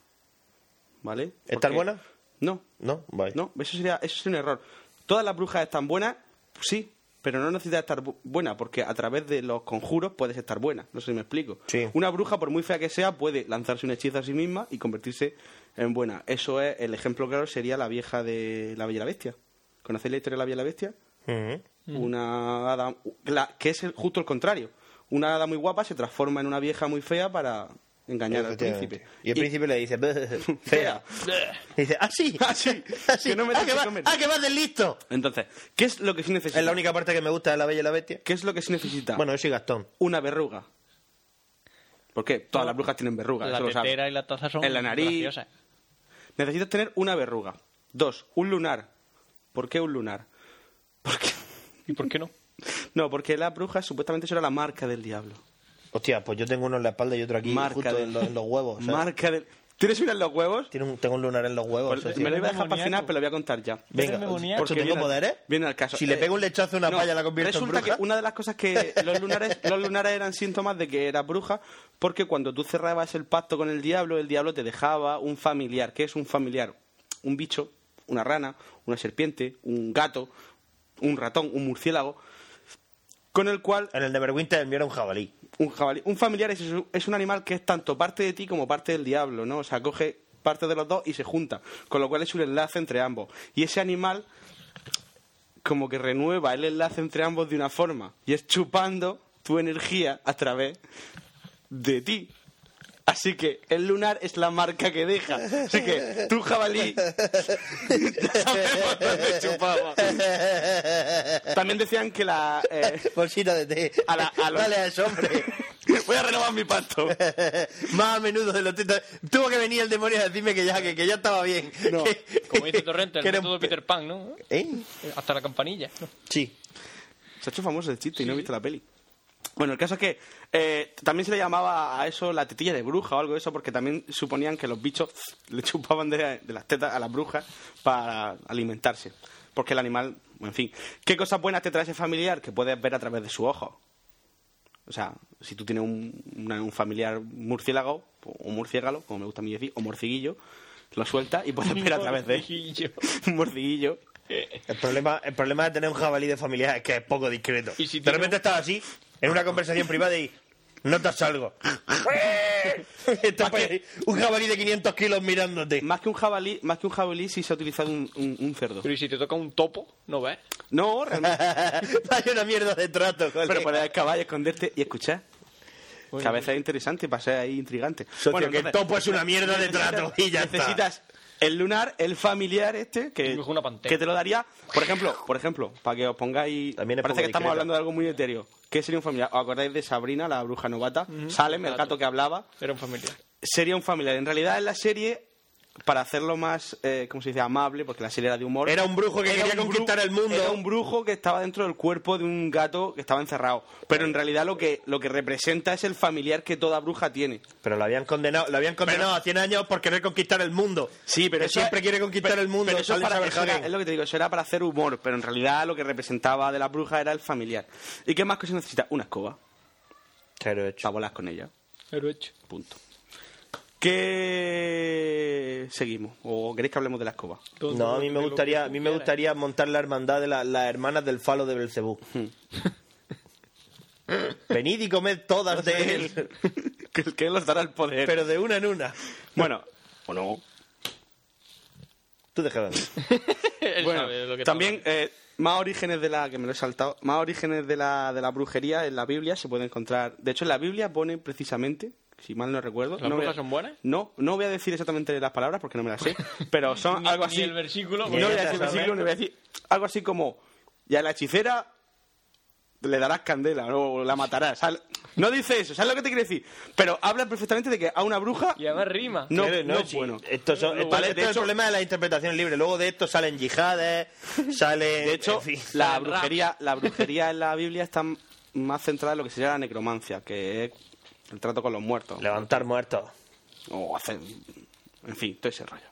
¿Vale? ¿Estar Porque- buena? No, No, vale. no, eso sería, eso sería un error. Todas las brujas están buenas, sí, pero no necesitas estar bu- buena, porque a través de los conjuros puedes estar buena. No sé si me explico. Sí. Una bruja, por muy fea que sea, puede lanzarse un hechizo a sí misma y convertirse en buena. Eso es el ejemplo claro, sería la vieja de la Bella y la Bestia. ¿Conocéis la historia de la Bella y la Bestia? Ujú. Una hada. la- que es el- justo el contrario. Una hada muy guapa se transforma en una vieja muy fea para engañar al príncipe. Este Y el príncipe le dice, [laughs] "Bleh, fea. Y dice, ah, sí, Ah, sí. así. Que no me [laughs] ah, dejes que va- comer. ah, que vas del listo. Entonces, ¿qué es lo que sí necesita? Es la única parte que me gusta de La Bella y la Bestia. ¿Qué es lo que sí necesita? Bueno, yo soy Gastón. una verruga. ¿Por qué? Todas las brujas tienen verrugas. La eso lo sabes. tetera y la taza son En la nariz. graciosas. Necesitas tener una verruga. Dos, un lunar. ¿Por qué un lunar? Porque... ¿Y por qué no? No, porque la bruja supuestamente eso era la marca del diablo. Hostia, pues yo tengo uno en la espalda y otro aquí, marca justo del- en, los, en los huevos. ¿eh? ¿sabes? Marca del... ¿Tienes una en los huevos? Tiene un- tengo un lunar en los huevos. Pues, eso, tío. me lo iba a dejar para demoníaco. final, pero lo voy a contar ya. Venga, Eres demoníaco. ¿tú viene tengo al- poderes? Viene al caso. Si le Eh, pego un lechazo a una no, palla, la convierto en Resulta bruja. que una de las cosas que los [laughs] lunares, los lunares eran síntomas de que eras bruja, porque cuando tú cerrabas el pacto con el diablo, el diablo te dejaba un familiar. ¿Qué es un familiar? Un bicho, una rana, una serpiente, un gato, un ratón, un murciélago, con el cual En el Neverwinter el mío era [laughs] un jabalí. un jabalí. Un familiar es, es un animal que es tanto parte de ti como parte del diablo, ¿no? O sea, coge parte de los dos y se junta, con lo cual es un enlace entre ambos. Y ese animal como que renueva el enlace entre ambos de una forma, y es chupando tu energía a través de ti. Así que el lunar es la marca que deja. Así que tú, [laughs] jabalí, ya sabemos dónde chupaba. También decían que la... eh, Bolsita de té. A la- a los- Dale a [laughs] ese hombre. Voy a renovar mi pacto. [laughs] Más a menudo de los tetas. Tuvo que venir el demonio a decirme que ya, que, que ya estaba bien. No, Que- Como dice [laughs] Torrente, el que era método un pe- Peter Pan, ¿no? ¿Eh? Hasta la campanilla. Sí. Se ha hecho famoso el chiste y no he visto la peli. Bueno, el caso es que eh, también se le llamaba a eso la tetilla de bruja o algo de eso, porque también suponían que los bichos [laughs] le chupaban de, de las tetas a las brujas para alimentarse. Porque el animal, en fin. ¿Qué cosas buenas te trae ese familiar que puedes ver a través de su ojo? O sea, si tú tienes un, una- un familiar murciélago, pues, o murciégalo, como me gusta a mí decir, o morciguillo, lo sueltas y puedes ver a [laughs] través de él. Morciguillo. [laughs] un morciguillo. El problema, el problema de tener un jabalí de familia es que es poco discreto. Y si de tiene repente un- estás así, en una conversación privada y notas [laughs] algo. Estás por ahí, un jabalí de 500 kilos mirándote. [laughs] Más que un jabalí, más que un jabalí sí se ha utilizado un, un- un cerdo. Pero ¿y si te toca un topo, ¿no ¿eh? ves? No, [laughs] realmente. Hay una mierda de trato, colega. Pero puedes caballo, esconderte y escuchar. que a veces es interesante, para ser ahí intrigante. Socio, que el entonces, topo es una mierda de trato y ya está. necesitas el lunar, el familiar este, Y que, coge una pantera. que te lo daría, por ejemplo, por ejemplo, para que os pongáis. También es parece poco que estamos discreto. hablando de algo muy etéreo. ¿Qué sería un familiar? ¿Os acordáis de Sabrina, la bruja novata? Salem, el Gato. gato que hablaba. Era un familiar. Sería un familiar. En realidad, en la serie, para hacerlo más, eh, ¿cómo se dice?, amable, porque la serie era de humor. Era un brujo que Era quería un conquistar bru- el mundo. Era un brujo que estaba dentro del cuerpo de un gato que estaba encerrado. Pero en realidad lo que, lo que representa es el familiar que toda bruja tiene. Pero lo habían condenado, lo habían condenado a 100 años por querer conquistar el mundo. Sí, pero Que eso siempre es- quiere conquistar el mundo. Pero eso Alex para, eso era- Aberhagen. es lo que te digo, eso era para hacer humor, pero en realidad lo que representaba de la bruja era el familiar. ¿Y qué más cosas necesita? Una escoba, Claro, hecho. para volar con ella. Pero hecho. Punto. ¿Qué seguimos? ¿O queréis que hablemos de la escoba? [laughs] No, a mí me gustaría, a mí me gustaría montar la hermandad de la- las hermanas del falo de Belcebú. Hmm. Venid y comed todas de él, [laughs] que el que los dará el poder. pero de una en una. bueno, o no. Tú déjalo. Él Bueno, sabe lo que también eh, más orígenes de la que me lo he saltado, más orígenes de la, de la brujería en la Biblia se puede encontrar. De hecho, en la Biblia pone precisamente, si mal no recuerdo, ¿Las no voy a- brujas son buenas? No, no voy a decir exactamente las palabras porque no me [laughs] las sé, pero son Ni- algo ni así. el versículo, no voy porque ya a decir te el sabes. versículo, ni voy a decir algo así como y a la hechicera le darás candela o la matarás. sal- No dice eso, ¿sabes lo que te quiere decir? Pero habla perfectamente de que a una bruja Y además rima. no, Pero no es sí, bueno. Esto, son- esto- Vale, esto de es hecho- el problema de la interpretación libre. Luego de esto [laughs] salen yihades, salen. De hecho, en fin. la el rap. brujería, la brujería en la Biblia está m- más centrada en lo que sería la necromancia, que es el trato con los muertos. levantar muertos. O hacer. En fin, todo ese rollo.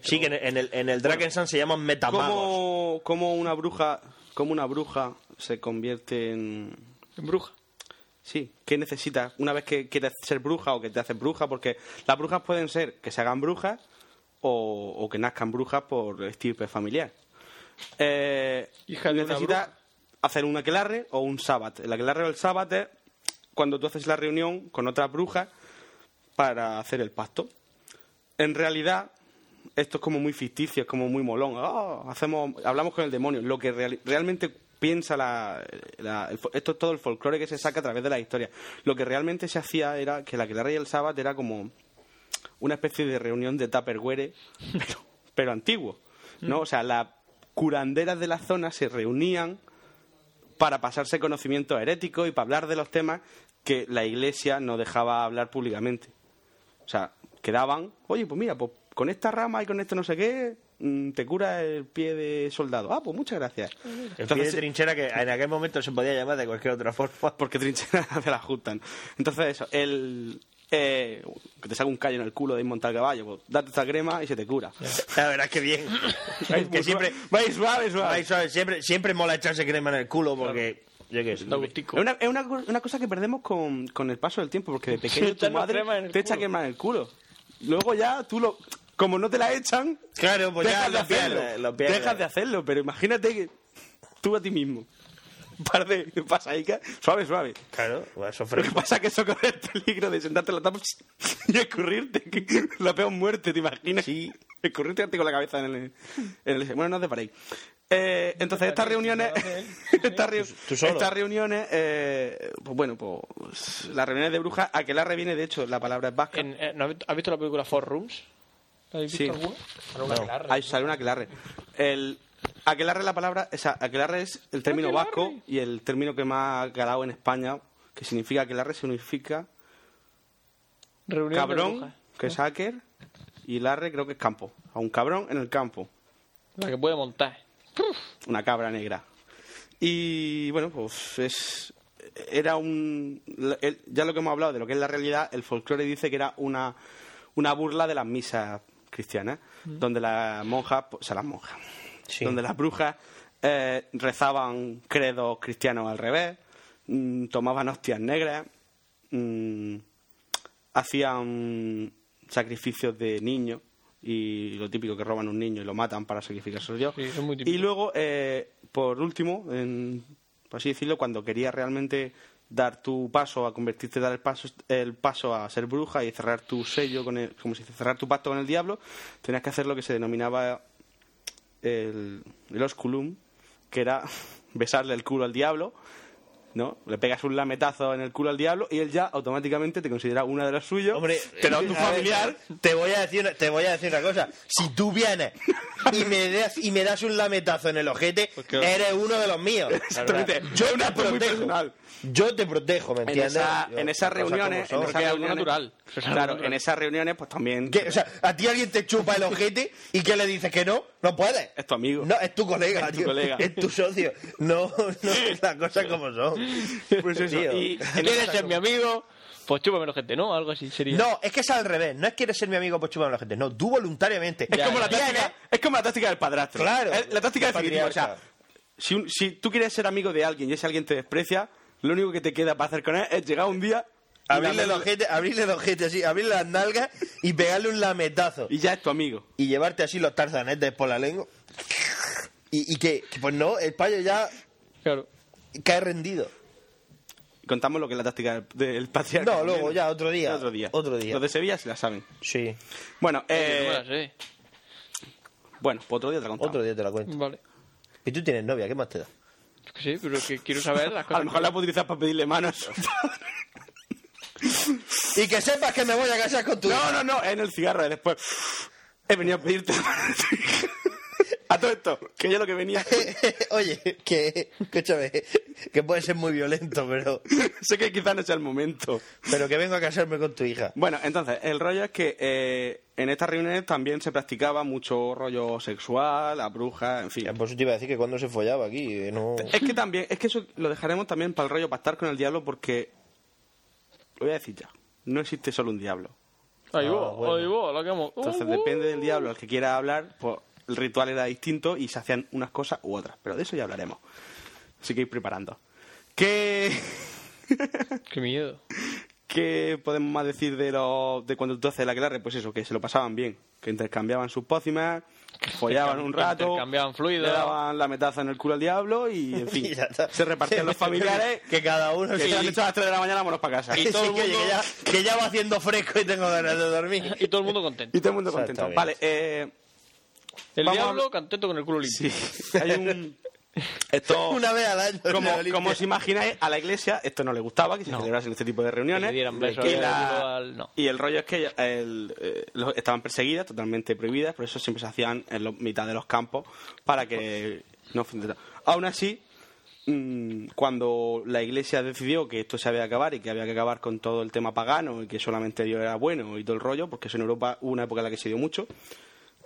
Sí, que en el, en el, en el Drakensand se llaman metamagos. ¿Cómo, cómo una bruja, cómo una bruja se convierte en. En bruja. Sí, ¿qué necesitas una vez que quieres ser bruja o que te haces bruja? Porque las brujas pueden ser que se hagan brujas o, o que nazcan brujas por estirpe familiar. Eh, Hija de una necesitas bruja. hacer un aquelarre o un sábado. El aquelarre o el sábado es cuando tú haces la reunión con otras brujas para hacer el pacto. En realidad, esto es como muy ficticio, es como muy molón. Oh, hacemos, hablamos con el demonio. Lo que real- realmente piensa la, la- el fo- esto es todo el folclore que se saca a través de la historia. Lo que realmente se hacía era que la Clara y el Sabbat era como una especie de reunión de Tupperware, pero, pero antiguo. ¿no? O sea, las curanderas de la zona se reunían para pasarse conocimiento herético y para hablar de los temas que la iglesia no dejaba hablar públicamente. O sea, quedaban, oye, pues mira, pues con esta rama y con esto no sé qué, mm, te cura el pie de soldado. Ah, pues muchas gracias. El pie de trinchera que en aquel momento se podía llamar de cualquier otra forma. [laughs] [laughs] Porque trinchera se la juntan. Entonces, eso, el. eh, que te saca un callo en el culo de ir montar caballo, pues date esta crema y se te cura. La verdad es que bien. Es pues, que siempre, [laughs] vais suave, suave. vais suave. Siempre, siempre mola echarse crema en el culo porque... Yo qué sé. Es, una, es una co- una cosa que perdemos con, con el paso del tiempo, porque [laughs] de Te pequeño tu echan la madre crema en el te echa culo. crema en el culo. Luego ya tú lo. Como no te la echan. Claro, pues dejas ya de lo hacerlo. pierdes, lo pierdes. Dejas de hacerlo, pero imagínate que tú a ti mismo. [laughs] Un par de pasaicas, suave, suave. Claro, eso Lo [laughs] que pasa es que eso corre el peligro de sentarte en la tapa y escurrirte. que La peor muerte, ¿te imaginas? Sí. Escurrirte ante con la cabeza en el. en el- bueno, no os deparéis. Eh, entonces, estas reuniones. [laughs] estas, reu- tú solo. estas reuniones. eh, pues bueno, pues. Las reuniones de brujas. Aquelarre viene, de hecho, la palabra es vasca. En- eh, ¿no has visto- ¿Has visto la película Four Rooms? ¿La habéis Sí. visto alguna? Sale un aquelarre. Ahí sale un aquelarre. El. Aquelarre la palabra, o sea, aquelarre es el término vasco y el término que más ha calado en España, que significa aquelarre, significa Reunión de cabrón, brujas. que es hacker, y Larre creo que es campo. A un cabrón en el campo. La que puede montar. Una cabra negra. Y bueno, pues es. Era un. la- el- ya lo que hemos hablado de lo que es la realidad, el folclore dice que era una, una burla de las misas cristianas, donde las monjas. O sea, las monjas. Donde las brujas eh, rezaban credos cristianos al revés, mm, tomaban hostias negras. mm, hacían sacrificios de niños y lo típico que roban un niño y lo matan para sacrificarse yo. Sí, es muy típico. y luego, eh, por último, en- por así decirlo, cuando querías realmente dar tu paso a convertirte, dar el paso, el paso a ser bruja y cerrar tu sello, con el- como se dice, cerrar tu pacto con el diablo, tenías que hacer lo que se denominaba el, el osculum, que era [laughs] besarle el culo al diablo, ¿no? Le pegas un lametazo en el culo al diablo y él ya automáticamente te considera una de las suyas. Hombre, te da eh, tu a ver, familiar. te voy a decir, te voy a decir una cosa. Si tú vienes y me das y me das un lametazo en el ojete, claro. eres uno de los míos. Pues Exactamente. Yo Un te acto muy protejo. personal. Yo te protejo, ¿me En, entiendes? esa- Yo, en esas las cosas como reuniones, en esas son. es algo reuniones- natural. Eso es algo Claro, natural. en esas reuniones, pues también Que, o sea, a ti alguien te chupa el ojete y que le dices que no, no puedes. es tu amigo. No, es tu colega, Es tu tío. colega. Es tu socio. No, no, las cosas como son. eh, Pues [laughs] eso, Tío. y- ¿Quieres ser mi amigo? Pues chúpame la gente, ¿no? Algo así sería. No, es que es al revés. No es quieres ser mi amigo por chuparme la gente. No, tú voluntariamente. Es como, la Vienes- táctica, es como la táctica del padrastro. Claro. Es la táctica del feminismo. Patriarca. O sea, si, un- si tú quieres ser amigo de alguien y ese alguien te desprecia, lo único que te queda para hacer con él es llegar un día... y Abrirle el lamerle- ojete, abrirle el ojete así, abrirle las nalgas y pegarle un lametazo. Y ya es tu amigo. Y llevarte así los tarzanetes por la lengua. Y, y que, que, pues no, el payo ya Claro. cae rendido. Contamos lo que es la táctica del- del patriarca. No, también. luego, ya, otro día. Otro día. Otro día. Los de Sevilla se la saben. Sí, Bueno, Oye, no eh, me la sé. bueno, pues otro día te la contamos. otro día te la cuento. Vale. Y tú tienes novia, ¿qué más te da? Yo qué sé, pero es que [laughs] quiero saber las cosas. A lo mejor la puedo utilizar para pedirle [laughs] manos. [laughs] Y que sepas que me voy a casar con tu no, no, no, en el cigarro. y Después he venido a pedirte manos. [laughs] a todo esto, que yo lo que venía. [laughs] [laughs] Oye, que, escúchame, que puede ser muy violento, pero, sé que quizás no sea el momento. pero que vengo a casarme con tu hija. Bueno, entonces, el rollo es que eh, en estas reuniones también se practicaba mucho rollo sexual, a brujas, en fin. Ya, Por eso te iba a decir que cuando se follaba aquí, [laughs] eh, no... Es que también, es que eso lo dejaremos también para el rollo para estar con el diablo porque lo voy a decir ya, no existe solo un diablo. Ahí va, Ah, bueno. ahí va, la que hemos. Entonces Uh, uh. depende del diablo al que quiera hablar, pues el ritual era distinto y se hacían unas cosas u otras, pero de eso ya hablaremos. Así que ir preparando. ¿Qué, uh. Qué miedo. qué podemos más decir de lo, de cuando tú haces la clase? Pues eso, que se lo pasaban bien, que intercambiaban sus pócimas, follaban un rato, intercambiaban fluidos. le daban la metaza en el culo al diablo y [laughs] en fin, Y ya está. se repartían los familiares [laughs] Que cada uno... Que se- se han hecho a las 3 de la mañana, vámonos para casa. [laughs] Sí, [laughs] que, oye, que ya, que ya va haciendo fresco y tengo ganas de dormir. Y todo el mundo contento. [laughs] Y todo el mundo O sea, está contento. bien. Vale, eh, El Vamos a diablo hablar- contento con el culo limpio. Hay [laughs] un... Esto, Una vez al año. [laughs] como, Neolimpia. como [laughs] os imagináis, a la iglesia esto no le gustaba que se celebrasen este tipo de reuniones. Que le dieran besos y, en el la- culo al- no. y el rollo es que el- eh, los- estaban perseguidas, totalmente prohibidas, por eso siempre se hacían en la mitad de los campos para que no ofendiera. Aún así, mm, cuando la iglesia decidió que esto se había que acabar y que había que acabar con todo el tema pagano y que solamente Dios era bueno y todo el rollo, porque eso en Europa hubo una época en la que se dio mucho,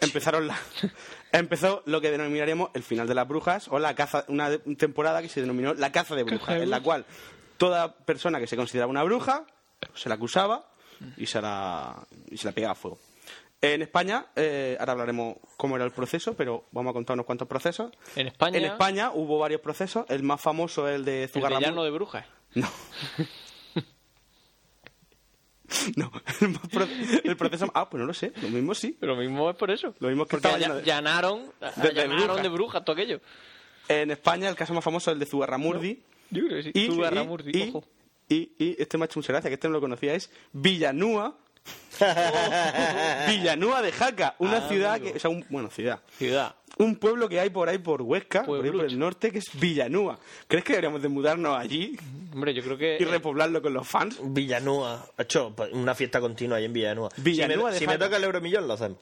empezaron la, [laughs] empezó lo que denominaremos el final de las brujas o la caza una de- temporada que se denominó la caza de brujas en la cual toda persona que se consideraba una bruja se la acusaba y se la y se la pegaba a fuego en España eh, ahora hablaremos cómo era el proceso pero vamos a contar unos cuantos procesos En España- en España hubo varios procesos el más famoso es el de El de llano Zugarramurdi de brujas. [laughs] no. no el, más pro- el proceso ah pues no lo sé lo mismo sí Lo mismo es por eso. Lo mismo es que Porque estaba lleno alla- de- llanaron, de allanaron brujas. de brujas todo aquello. En España el caso más famoso es el de Zugarramurdi. Yo creo que sí. Y, Zugarramurdi, y, ojo. y- y este macho mucha gracia, que este no lo conocía, es Villanúa. Villanúa de Jaca, una Ah, ciudad amigo. que, o sea, un- bueno, ciudad. Ciudad. Un pueblo que hay por ahí por Huesca, por ahí por Pueblucho. el norte, que es Villanúa. ¿Crees que deberíamos de mudarnos allí Hombre, yo creo que... y repoblarlo con los eh, fans? Villanúa. Hecho, pues, una fiesta continua ahí en Villanúa. Villanúa de si me, si me Jaca. toca el euromillón, lo hacemos.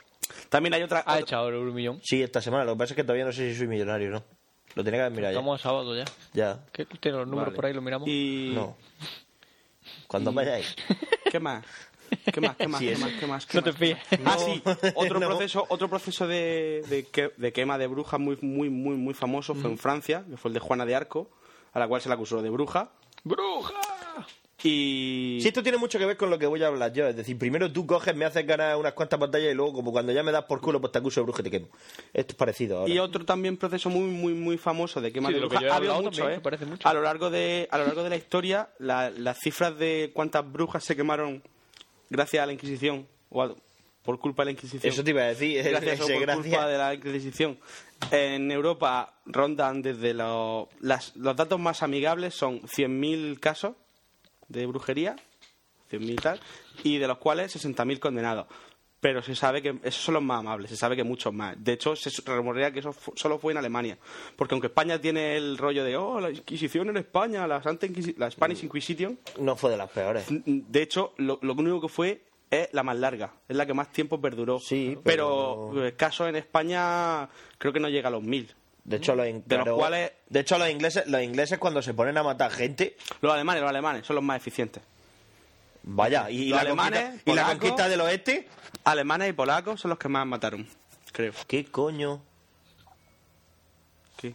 También hay otra, ha otra- echado el euromillón. Sí, esta semana. Lo que pasa es que todavía no sé si soy millonario o no. Lo tenía que haber mirado Estamos a sábado ya. ya. ¿Qué tiene los números Vale. por ahí? ¿Lo miramos? y Ya. No. Cuando vayáis. ¿Qué más? ¿Qué más? ¿Qué más? Sí, ¿Qué eso. más? ¿Qué más? ¿Qué No más? te fíes. Ah, sí. Otro [laughs] No. proceso, otro proceso de, de que- de quema de brujas muy, muy, muy, muy famoso fue en Mm. Francia, que fue el de Juana de Arco, a la cual se la acusó de bruja. ¡Bruja! Y. Si esto tiene mucho que ver con lo que voy a hablar yo. Es decir, primero tú coges, me haces ganar unas cuantas batallas y luego, como cuando ya me das por culo, pues te acuso de bruja y te quemo. Esto es parecido ahora. y otro también proceso muy muy muy famoso de quema Sí, de de lo que brujas yo he ha habido hablado mucho, también, ¿eh? que parece mucho. a lo largo de a lo largo de la historia la- las cifras de cuántas brujas se quemaron gracias a la Inquisición o a- por culpa de la Inquisición Eso te iba a decir. [laughs] [laughs] gracias o ese, por gracias. culpa de la Inquisición. En Europa rondan desde los... las- los datos más amigables son 100.000 casos de brujería, 100.000 tal, y de los cuales 60.000 condenados. Pero se sabe que esos son los más amables, se sabe que muchos más. De hecho, se su- rumorea que eso fu- solo fue en Alemania. Porque aunque España tiene el rollo de, oh, la Inquisición en España, la Santa Inquisi- la Spanish Inquisition, No fue de las peores. de hecho, lo, lo único que fue es la más larga, es la que más tiempo perduró. Sí, pero, pero- eh, casos en España creo que no llega a los mil. De hecho, los, in- De los claro, cuales- de hecho, los ingleses, los ingleses cuando se ponen a matar gente, Los alemanes, los alemanes son los más eficientes. vaya, y, Los la, alemanes, conquista, y la polacos- conquista del oeste, Alemanes y polacos son los que más mataron, creo. ¿qué coño? ¿Qué?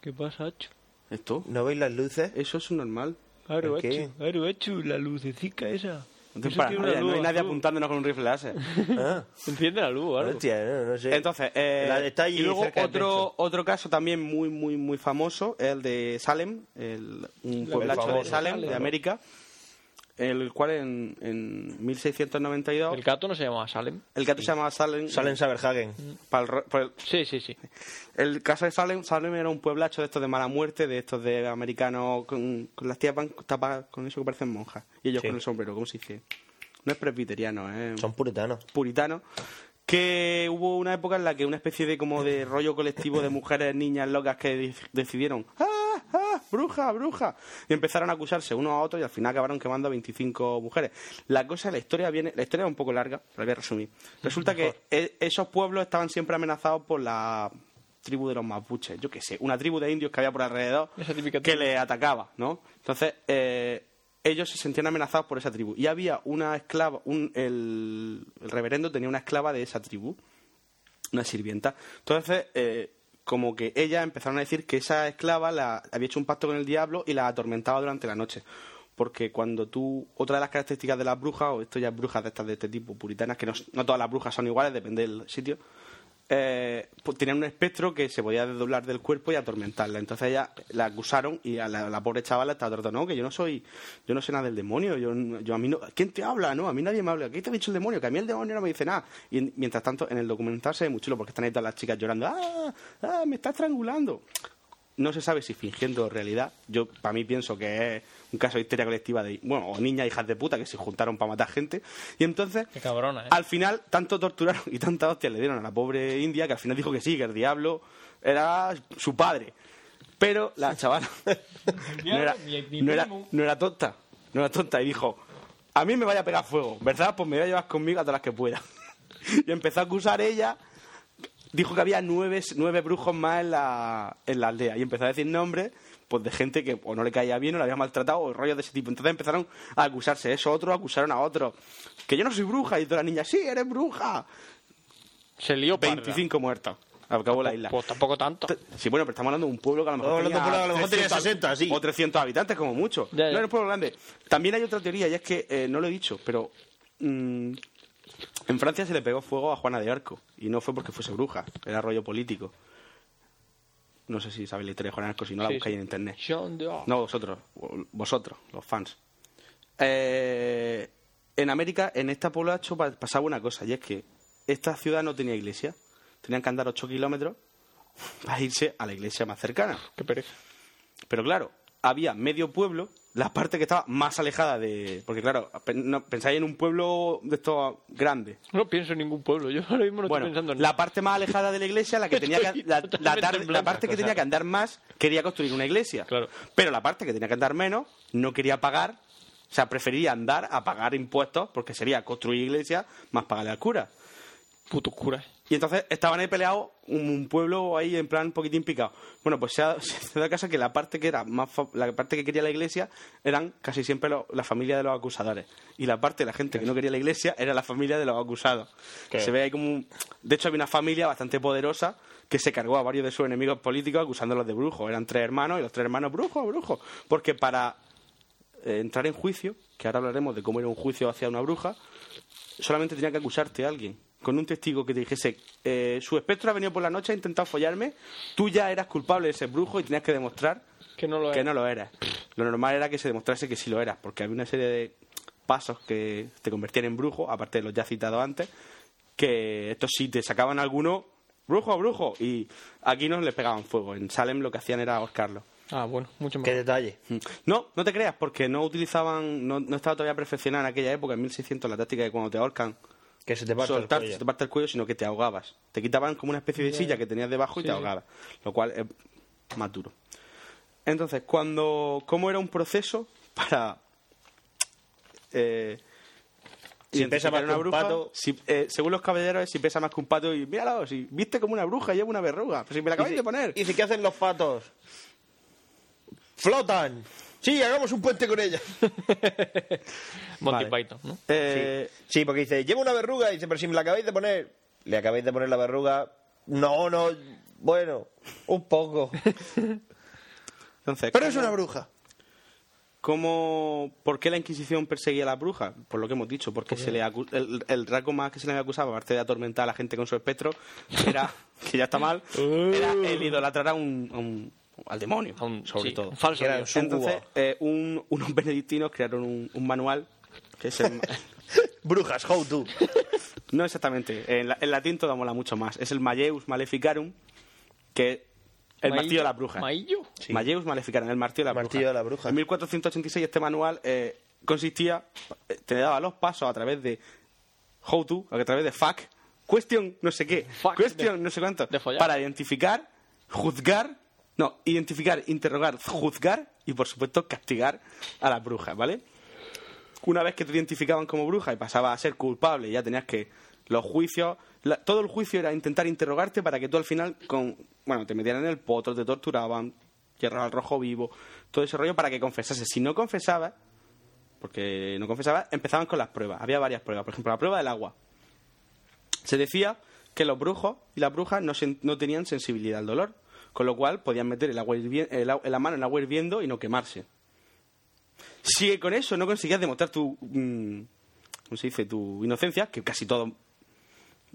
¿Qué pasa, Acho? ¿Esto? ¿No veis [laughs] las luces? Eso es un normal. Claro, ¿El qué? Acho. Claro, Acho, la lucecica esa. No, te Eso paras, tiene una oye, no luz hay nadie azul. apuntándonos con un rifle láser. Ah, Enciende la luz o algo. hostia, no, no sé. pues, Entonces, eh, La- está allí y luego cerca del otro, techo. otro caso también muy, muy, muy famoso, el de Salem, el- un pueblacho de famoso Salem, de Salem. América, el cual en, en 1692 El gato no se llamaba Salem. El gato se llamaba Salem. Salen Saberhagen. Pa'l ro- por el, Sí, sí, sí. el caso de Salem, Salem era un pueblacho de estos de mala muerte, de estos de americanos con, con las tías van tapadas con eso que parecen monjas. Y ellos Sí. con el sombrero, ¿cómo se dice? No es presbiteriano, eh, es Son puritanos. puritano. Que hubo una época en la que una especie de como de rollo colectivo de mujeres, niñas locas que di- decidieron ¡Ah, ah, bruja, bruja! Y empezaron a acusarse unos a otros y al final acabaron quemando a 25 mujeres. La cosa, la historia viene, la historia es un poco larga, pero la voy a resumir. Resulta que e- esos pueblos estaban siempre amenazados por la tribu de los mapuches, yo qué sé, una tribu de indios que había por alrededor Esa típica que tribu. le atacaba, ¿no? Entonces, eh, ellos se sentían amenazados por esa tribu. Y había una esclava, un- el, el reverendo tenía una esclava de esa tribu, una sirvienta. Entonces, eh, como que ellas empezaron a decir que esa esclava la, había hecho un pacto con el diablo y la atormentaba durante la noche. Porque cuando tú, otra de las características de las brujas, o esto ya es brujas de estas de este tipo, puritanas, que no, s- no todas las brujas son iguales, depende del sitio, eh, pues tenían un espectro que se podía desdoblar del cuerpo y atormentarla. Entonces ella la acusaron y a la, la pobre chavala estaba tratando, no, que yo no soy, yo no sé nada del demonio, yo, n- yo a mí no, ¿quién te habla? No, a mí nadie me habla, ¿qué te ha dicho el demonio? Que a mí el demonio no me dice nada. Y en- mientras tanto, en el documental se ve muy chulo porque están ahí todas las chicas llorando, ¡ah! ¡ah! ¡me está estrangulando! no se sabe si fingiendo realidad. Yo, para mí, pienso que es un caso de histeria colectiva de, bueno, o niñas hijas de puta que se juntaron para matar gente. Y entonces, Qué cabrona, ¿eh? al final, tanto torturaron y tantas hostias le dieron a la pobre india que al final dijo que sí, que el diablo era su padre. Pero la chavala no, era, no, era, no era tonta, no era tonta y dijo, a mí me vaya a pegar fuego, ¿verdad? Pues me voy a llevar conmigo a todas las que pueda. [laughs] y empezó a acusar ella dijo que había nueve, nueve brujos más en la, en la aldea y empezó a decir nombres pues de gente que o no le caía bien o la había maltratado o rollos de ese tipo. Entonces empezaron a acusarse eso, otros acusaron a otros. Que yo no soy bruja y toda la niña, sí, eres bruja. Se lió parda. 25 muertos. Acabó la isla. Pues tampoco tanto. Te- Sí, bueno, pero estamos hablando de un pueblo que a lo mejor, Estamos hablando de un pueblo que a lo mejor tenía 300 60, sí. O 300 habitantes, como mucho. Ya, ya. No era un pueblo grande. También hay otra teoría, y es que, eh, no lo he dicho, pero mm, en Francia se le pegó fuego a Juana de Arco. Y no fue porque fuese bruja, era rollo político. No sé si sabéis la historia de Juana de Arco, si no la Sí, buscáis sí. en internet. Jean de Arc. No, vosotros, vo- vosotros, los fans. Eh, en América, en esta población pa- pasaba una cosa, y es que esta ciudad no tenía iglesia. Tenían que andar 8 kilómetros para irse a la iglesia más cercana. Qué pereza. Pero claro, había medio pueblo, la parte que estaba más alejada de... Porque claro, pe- no- pensáis en un pueblo de estos grandes. No pienso en ningún pueblo. Yo ahora mismo no Bueno, estoy pensando en la parte más alejada de la [laughs] iglesia, la que tenía que, Estoy la, la totalmente tarde- en la blanco. parte que tenía que andar más quería construir una iglesia. Claro. Pero la parte que tenía que andar menos no quería pagar, o sea, prefería andar a pagar impuestos porque sería construir iglesia más pagarle al cura. puto cura. eh. Y entonces estaban ahí peleados un, un pueblo ahí en plan poquitín picado. Bueno, pues se ha, [laughs] se da caso que la parte que era más fa- la parte que quería la iglesia eran casi siempre lo- la familia de los acusadores y la parte de la gente que no quería la iglesia era la familia de los acusados. ¿Qué? Se ve ahí como un- de hecho había una familia bastante poderosa que se cargó a varios de sus enemigos políticos acusándolos de brujos. Eran tres hermanos y los tres hermanos brujos, brujos, porque para eh, entrar en juicio, que ahora hablaremos de cómo era un juicio hacia una bruja, solamente tenía que acusarte a alguien con un testigo que te dijese eh, su espectro ha venido por la noche ha intentado follarme tú ya eras culpable de ese brujo y tenías que demostrar Que no lo que es. no lo eras lo normal era que se demostrase que sí lo eras porque había una serie de pasos que te convertían en brujo aparte de los ya citados antes que estos sí te sacaban alguno brujo brujo y aquí no les pegaban fuego en Salem lo que hacían era ahorcarlo Ah, bueno, mucho Qué mejor. detalle. no, no te creas, porque no utilizaban, no, no estaba todavía perfeccionada en aquella época, en 1600, la táctica de cuando te ahorcan, Que se te parte el soltarte, cuello. se te parte el cuello, sino que te ahogabas. Te quitaban como una especie de silla que tenías debajo y te ahogabas, lo cual es más duro. Entonces, cuando, ¿cómo era un proceso para eh, Si pesa identificar más una que un bruja? pato. Si- eh, según los caballeros, es si pesa más que un pato y míralo, si viste como una bruja, lleva una verruga, pues si me la acabáis de poner. Dice, ¿qué hacen los patos? ¡Flotan! Sí, hagamos un puente con ella. Monty Vale. Python, ¿no? Eh, Sí, porque dice, lleva una verruga. Dice, pero si me la acabáis de poner. Le acabáis de poner la verruga. No, no. Bueno, un poco. entonces, Pero es ¿cómo- una bruja. ¿Cómo, ¿Por qué la Inquisición perseguía a la bruja? Por lo que hemos dicho, porque se le acu- el, el rasgo más que se le había acusado, aparte de atormentar a la gente con su espectro, [laughs] era, que ya está mal, era el idolatrar a un, a un- al demonio, Uh. A un- sobre sí, todo. un falso Era dios. su- Entonces, eh, un- unos benedictinos crearon un, un manual que [laughs] es el, ma- Brujas, [laughs] how to. no exactamente, en, la- en latín todo mola mucho más, es el Malleus Maleficarum, que es el Maillo- martillo de la bruja. Maillo. Sí. Malleus Maleficarum, el martillo de la Martillo bruja. de la bruja. En 1486 este manual eh, consistía, eh, te daba los pasos a través de how to, a través de fuck, question no sé qué, Fuck question de- no sé cuánto, de follar. para identificar, juzgar, no, identificar, interrogar, juzgar y por supuesto castigar a las brujas, ¿vale? Una vez que te identificaban como bruja y pasabas a ser culpable, ya tenías que los juicios, la- todo el juicio era intentar interrogarte para que tú al final con, bueno, te metieran en el potro, te torturaban, hierro al rojo vivo, todo ese rollo para que confesases. Si no confesabas, porque no confesaba, empezaban con las pruebas. Había varias pruebas. Por ejemplo, la prueba del agua. Se decía que los brujos y las brujas no, sen- no tenían sensibilidad al dolor, con lo cual podían meter el agua hirvi- el au- la mano en agua hirviendo y no quemarse. Si con eso no conseguías demostrar tu, mm, ¿cómo se dice? tu inocencia, que casi todo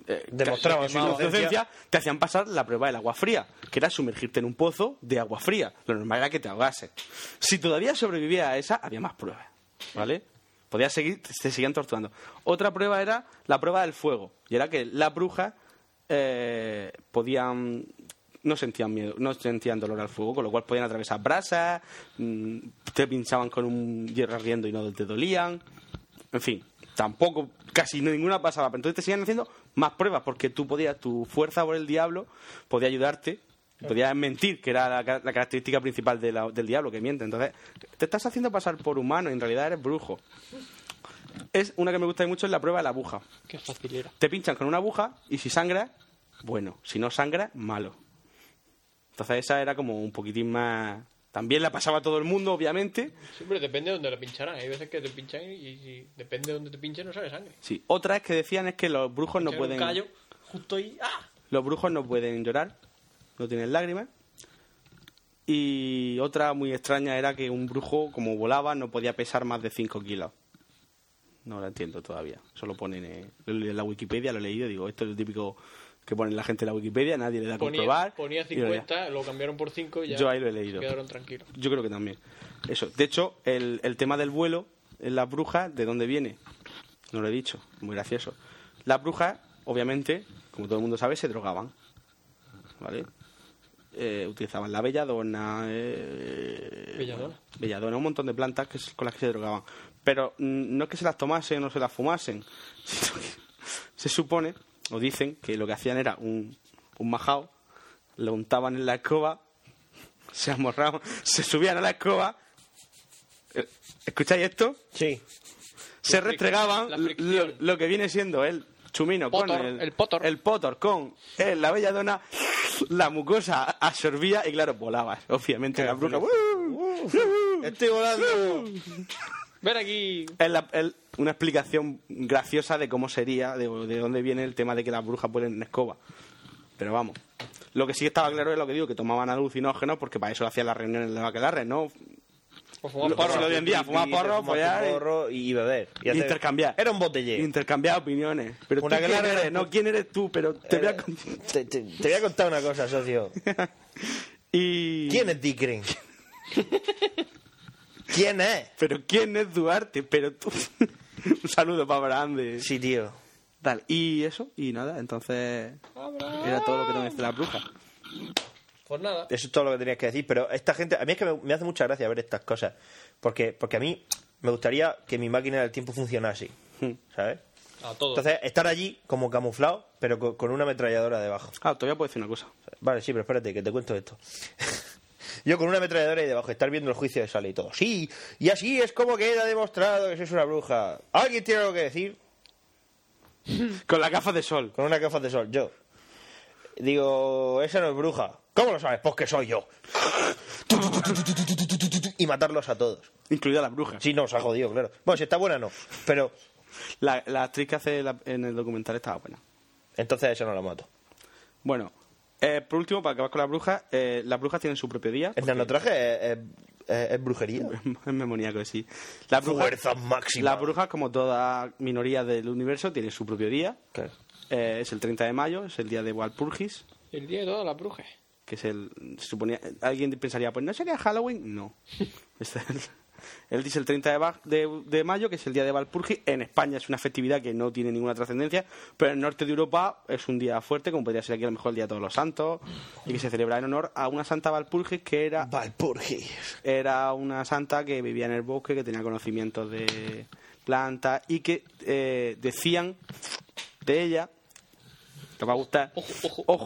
eh, Demostraban su casi todos inocencia. te hacían pasar la prueba del agua fría, que era sumergirte en un pozo de agua fría. Lo normal era que te ahogases. Si todavía sobrevivía a esa, había más pruebas, ¿vale? Podías seguir, te seguían torturando. Otra prueba era la prueba del fuego, y era que las brujas eh, podían no sentían miedo, no sentían dolor al fuego, con lo cual podían atravesar brasas, mm, te pinchaban con un hierro arriendo y no te dolían. En fin, tampoco, casi ninguna pasaba. Pero entonces te siguen haciendo más pruebas, porque tú podías, tu fuerza por el diablo podía ayudarte, podía mentir, que era la, ca- la característica principal de la- del diablo, que miente. Entonces, te estás haciendo pasar por humano, y en realidad eres brujo. Es una que me gusta mucho, es la prueba de la aguja. Qué fácil era. Te pinchan con una aguja y si sangra, bueno. Si no sangra, malo. Entonces esa era como un poquitín más... También la pasaba a todo el mundo, obviamente. Siempre depende de dónde la pincharán. Hay veces que te pinchan y, y depende de dónde te pinchen no sale sangre. Sí. Otra es que decían es que los brujos no Pinchar pueden... Un callo justo ahí. ¡Ah! Los brujos no pueden llorar, no tienen lágrimas. Y otra muy extraña era que un brujo, como volaba, no podía pesar más de 5 kilos. No la entiendo todavía. Solo ponen eh, lo leí en la Wikipedia, lo he leído, digo, esto es lo típico que ponen la gente en la Wikipedia, nadie le da a comprobar. Ponía, ponía y lo leía. 50, lo cambiaron por 5 y ya Yo ahí lo he leído. se quedaron tranquilos. Yo creo que también. Eso. De hecho, el, el tema del vuelo en las brujas, ¿de dónde viene? No lo he dicho. Muy gracioso. Las brujas, obviamente, como todo el mundo sabe, se drogaban. ¿Vale? Eh, utilizaban la belladona. eh, Belladona. belladona, un montón de plantas que, se- con las que se drogaban. Pero mm, no es que se las tomasen o se las fumasen, [laughs] sino que se supone, o dicen, que lo que hacían era un, un majao, lo untaban en la escoba, se amorraban, se subían a la escoba. Eh, ¿Escucháis esto? Sí. Se La fric- restregaban la lo, lo que viene siendo el chumino Potor, con el, el potor. el potor con el- la belladona, la mucosa absorbía y claro, volabas. Obviamente la bruja. ¡uh! Estoy volando. Ven aquí. Es la- es una explicación graciosa de cómo sería, de, de dónde viene el tema de que las brujas ponen escoba. Pero vamos. Lo que sí estaba claro es lo que digo, que tomaban alucinógenos porque para eso hacían las reuniones de Baquelarre, ¿no? O fumar Lo- porro. lo de hoy en día, fumar porro, follar y- porro y beber. Y hacer- intercambiar. Era un botellero. Intercambiar opiniones. Pero tú Una Eh. quién clara- eres, no quién eres tú, pero te voy a... con- [laughs] Te, te- te voy a contar una cosa, socio. Y... ¿Quién es Dick Green? ¿Quién es? Pero quién es Duarte, pero tú... [laughs] Un saludo para Brande. Sí, tío. Tal. Y eso, y nada, entonces... Era todo lo que tenía que hacer la bruja. Pues nada. Eso es todo lo que tenías que decir. Pero esta gente, a mí es que me, me hace mucha gracia ver estas cosas. Porque, porque a mí me gustaría que mi máquina del tiempo funcionase. Hmm. ¿Sabes? A todos. Entonces, estar allí como camuflado, pero co- con una ametralladora debajo. Ah, todavía puedo decir una cosa. Vale, sí, pero espérate, que te cuento esto. [laughs] Yo con una ametralladora ahí debajo, estar viendo el juicio de sale y todo. Sí, y así es como queda demostrado que sois una bruja. ¿Alguien tiene algo que decir? Con las gafas de sol. Con una gafas de sol, yo. Digo, esa no es bruja. ¿Cómo lo sabes? Pues que soy yo. Y matarlos a todos. Incluida la bruja. Sí, no, os ha jodido, claro. Bueno, si está buena, no. Pero La, la actriz que hace la- en el documental estaba buena. entonces a esa no la mato. Bueno, eh, por último, para acabar con las brujas, eh, las brujas tienen su propio día. El nanotraje es, es- es- es brujería. [laughs] Es memoníaco, sí. Las Fuerza máxima. Las brujas, como toda minoría del universo, tienen su propio día. Eh, es el 30 de mayo, es el día de Walpurgis, El día de todas las brujas. que es el... se suponía- alguien pensaría, pues ¿no sería Halloween? No. [laughs] Este es el- Él dice el 30 de, ba- de- de mayo, que es el día de Walpurgis. En España es una festividad que no tiene ninguna trascendencia, pero en el norte de Europa es un día fuerte, como podría ser aquí a lo mejor el Día de Todos los Santos, y que se celebra en honor a una santa Walpurgis que era Valpurgis. era una santa que vivía en el bosque, que tenía conocimientos de plantas y que eh, decían de ella, te va a gustar, ojo,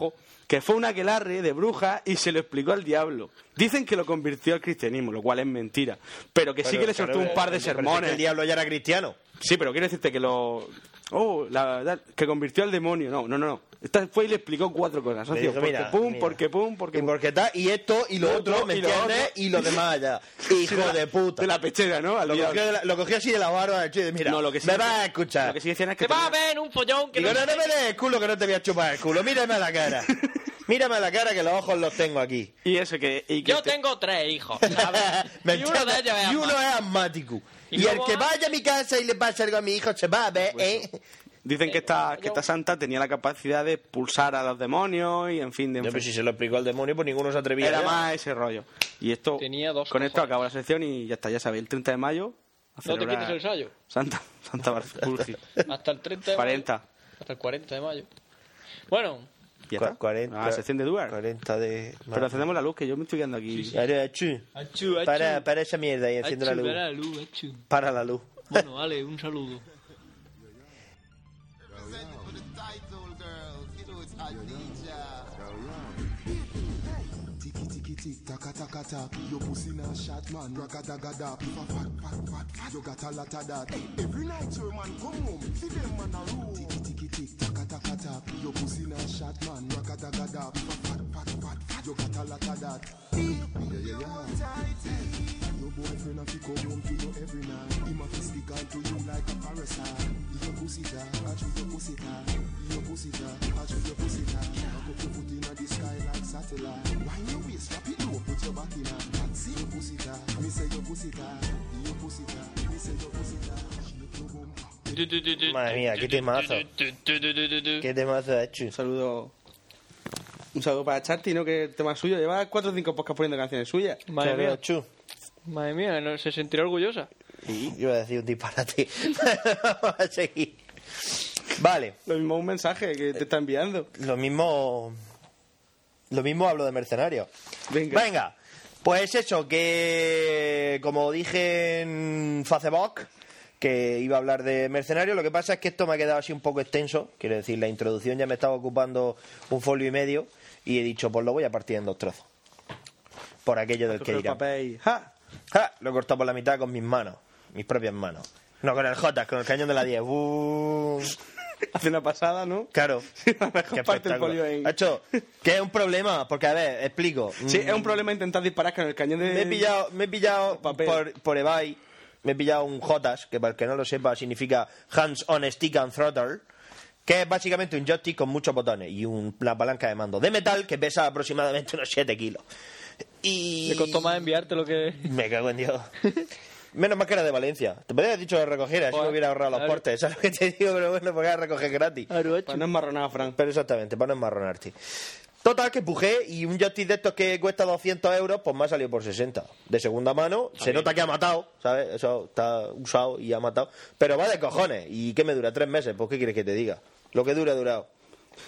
que fue un aquelarre de bruja y se lo explicó al diablo. Dicen que lo convirtió al cristianismo, lo cual es mentira, pero que sí que le soltó eh, un par de sermones. El diablo ya era cristiano. Sí, pero quiero decirte que lo... Oh, la verdad, que convirtió al demonio. No, no, no. no. Esta fue y le explicó cuatro cosas. Le socio. dijo, porque, mira, pum, mira. porque pum, porque Y pum. porque tal, y esto, y lo Lo otro, otro, ¿me y lo entiendes? otro. Y lo demás allá. [laughs] Sí, Hijo de puta. De la pechera, ¿no? Al Lo diablo. cogí, de la- lo cogí así de la barba, el chico, y mira, No, lo que sí me decían- vas a escuchar. Lo que sí decían es que Te va a tenía- ver un follón que Digo, no no, no me des el culo que no te voy a chupar el culo, mírame a [laughs] la cara. Mírame a la cara que los ojos los tengo aquí. y eso que y que este- Yo te- tengo tres [laughs] hijos. [laughs] Me Y uno de ellos es y uno asmático. es asmático. ¿Y Y, el cómo que es? vaya a mi casa y le pasa algo a mi hijo se va a ver, ¿eh? dicen que esta que esta santa tenía la capacidad de expulsar a los demonios y en fin de No, pero si se lo explicó al demonio, pues ninguno se atrevía. era ya. más ese rollo y esto Tenía dos con esto cojones. acabo la sección y ya está ya sabéis el 30 de mayo a No te celebrar quites el ensayo. Santa [laughs] Santa Bartolomé Hasta el 30 de mayo. 40 Hasta el 40 de mayo. Bueno, ¿Ya está? Cuarenta- Ah, sección de Duar. 40 de... Pero encendemos la luz, que yo me estoy quedando aquí. Ahora, achú. Achú, achú. Para, para esa mierda y enciendo la Achu, luz. verá la luz, achu. Para la luz. Bueno, vale, un saludo. Madre mía, qué temazo. Qué temazo, achú. Un saludo. Un saludo para Charty, ¿no? Que el tema es suyo. Lleva 4 o 5 podcasts poniendo canciones suyas. Madre mía. Achú. Madre mía, no- se sentirá orgullosa. Iba a decir un disparate. [laughs] Vamos a seguir. Vale. Lo mismo un mensaje que te está enviando. Lo mismo... Lo mismo hablo de mercenarios. Venga. Venga, pues eso, que como dije en Facebook, que iba a hablar de mercenarios, lo que pasa es que esto me ha quedado así un poco extenso, quiero decir, la introducción ya me estaba ocupando un folio y medio y he dicho, pues lo voy a partir en dos trozos. Por aquello del que Pero dirán. papel. ¡Ja! ¡Ja! Lo he cortado por la mitad con mis manos, mis propias manos. No con el J, con el cañón de la 10. ¡Uh! Hace una pasada, ¿no? [laughs] Claro. Qué Comparte el espectáculo. polio en... Hacho, que es un problema, porque a ver, explico. Sí, Mm. es un problema intentar disparar con el cañón de... Me he pillado, me he pillado Papel. por, por eBay, me he pillado un JOTAS, que para el que no lo sepa significa Hands on Stick and Throttle, que es básicamente un joystick con muchos botones y un- una palanca de mando de metal que pesa aproximadamente unos 7 kilos. Y... Le costó más enviarte lo que... Me cago en Dios. Menos mal que era de Valencia. Te podría haber dicho que recogiera, así Joder, me hubiera ahorrado los claro. portes. ¿Sabes lo que te digo? Pero bueno, porque ahora recoges [laughs] gratis. Para no marronada, Fran. Pero exactamente, para no enmarronarte. Total, que empujé y un joystick de estos que cuesta 200 euros, pues me ha salido por 60. De segunda mano, se nota que ha matado, ¿sabes? Eso está usado y ha matado. Pero va de cojones. ¿Y qué me dura? ¿Tres meses? Pues, ¿qué quieres que te diga? Lo que dura, ha durado.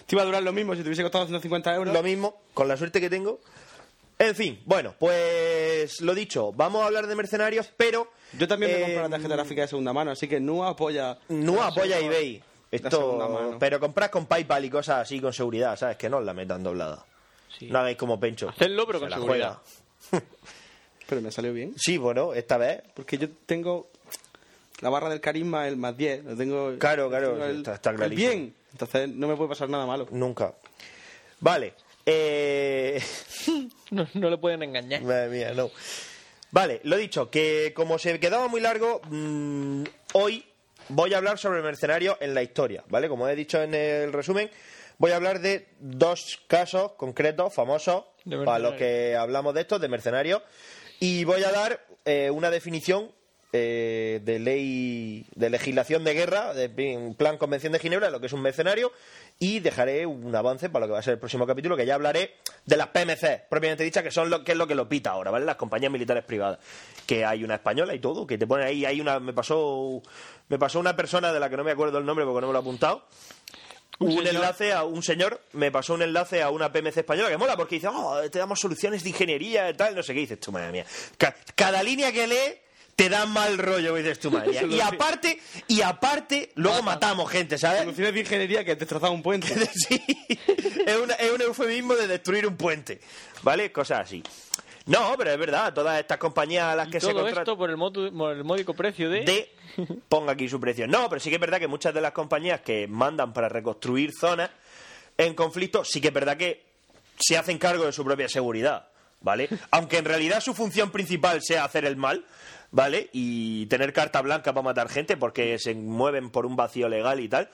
Te iba a durar lo mismo si te hubiese costado 150 euros. Lo mismo, con la suerte que tengo. En fin, bueno, pues lo dicho, vamos a hablar de mercenarios, pero... Yo también me eh, compro la tarjeta gráfica de segunda mano, así que no apoya... No apoya eBay. segunda Esto, mano. pero comprar con PayPal y cosas así con seguridad, ¿sabes? Que no os la metan doblada. Sí. No hagáis como Pencho. Hacedlo, pero con la seguridad. juega. Pero me salió bien. Sí, bueno, esta vez. Porque yo tengo la barra del carisma, el más 10. Lo tengo. Claro, claro, tengo está- está el clarísimo. Mm. bien. Entonces no me puede pasar nada malo. Nunca. Vale. Eh... [laughs] No, no le pueden engañar. Madre mía, no. Vale, lo dicho, que como se quedaba muy largo, mm, hoy voy a hablar sobre mercenarios en la historia, ¿vale? Como he dicho en el resumen, voy a hablar de dos casos concretos, famosos, De mercenarios. para los que hablamos de estos, de mercenarios, y voy a dar eh, una definición eh, de ley, de legislación de guerra, de en plan Convención de Ginebra, lo que es un mercenario, y dejaré un avance para lo que va a ser el próximo capítulo, que ya hablaré de las PMC, propiamente dichas, que son lo que es lo que lo pita ahora, ¿vale? Las compañías militares privadas, que hay una española y todo, que te ponen ahí, hay una, me pasó, me pasó una persona de la que no me acuerdo el nombre porque no me lo he apuntado, Un un, señor. enlace a un señor me pasó un enlace a una PMC española que mola porque dice oh, te damos soluciones de ingeniería y tal no sé qué Y dices tú madre mía Ca- cada línea que lee te da mal rollo y dices tú madre mía [laughs] y aparte y aparte luego matamos gente ¿sabes? Soluciones de ingeniería que destrozaba un puente. [laughs] sí es, una- es un eufemismo de destruir un puente ¿vale? cosas así no pero es verdad todas estas compañías a las Y que se todo contratan esto por el, motu- por el módico precio de... de ponga aquí su precio. No, pero sí que es verdad que muchas de las compañías que mandan para reconstruir zonas en conflicto, sí que es verdad que se hacen cargo de su propia seguridad, ¿vale? Aunque en realidad su función principal sea hacer el mal, ¿vale? Y tener carta blanca para matar gente porque se mueven por un vacío legal y tal.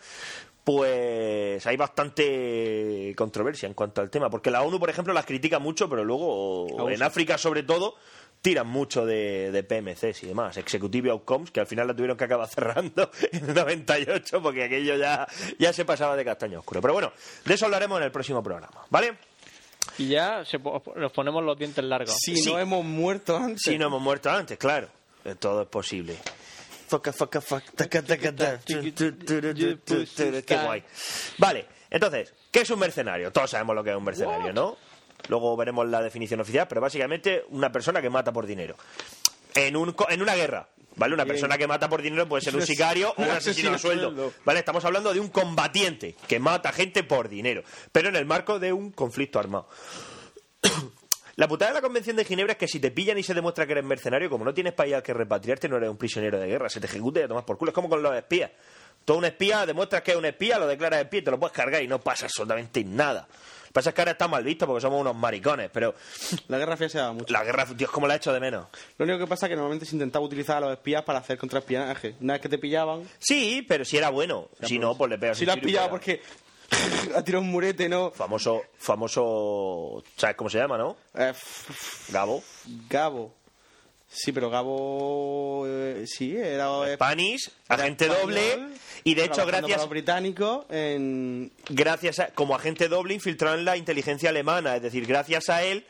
Pues hay bastante controversia en cuanto al tema, porque la ONU, por ejemplo, las critica mucho, pero luego Abusa. en África, sobre todo, tiran mucho de, de PMCs y demás. Executive Outcomes, que al final la tuvieron que acabar [laughs] cerrando en el 98 porque aquello ya, ya se pasaba de castaño oscuro. Pero bueno, de eso hablaremos en el próximo programa, ¿vale? Y ya se po- nos ponemos los dientes largos. Si Sí. no hemos muerto antes. Si no hemos muerto antes, claro. Eh, Todo es posible. pues, Foca, foca, foc, taca, taca, ta, tu, tu, tu, tu, tu, tu, tu, Qué guay. Vale, Entonces, ¿qué es un mercenario? Todos sabemos lo que es un mercenario, ¿no? Luego veremos la definición oficial, pero básicamente una persona que mata por dinero. En, un, co- en una guerra, ¿vale? Una Bien. persona que mata por dinero puede ser [laughs] un sicario o un asesino a sueldo. ¿Vale? Estamos hablando de un combatiente que mata gente por dinero, pero en el marco de un conflicto armado. [clears throat] La putada de la Convención de Ginebra es que si te pillan y se demuestra que eres mercenario, como no tienes país al que repatriarte, no eres un prisionero de guerra. Se te ejecuta y te tomas por culo. Es como con los espías. Tú a un espía demuestras que es un espía, lo declaras espía y te lo puedes cargar y no pasa absolutamente nada. Lo que pasa es que ahora está mal visto porque somos unos maricones, pero... La Guerra Fría se daba mucho. La Guerra... Dios, cómo la he hecho de menos. Lo único que pasa es que normalmente se intentaba utilizar a los espías para hacer contraespionaje. Una vez que te pillaban, Sí, pero si era bueno. Si no, pues le pegas si un lo has tiro y pillado fuera. porque [laughs] ha tirado un murete, ¿no? Famoso... Famoso... ¿Sabes cómo se llama, no? Eh, f- f- Gabo. Gabo. Sí, pero Gabo. eh, sí, era. eh, Spanish, era agente español, doble. Y de hecho, trabajando para gracias... los británicos en. gracias a, como agente doble infiltrado en la inteligencia alemana, es decir, gracias a él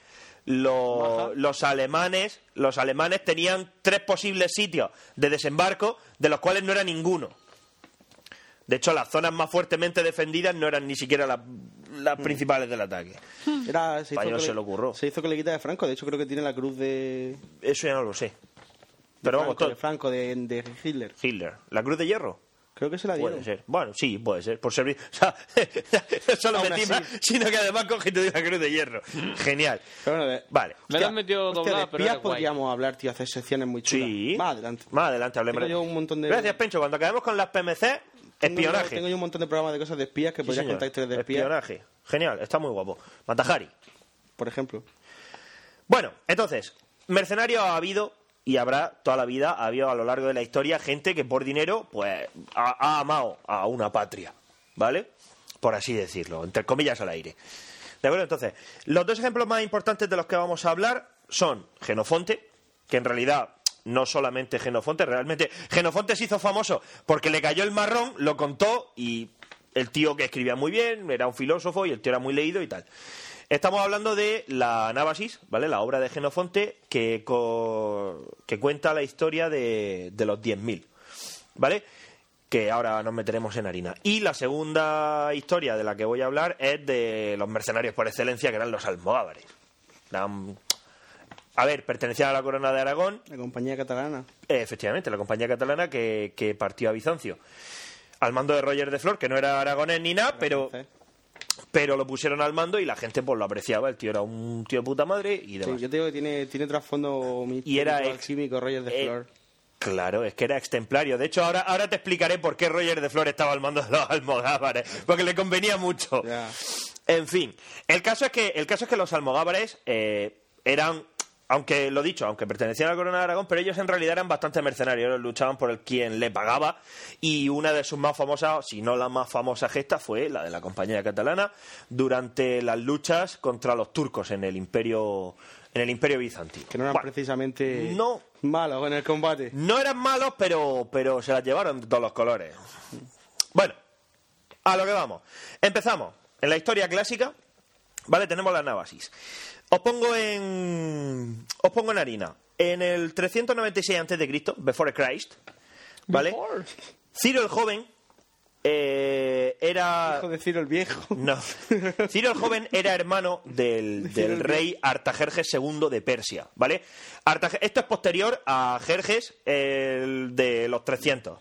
lo- los alemanes los alemanes tenían tres posibles sitios de desembarco de los cuales no era ninguno. De hecho, las zonas más fuertemente defendidas no eran ni siquiera las, las principales del ataque. Era, se hizo, Español cole- se le ocurrió. se hizo coleguita de Franco, de hecho creo que tiene la cruz de, Eso ya no lo sé. de Pero vamos, Franco, todo- de, Franco de, de Hitler. Hitler, la Cruz de Hierro. Creo que se la dieron. Puede ser. Bueno, sí, puede ser. Por servir. [laughs] O sea, no solo Aún metimos, así. Mm. sino que además cogiste una cruz de hierro. Genial. Pero bueno, de- Vale. Me lo han metido hostia, de doblada, pero espías era guay. podríamos hablar, tío, hacer secciones muy chulas. Sí. Más adelante. Más adelante hablemos. Tengo yo un montón de- Gracias, Pencho. Cuando acabemos con las PMC, Tengo yo- espionaje. Tengo yo un montón de programas de cosas de espías que Sí, podrías señor. contar historias de espías, espionaje. Genial, está muy guapo. Matajari. por ejemplo. Bueno, entonces, mercenarios ha habido y habrá toda la vida, ha habido a lo largo de la historia gente que por dinero, pues, ha, ha amado a una patria, ¿vale? Por así decirlo, entre comillas al aire. De acuerdo, entonces, los dos ejemplos más importantes de los que vamos a hablar son Genofonte, que en realidad no solamente Genofonte, realmente Genofonte se hizo famoso porque le cayó el marrón, lo contó y el tío que escribía muy bien, era un filósofo y el tío era muy leído y tal. Estamos hablando de la Anábasis, ¿vale? La obra de Genofonte que, co- que cuenta la historia de, de los 10.000, ¿vale? Que ahora nos meteremos en harina. Y la segunda historia de la que voy a hablar es de los mercenarios por excelencia, que eran los almogávares. Eran- A ver, pertenecían a la corona de Aragón, La compañía catalana. eh, Efectivamente, la compañía catalana que, que partió a Bizancio. Al mando de Roger de Flor, que no era aragonés ni nada, pero, francés. pero lo pusieron al mando y la gente pues lo apreciaba. El tío era un tío de puta madre y Sí, demás. yo te digo que tiene, tiene trasfondo místico, era ex- alquímico, Reyes de eh, Flor. Claro, es que era extemplario. De hecho, ahora, ahora te explicaré por qué Roger de Flor estaba al mando de los [laughs] almogávares, porque le convenía mucho. Ya. En fin, el caso es que, el caso es que los almogávares eh, eran, aunque lo dicho, aunque pertenecían a la corona de Aragón, pero ellos en realidad eran bastante mercenarios, luchaban por el quien le pagaba y una de sus más famosas, si no la más famosa gesta, fue la de la compañía catalana durante las luchas contra los turcos en el imperio, en el imperio bizantino. Que no eran Bueno, precisamente no. malos en el combate. no eran malos, pero, pero se las llevaron de todos los colores. Bueno, a lo que vamos. Empezamos. En la historia clásica, ¿vale? Tenemos la Nábasis. Os pongo en. Os pongo en harina. En el 396 a.C., Before Christ, ¿vale? Ciro el joven eh, era. Hijo de Ciro el Viejo. No. Ciro el joven era hermano [laughs] del, Ciro el del rey Artajerjes II de Persia, ¿vale? Artaje- Esto es posterior a Jerjes el de los 300,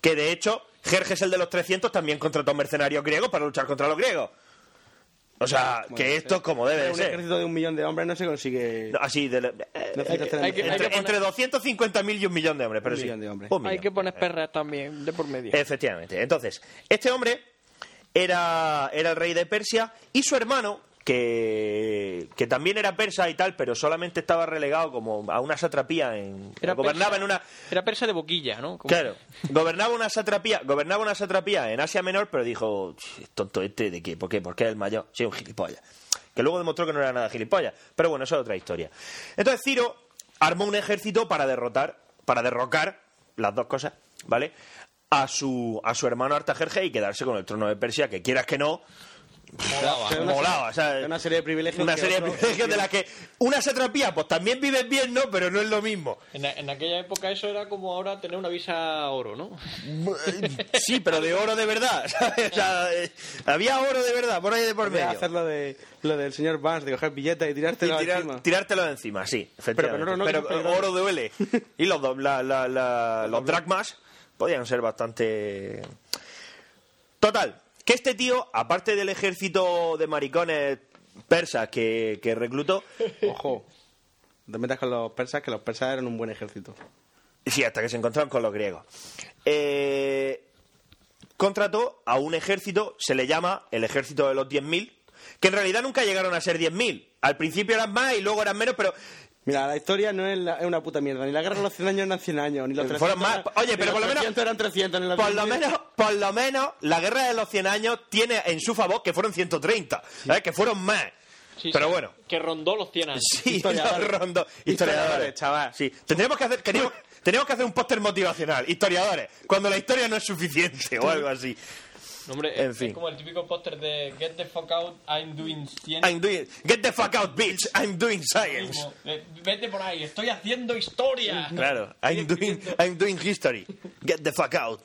que de hecho Jerjes el de los 300 también contrató mercenarios griegos para luchar contra los griegos. O sea, Bueno, que esto es como Pero debe de un ser. ejército de un millón de hombres no se consigue... No, Así, de, eh, No, hay que- hay que- entre, hay que entre 250.000 y un millón de hombres, pero Un sí. millón de hombres. Un Hay millón. que poner perras también, de por medio. Efectivamente. Entonces, este hombre era, era el rey de Persia y su hermano, que, que también era persa y tal, pero solamente estaba relegado como a una satrapía, en, Era gobernaba persa- en una... Era persa de boquilla, ¿no? Como- Claro, gobernaba una satrapía, gobernaba una satrapía en Asia Menor, pero dijo, tonto este, ¿de qué? ¿Por qué? Porque era el mayor, soy un gilipollas. Que luego demostró que no era nada gilipollas, pero bueno, eso es otra historia. Entonces Ciro armó un ejército para derrotar, para derrocar las dos cosas, ¿vale? A su, a su hermano Artajerjes y quedarse con el trono de Persia, que quieras que no, Molaba, Pero una- molaba, o sea, una serie de privilegios. Una que serie de otros- privilegios de la que una satrapía, pues también vives bien, ¿no? Pero no es lo mismo. En, a- en aquella época eso era como ahora tener una visa oro, ¿no? Sí, pero de oro de verdad. [laughs] ¿sabes? O sea, eh, había oro de verdad, por ahí de por Voy a medio. hacer lo, de, lo del señor Barnes, de coger billetes y tirártelo Y tirar- encima. tirártelo encima, sí, Pero con oro no, que Pero son peligrosos. oro [laughs] duele. Y los, do- la- la- la- los dracmas podían ser bastante. Total, que este tío, aparte del ejército de maricones persas que, que reclutó, Ojo, no te metas con los persas, que los persas eran un buen ejército. sí, hasta que se encontraron con los griegos, eh, contrató a un ejército, se le llama el ejército de los 10.000, que en realidad nunca llegaron a ser 10.000. Al principio eran más y luego eran menos, pero Mira, la historia no es, la- es una puta mierda. Ni la guerra de los 100 años eran 100 años, ni los 300 Fueron más. eran- Oye, ni pero los por lo menos- 300 eran 300. Ni los Por lo 1000 menos, por lo menos, la guerra de los 100 años tiene en su favor que fueron 130, ¿sabes? que fueron más. Sí, Pero sí, bueno, Que rondó los 100 años. sí, Historiadores. no, rondo- Historiadores, historiadores, chaval. Sí, tendríamos que hacer, queríamos- tenemos que hacer un póster motivacional, historiadores, cuando la historia no es suficiente o algo así. No, hombre, En es, fin. es como el típico póster de Get the fuck out, I'm doing 100. I'm doing, get the fuck out, bitch, I'm doing science. Como, eh, Vete por ahí, estoy haciendo historia. Claro, I'm doing, I'm doing history. Get the fuck out.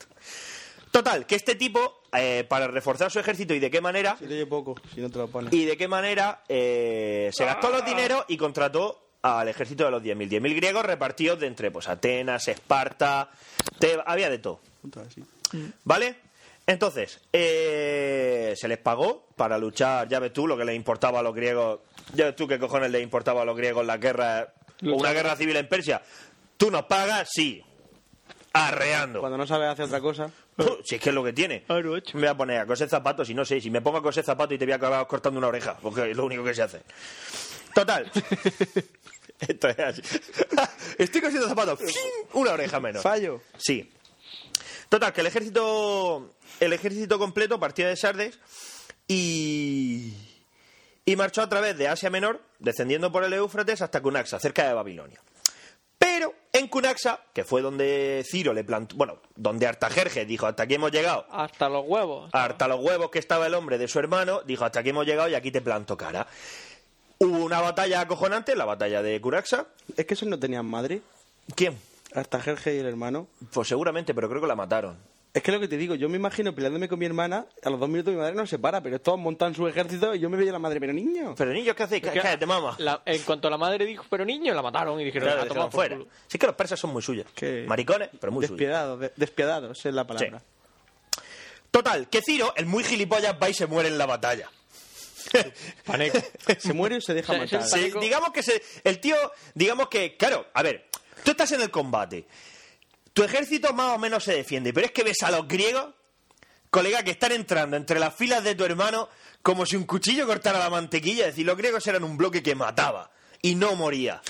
Total, que este tipo, eh, para reforzar su ejército y de qué manera, Si leyes poco, si no te lo pones. y de qué manera eh, se gastó los dineros y contrató al ejército de los 10.000. 10.000 griegos repartidos de entre pues, Atenas, Esparta, Te- había de todo. Puta, así. ¿Vale? Entonces, eh, se les pagó para luchar, ya ves tú lo que les importaba a los griegos, ya ves tú qué cojones les importaba a los griegos la guerra, o una guerra civil en Persia. Tú nos pagas, sí, arreando. Cuando no sabes hacer otra cosa, Puh, Si es que es lo que tiene. Me voy a poner a coser zapatos y no sé, si me pongo a coser zapatos y te voy a acabar cortando una oreja, porque es lo único que se hace. Total. [laughs] Esto es así. [laughs] Estoy cosiendo zapatos. ¡Fin! Una oreja menos. fallo. Sí. Total, que el ejército. El ejército completo partía de Sardes y. Y marchó a través de Asia Menor, descendiendo por el Éufrates hasta Cunaxa, cerca de Babilonia. Pero en Cunaxa, que fue donde Ciro le plantó. Bueno, donde Artajerjes dijo: Hasta aquí hemos llegado. Hasta los huevos. Harta los huevos que estaba el hombre de su hermano, dijo: Hasta aquí hemos llegado y aquí te planto cara. Hubo una batalla acojonante, la batalla de Cunaxa. Es que esos no tenían madre. ¿Quién? Hasta Jerge y el hermano. Pues seguramente, pero creo que la mataron. Es que lo que te digo, yo me imagino peleándome con mi hermana, a los dos minutos mi madre no se para, pero todos montan su ejército y yo me veía la madre, pero niño. Pero niños, ¿qué hacéis? Que- Cállate, mamá. la- en cuanto la madre dijo, pero niño, la mataron y dijeron, "Ah, Claro, "A se tomar van por fuera. culo". Sí que los persas son muy suyos. Que- Maricones, pero muy suyos. Despiadados, de- despiadados es la palabra. Total, que Ciro, el muy gilipollas, va y se muere en la batalla. [laughs] Paneco. Se muere y se deja O sea, es el matar. Sí, digamos que se- el tío, digamos que, claro, a ver, tú estás en el combate, tu ejército más o menos se defiende, pero es que ves a los griegos, colega, que están entrando entre las filas de tu hermano como si un cuchillo cortara la mantequilla, es decir, los griegos eran un bloque que mataba y no moría.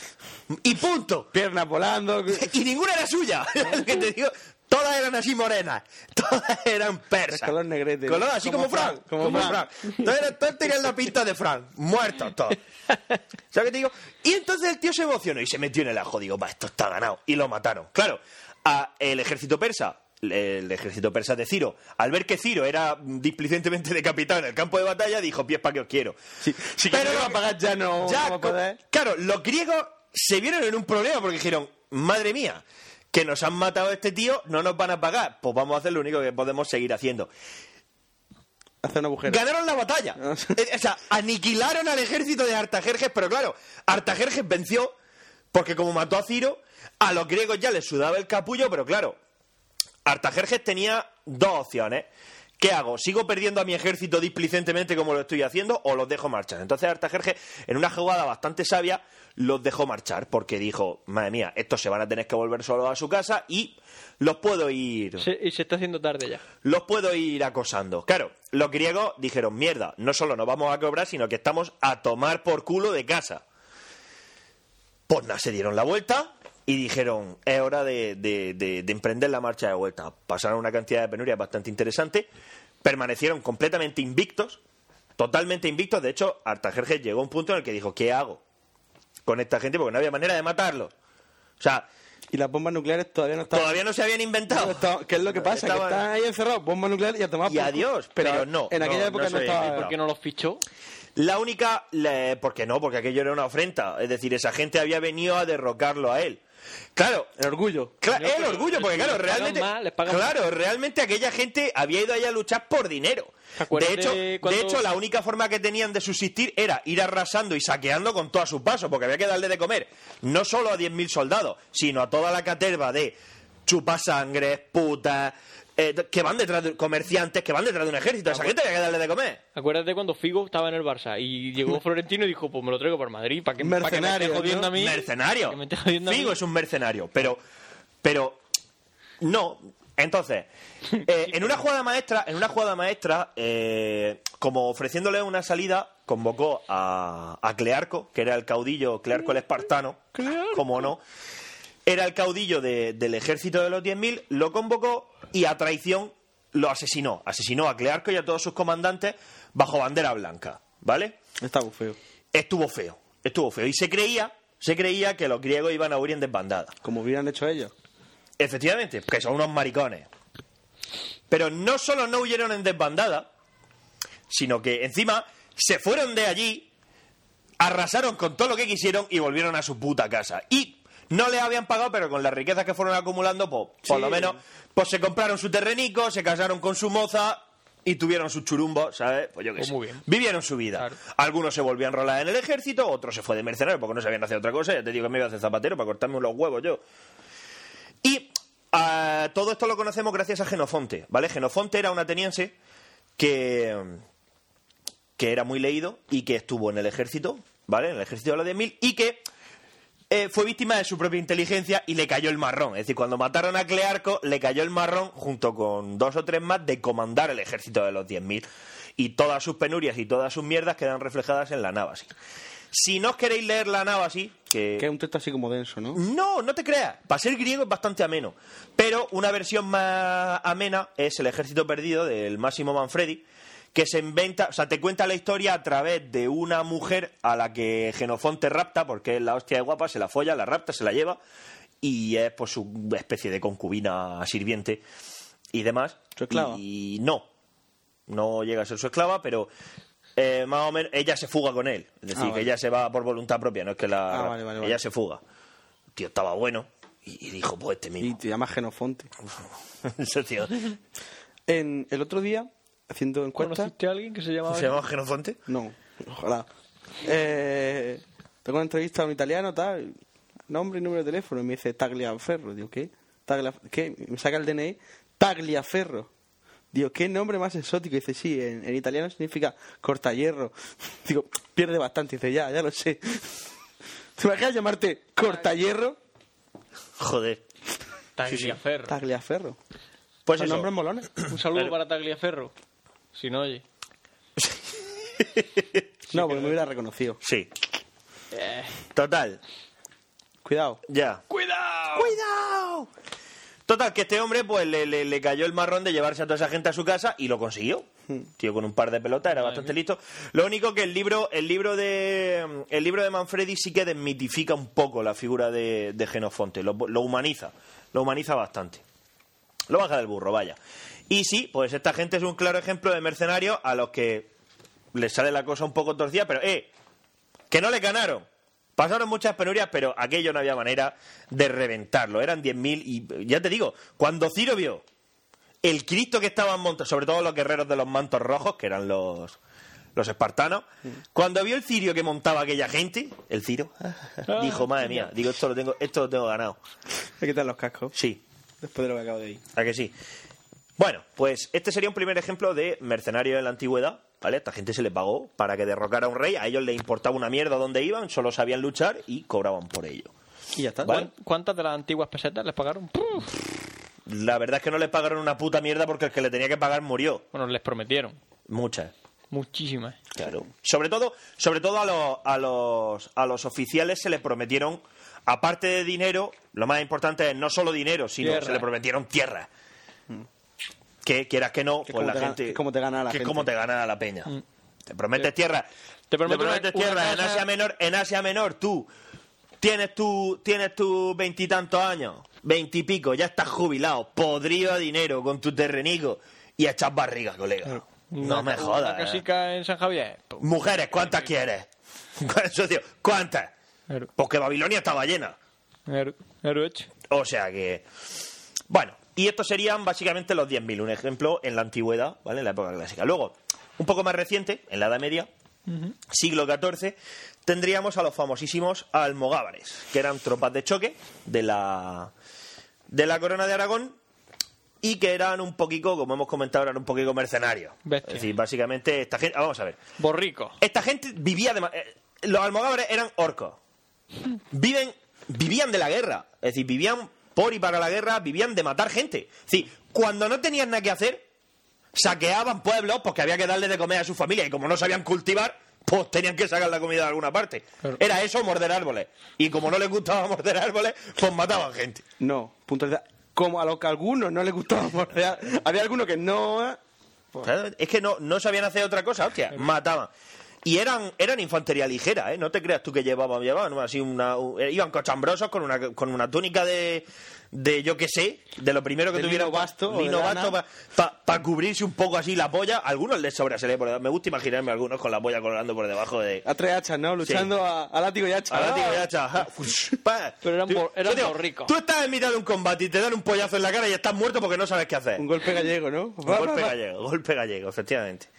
Y punto. [laughs] Piernas volando. Es Y ninguna era suya. [laughs] Lo que te digo, todas eran así morenas. [laughs] Todas eran persas. Color negrete. Color así como, Frank. Como, Frank. Todas, eran- todas tenían la pinta de Frank. Muertos todos. ¿Sabes qué te digo? Y entonces el tío se emocionó y se metió en el ajo. Digo, va, esto está ganado. Y lo mataron. Claro, a el ejército persa. El ejército persa de Ciro, al ver que Ciro era displicentemente decapitado en el campo de batalla, dijo: Pies para que os quiero. si que me va a pagar ya no- Ya, no va a poder. Claro, los griegos se vieron en un problema porque dijeron, madre mía, que nos han matado a este tío, no nos van a pagar. Pues vamos a hacer lo único que podemos seguir haciendo. Hace un agujero. Ganaron la batalla. Eh, o sea, aniquilaron al ejército de Artajerjes, pero claro, Artajerjes venció porque como mató a Ciro, a los griegos ya les sudaba el capullo, pero claro, Artajerjes tenía dos opciones. ¿Qué hago? ¿Sigo perdiendo a mi ejército displicentemente como lo estoy haciendo o los dejo marchar? Entonces Artajerjes, en una jugada bastante sabia, los dejó marchar porque dijo, madre mía, estos se van a tener que volver solos a su casa y los puedo ir Se- y se está haciendo tarde ya. los puedo ir acosando. Claro, los griegos dijeron, mierda, no solo nos vamos a cobrar, sino que estamos a tomar por culo de casa. Pues nada, se dieron la vuelta y dijeron, es hora de, de- de- de emprender la marcha de vuelta. Pasaron una cantidad de penurias bastante interesante, permanecieron completamente invictos, totalmente invictos. De hecho, Artajerjes llegó a un punto en el que dijo, ¿qué hago con esta gente? Porque no había manera de matarlos. O sea, Y las bombas nucleares todavía no estaban. Todavía no se habían inventado. No estaban- ¿Qué es lo que pasa? Estaban- Que están ahí encerrados, bombas nucleares y a tomar Y adiós, pero no, En aquella no, época no, no se habían estaba. inventado. ¿Por qué no los fichó? La única. la- eh, ¿Por qué no? Porque aquello era una ofrenda. Es decir, esa gente había venido a derrocarlo a él. Claro. El orgullo. Cla- No, el pero- orgullo, porque les pagan claro, realmente. más, les pagan claro, más. realmente aquella gente había ido ahí a luchar por dinero. acuerdas De hecho, de de cuando- hecho, la única forma que tenían de subsistir era ir arrasando y saqueando con todos sus pasos, porque había que darle de comer. No solo a 10.000 soldados, sino a toda la caterva de chupasangres, putas, eh, que van detrás de comerciantes, que van detrás de un ejército. A esa gente había que darle de comer. Acuérdate cuando Figo estaba en el Barça y [laughs] llegó Florentino y dijo, pues me lo traigo para Madrid, para que, para que me esté Mercenario, jodiendo ¿no? a mí. mercenario. Que me esté jodiendo a mí. Figo es un mercenario, pero. Pero. No. [laughs] Entonces, eh, en una jugada maestra, en una jugada maestra, eh, como ofreciéndole una salida, convocó a, a Clearco, que era el caudillo, Clearco el espartano, como no, era el caudillo de- del ejército de los 10.000, lo convocó y a traición lo asesinó. Asesinó a Clearco y a todos sus comandantes bajo bandera blanca, ¿vale? Está muy feo. estuvo feo, estuvo feo. Y se creía, se creía que los griegos iban a huir en desbandada. Como hubieran hecho ellos. Efectivamente, que son unos maricones. Pero no solo no huyeron en desbandada, sino que encima se fueron de allí, arrasaron con todo lo que quisieron y volvieron a su puta casa. Y no les habían pagado, pero con las riquezas que fueron acumulando, pues, por Sí. lo menos, pues se compraron su terrenico, se casaron con su moza y tuvieron sus churumbos, ¿sabes? Pues yo qué Pues sé. muy bien. Vivieron su vida. Claro. Algunos se volvían a enrolar en el ejército, otros se fue de mercenario porque no sabían hacer otra cosa. Ya te digo que me iba a hacer zapatero para cortarme los huevos yo. Y ah, todo esto lo conocemos gracias a Genofonte, ¿vale? Genofonte era un ateniense que, que era muy leído y que estuvo en el ejército, ¿vale? En el ejército de los 10.000 y que eh, fue víctima de su propia inteligencia y le cayó el marrón. Es decir, cuando mataron a Clearco, le cayó el marrón junto con dos o tres más de comandar el ejército de los 10.000. Y todas sus penurias y todas sus mierdas quedan reflejadas en la Nábasi. Si no os queréis leer la Nábasi, que... Que es un texto así como denso, ¿no? No, no te creas. Para ser griego es bastante ameno. Pero una versión más amena es El Ejército Perdido del Máximo Manfredi, que se inventa, o sea, te cuenta la historia a través de una mujer a la que Genofonte rapta, porque es la hostia de guapa, se la folla, la rapta, se la lleva, y es pues una especie de concubina sirviente y demás. ¿Su esclava? Y no, no llega a ser su esclava, pero... eh, más o menos, ella se fuga con él. Es decir, Ah, vale. que ella se va por voluntad propia, no es que la. Ah, vale, vale, ella vale. se fuga tío estaba bueno y, y dijo, pues este Y mismo. te llamas Genofonte. [laughs] Ese tío. ¿Se En, el otro día, haciendo encuestas. ¿Conociste a alguien que se llamaba? llamaba Genofonte? No, ojalá. Eh, tengo una entrevista a un italiano, tal, nombre y número de teléfono, y me dice Tagliaferro. Digo, ¿qué? Taglia, ¿Qué? Y Me saca el DNI, Tagliaferro. Digo, ¿qué nombre más exótico? Y dice, sí, en, en italiano significa cortahierro. [laughs] Digo, pierde bastante. Y dice, ya, ya lo sé. [laughs] ¿Te imaginas llamarte cortahierro? Joder. Tagliaferro. Tagliaferro. Pues Son eso. nombres molones. Un saludo para Tagliaferro. Si no, oye. No, porque me hubiera reconocido. Sí. Total. Cuidado. Ya. ¡Cuidado! ¡Cuidado! Total, que este hombre pues le, le- le cayó el marrón de llevarse a toda esa gente a su casa y lo consiguió. Tío, con un par de pelotas, era bastante listo. Lo único que el libro, el libro de el libro de Manfredi sí que desmitifica un poco la figura de, de Genofonte, lo, lo humaniza, lo humaniza bastante. Lo baja del burro, vaya. Y sí, pues esta gente es un claro ejemplo de mercenarios a los que les sale la cosa un poco torcida, pero eh, que no le ganaron. Pasaron muchas penurias, pero aquello no había manera de reventarlo. Eran 10.000 y eh, ya te digo, cuando Ciro vio el Cristo que estaban montando, sobre todo los guerreros de los mantos rojos, que eran los, los espartanos, cuando vio el Cirio que montaba aquella gente, el Ciro, dijo, madre mía, digo, esto lo tengo, esto lo tengo ganado. Hay que quitar los cascos Sí, después de lo que acabo de oír. ¿A que sí? Bueno, pues este sería un primer ejemplo de mercenario en la antigüedad, ¿vale? Esta gente se le pagó para que derrocara a un rey, a ellos les importaba una mierda dónde iban, solo sabían luchar y cobraban por ello. Y ya está. Vale. ¿Cuántas de las antiguas pesetas les pagaron? ¡Puf! La verdad es que no les pagaron una puta mierda porque el que le tenía que pagar murió. Bueno, les prometieron. Muchas. Muchísimas. Claro. Sobre todo, sobre todo a, los, a, los, a los oficiales se les prometieron, aparte de dinero, lo más importante es no solo dinero, sino Tierra. se le prometieron tierra. Que quieras que no, Que pues como la te gana- gente. que como te gana la que gente. como te gana la peña. Te prometes tierra. Te prometes una- tierra una en casa- Asia Menor. En Asia Menor, tú. Tienes tu, tienes tus veintitantos años, veintipico, ya estás jubilado, podrido a dinero con tu terrenico y echas barriga, colega. No me Una jodas. eh. casica en San Javier. Mujeres, ¿cuántas quieres? [laughs] Socio, ¿cuántas? Porque Babilonia estaba llena. O sea que. Bueno, y estos serían básicamente los 10.000, un ejemplo en la antigüedad, ¿vale? En la época clásica. Luego, un poco más reciente, en la Edad Media, siglo XIV, tendríamos a los famosísimos almogávares, que eran tropas de choque de la, de la corona de Aragón y que eran un poquito, como hemos comentado, eran un poquito mercenarios. Bestia. Es decir, básicamente, esta gente. ah, Vamos a ver. Borrico. Esta gente vivía de. ma- eh, Los almogávares eran orcos. Viven, vivían de la guerra. Es decir, vivían por y para la guerra, vivían de matar gente. Es decir, cuando no tenían nada que hacer, saqueaban pueblos porque había que darle de comer a su familia. Y como no sabían cultivar, pues tenían que sacar la comida de alguna parte. Era eso o morder árboles. Y como no les gustaba [laughs] morder árboles, pues mataban gente. No, puntualidad. Como a lo que a algunos no les gustaba. [laughs] por real. Había algunos que no. eh, Claro, es que no, no sabían hacer otra cosa, hostia, mataban. Y eran, eran infantería ligera, ¿eh? No te creas tú que llevaban, llevaban así una... u- eh, Iban cochambrosos con una, con una túnica de, de, yo qué sé, de lo primero que De tuvieron. lino basto o de Lino lana. basto para cubrirse un poco así la polla. Algunos les sobresale por debajo. Me gusta imaginarme algunos con la polla colgando por debajo de... "Ah, A tres hachas, ¿no? Luchando Sí. a, a látigo y hacha. Ah. A látigo y [laughs] hacha, ajá. Fush, pa. Pero eran Tú- por- eran yo digo, por ricos. Tú estás en mitad de un combate y te dan un pollazo en la cara y estás muerto porque no sabes qué hacer. Un golpe gallego, ¿no? Un golpe gallego, golpe gallego, efectivamente.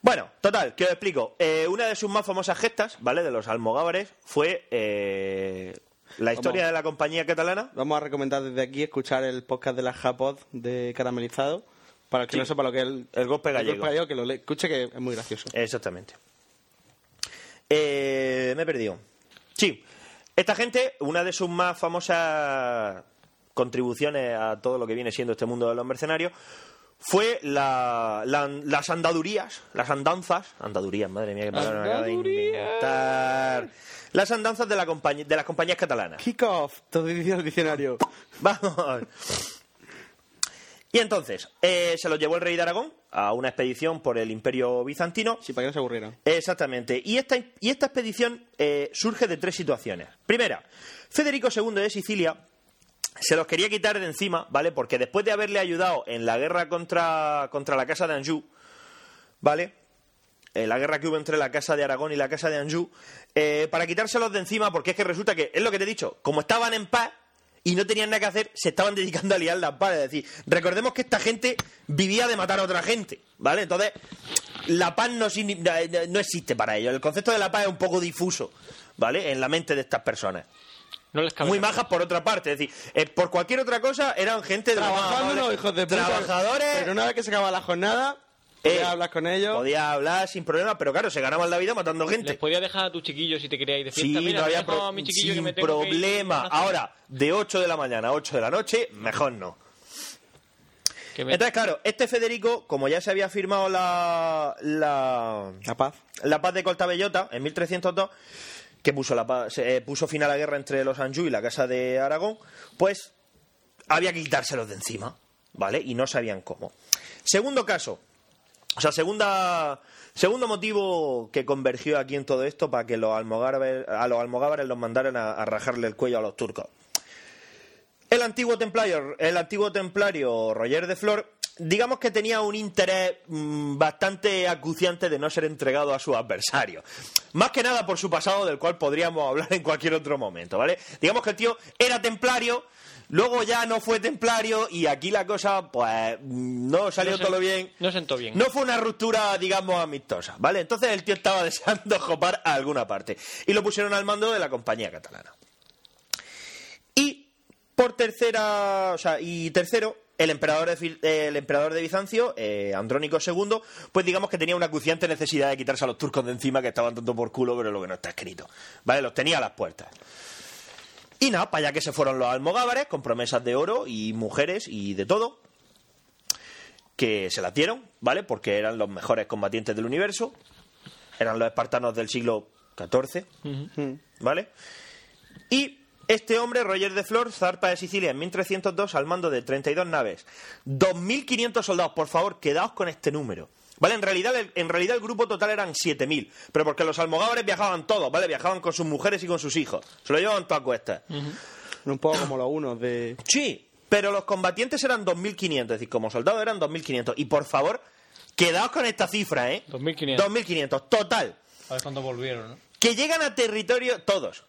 Bueno, total, que os explico. Eh, una de sus más famosas gestas, ¿vale? De los almogávares fue eh, la historia de la compañía catalana. Vamos a recomendar desde aquí escuchar el podcast de la Japod de Caramelizado. Para el que Sí. no sepa lo que es el, El golpe gallego. golpe gallego, que lo le- escuche que es muy gracioso. Exactamente. Eh, me he perdido. Sí, esta gente, una de sus más famosas contribuciones a todo lo que viene siendo este mundo de los mercenarios fue la- la- las andadurías, las andanzas, andadurías, madre mía, qué palabra me acabo de inventar. Las andanzas de, la compañía- de las compañías catalanas. Kick off, todo dice el diccionario. Vamos. Y entonces, eh, se los llevó el rey de Aragón a una expedición por el imperio bizantino Sí, para que no se Eh. aburrieran. Exactamente. Y esta, y esta expedición eh, surge de tres situaciones. Primera, Federico II de Sicilia se los quería quitar de encima, ¿vale? Porque después de haberle ayudado en la guerra contra, contra la Casa de Anjou, ¿vale? Eh, la guerra que hubo entre la Casa de Aragón y la Casa de Anjou, eh, para quitárselos de encima, porque es que resulta que, es lo que te he dicho, como estaban en paz y no tenían nada que hacer, se estaban dedicando a liar las pares. Es decir, recordemos que esta gente vivía de matar a otra gente, ¿vale? Entonces, la paz no, signi- no- no existe para ellos. El concepto de la paz es un poco difuso, ¿vale? En la mente de estas personas. No les cabe. Muy majas por otra parte, es decir, eh, por cualquier otra cosa eran gente de lo más Trabajando amable. los hijos de puta. Trabajadores, Pero una vez que se acaba la jornada, Eh, ya hablas con ellos. Podía hablar sin problema, pero claro, se ganaban la vida matando Les gente. podía dejar a tu chiquillo si te querías ir de Sí, fiesta. Mira, no te he había dejado pro- a mi chiquillo que sin me tengo que ir. problema. Ahora, de 8 de la mañana a 8 de la noche, mejor no. Que me- Entonces, claro, este Federico, como ya se había firmado la, la, La paz. la paz de Cortabellota en 1302, que puso, la paz- eh, puso fin a la guerra entre los Anjou y la Casa de Aragón, pues había que quitárselos de encima, ¿vale? Y no sabían cómo. Segundo caso, o sea, segunda, segundo motivo que convergió aquí en todo esto para que los almogávares, a los almogávares los mandaran a, a rajarle el cuello a los turcos. El antiguo templario, el antiguo templario Roger de Flor, digamos que tenía un interés mm, bastante acuciante de no ser entregado a su adversario. Más que nada por su pasado, del cual podríamos hablar en cualquier otro momento, ¿vale? Digamos que el tío era templario, luego ya no fue templario y aquí la cosa, pues, mm, no salió se- todo lo bien. No sentó bien. No fue una ruptura, digamos, amistosa, ¿vale? Entonces el tío estaba [laughs] deseando jopar a alguna parte. Y lo pusieron al mando de la compañía catalana. Y por tercera, o sea, y tercero, el emperador de, Fil- eh, el emperador de Bizancio, eh, Andrónico II, pues digamos que tenía una acuciante necesidad de quitarse a los turcos de encima que estaban tanto por culo, pero lo que no está escrito. ¿Vale? Los tenía a las puertas. Y nada, para allá que se fueron los almogávares con promesas de oro y mujeres y de todo, que se las dieron, ¿vale? Porque eran los mejores combatientes del universo, eran los espartanos del siglo XIV, ¿vale? Y este hombre, Roger de Flor, zarpa de Sicilia en 1302 al mando de 32 naves. 2.500 soldados, por favor, quedaos con este número. ¿Vale? En realidad, el- en realidad el grupo total eran 7.000. Pero porque los almogávares viajaban todos, ¿vale? Viajaban con sus mujeres y con sus hijos. Se lo llevaban todo a cuestas. Un poco como los unos de... Sí, pero los combatientes eran 2.500. Es decir, como soldados eran 2.500. Y por favor, quedaos con esta cifra, ¿eh? 2.500. 2.500, total. A ver cuándo volvieron, [laughs] ¿no? Que llegan a territorio todos.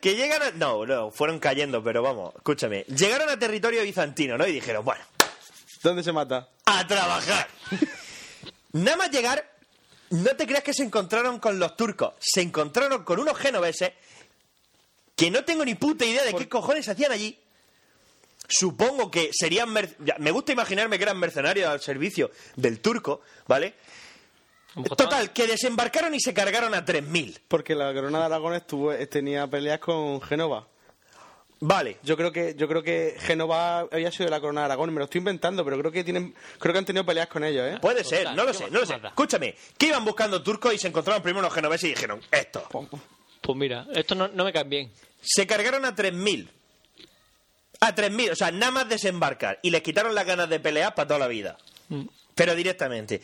que llegan a... No, no, fueron cayendo, pero vamos, escúchame. Llegaron a territorio bizantino, ¿no? Y dijeron, bueno... ¿Dónde se mata? A trabajar. Nada más llegar, no te creas que se encontraron con los turcos. Se encontraron con unos genoveses que no tengo ni puta idea de qué cojones hacían allí. Supongo que serían... mer- ya, Me gusta imaginarme que eran mercenarios al servicio del turco, ¿vale? Total, que desembarcaron y se cargaron a 3.000. Porque la corona de Aragones tuvo, eh, tenía peleas con Génova. Vale. Yo creo que yo creo que Génova había sido de la corona de Aragón, me lo estoy inventando, pero creo que tienen creo que han tenido peleas con ellos, ¿eh? Puede ser, no lo sé, no lo sé. Escúchame, que iban buscando turcos y se encontraron primero unos genoveses y dijeron, esto. Pues mira, esto no, no me cae bien. Se cargaron a 3.000. A 3.000, o sea, nada más desembarcar. Y les quitaron las ganas de pelear para toda la vida. Mm. Pero directamente.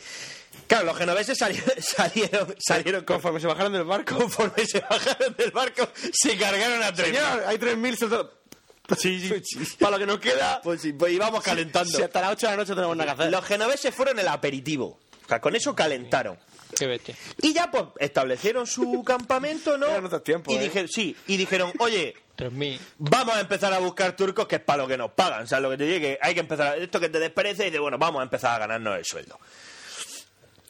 Claro, los genoveses salieron, [laughs] salieron, salieron conforme se bajaron del barco. Conforme se bajaron del barco, se cargaron a 3.000. Señor, hay 3.000 soldados. Sí, sí. Para lo que nos queda. Pues sí, pues íbamos calentando. Si hasta las 8 de la noche tenemos nada que hacer. Los genoveses fueron el aperitivo. O sea, con eso calentaron. Qué bestia. Y ya pues establecieron [laughs] su campamento, ¿no? y ¿eh? dije- sí, y dijeron, oye, 3.000. vamos a empezar a buscar turcos que es para lo que nos pagan. O sea, lo que te digo que hay que empezar a... Esto que te desperece y dices, bueno, vamos a empezar a ganarnos el sueldo.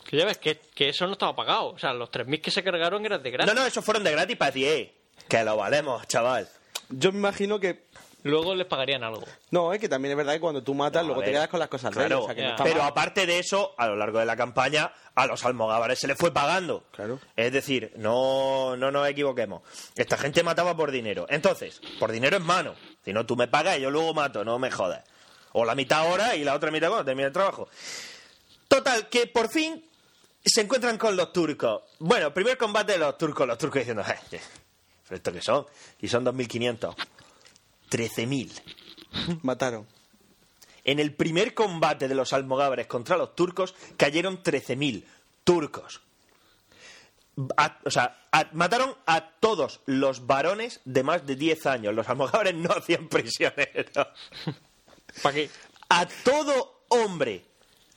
Que ya ves que, que eso no estaba pagado. O sea, los 3.000 que se cargaron eran de gratis. No, no, esos fueron de gratis para decir, eh, que lo valemos, chaval. Yo me imagino que Luego les pagarían algo. No, es que también es verdad que cuando tú matas, luego A te ver, quedas con las cosas del claro, rey, o sea, que no está pero mal. aparte de eso, a lo largo de la campaña, a los almogávares se les fue pagando. Es decir, no, no nos equivoquemos. Esta gente mataba por dinero. Entonces, por dinero en mano. Si no, tú me pagas y yo luego mato, no me jodas. O la mitad ahora y la otra mitad cuando termine el trabajo. Total, que por fin se encuentran con los turcos. Bueno, primer combate de los turcos, los turcos diciendo, "Eh, ¿pero esto qué son? Y son 2.500. 13.000. Mataron. En el primer combate de los almogávares contra los turcos cayeron 13.000 turcos. A- o sea, a- mataron a todos los varones de más de 10 años. Los almogávares no hacían prisioneros. ¿Para qué? A todo hombre,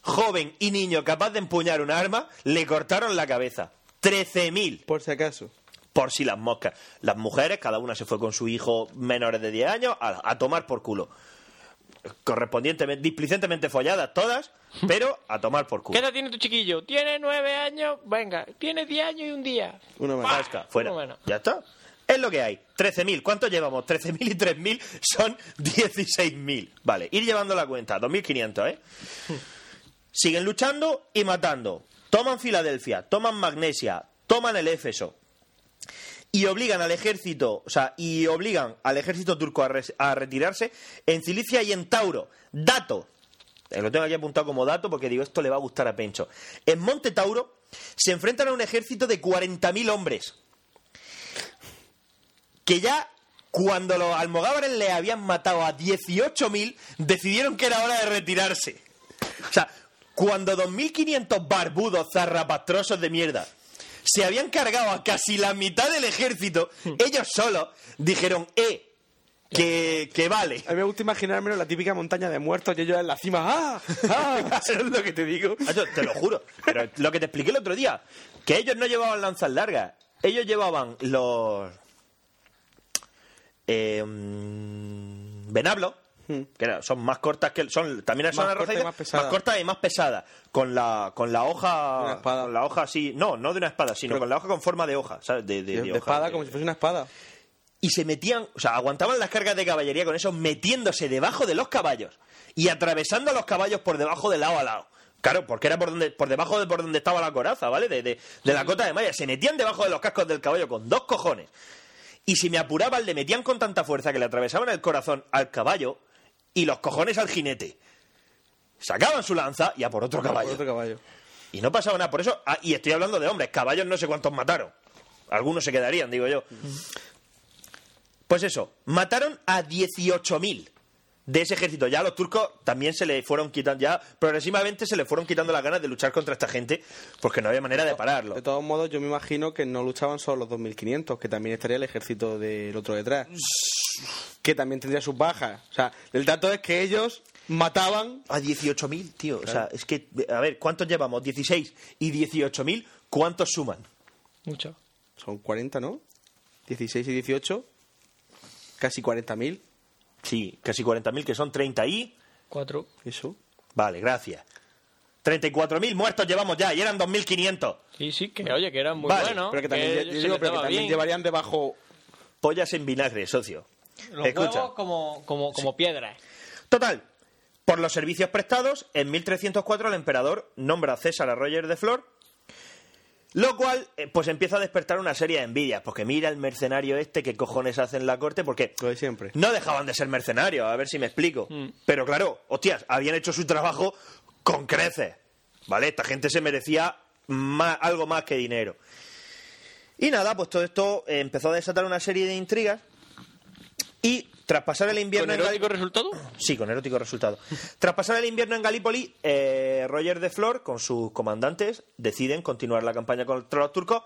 joven y niño capaz de empuñar un arma, le cortaron la cabeza. 13.000. Por si acaso. Por si las moscas. Las mujeres, cada una se fue con su hijo menores de 10 años a, a tomar por culo. Correspondientemente, displicentemente folladas todas, pero a tomar por ¿Qué culo. edad tiene tu chiquillo? Tiene 9 años. Venga, tiene 10 años y un día. Una ¡Pah! Zasca, fuera. Uno menos. Ya está. Es lo que hay. 13.000. ¿Cuánto llevamos? 13.000 y 3.000 son 16.000. Vale, ir llevando la cuenta. 2.500, ¿eh? Siguen luchando y matando. Toman Filadelfia, toman Magnesia, toman el Éfeso. Y obligan al ejército, o sea, y obligan al ejército turco a, res- a retirarse en Cilicia y en Tauro. Dato. Eh, Lo tengo aquí apuntado como dato porque digo, esto le va a gustar a Pencho. En Monte Tauro se enfrentan a un ejército de 40.000 hombres que ya cuando los almogávares le habían matado a 18.000, decidieron que era hora de retirarse. O sea, cuando 2.500 barbudos zarrapastrosos de mierda se habían cargado a casi la mitad del ejército, ellos solos dijeron, eh, que, que vale. A mí me gusta imaginármelo la típica montaña de muertos y ellos en la cima. ¡Ah! [laughs] ¡Ah! Eso es lo que te digo. Eso Ah, te lo juro. Pero lo que te expliqué el otro día, que ellos no llevaban lanzas largas. Ellos llevaban los. Eh, mm, venablos, que era- son más cortas que. Son, también son Hmm. Más arrojadizas, cortas y más pesadas. cortas y más pesadas. Con la, con la hoja. De una espada. Con la hoja así. No, no de una espada, sino Pero- con la hoja con forma de hoja, ¿sabes? De, de- De, de hoja, espada, de- como si fuese una espada. y se metían, o sea, aguantaban las cargas de caballería con eso, metiéndose debajo de los caballos y atravesando a los caballos por debajo de lado a lado. Claro, porque era por donde, por debajo de por donde estaba la coraza, ¿vale? De, de- de la cota de malla. Se metían debajo de los cascos del caballo con dos cojones. Y si me apuraban, le metían con tanta fuerza que le atravesaban el corazón al caballo y los cojones al jinete. Sacaban su lanza y a por otro caballo. Por otro caballo. Y no pasaba nada. Por eso, ah, y estoy hablando de hombres, caballos no sé cuántos mataron. Algunos se quedarían, digo yo. Pues eso, mataron a 18.000. de ese ejército. Ya a los turcos también se le fueron quitando, ya progresivamente se le fueron quitando las ganas de luchar contra esta gente porque no había manera de pararlo. De todos modos, yo me imagino que no luchaban solo los 2.500, que también estaría el ejército del otro detrás, que también tendría sus bajas. O sea, el dato es que ellos mataban... A 18.000, tío. O sea, es que, a ver, ¿cuántos llevamos? 16 y 18.000, ¿cuántos suman? Mucho. Son 40, ¿no? 16 y 18, casi 40.000. Sí, casi 40.000, que son 30 y... Cuatro. Eso. Vale, gracias. 34.000 muertos llevamos ya y eran 2.500. Sí, sí, que oye, que eran muy Vale, buenos. pero que también, yo se digo, les pero que daba también bien. llevarían debajo... Pollas en vinagre, socio. Los Escucha. huevos como, como, como piedras. Total, por los servicios prestados, en 1304 el emperador nombra a César a Roger de Flor, lo cual eh, pues empieza a despertar una serie de envidias, porque mira el mercenario este, qué cojones hace en la corte, porque Lo de siempre. no dejaban de ser mercenarios, a ver si me explico. Pero claro, hostias, habían hecho su trabajo con creces, ¿vale? Esta gente se merecía más- algo más que dinero. Y nada, pues todo esto eh, empezó a desatar una serie de intrigas y tras pasar el ¿Con invierno en Gal- erótico resultado? Sí, con erótico resultado. Tras pasar el invierno en Galípoli, eh, Roger de Flor con sus comandantes deciden continuar la campaña contra los turcos,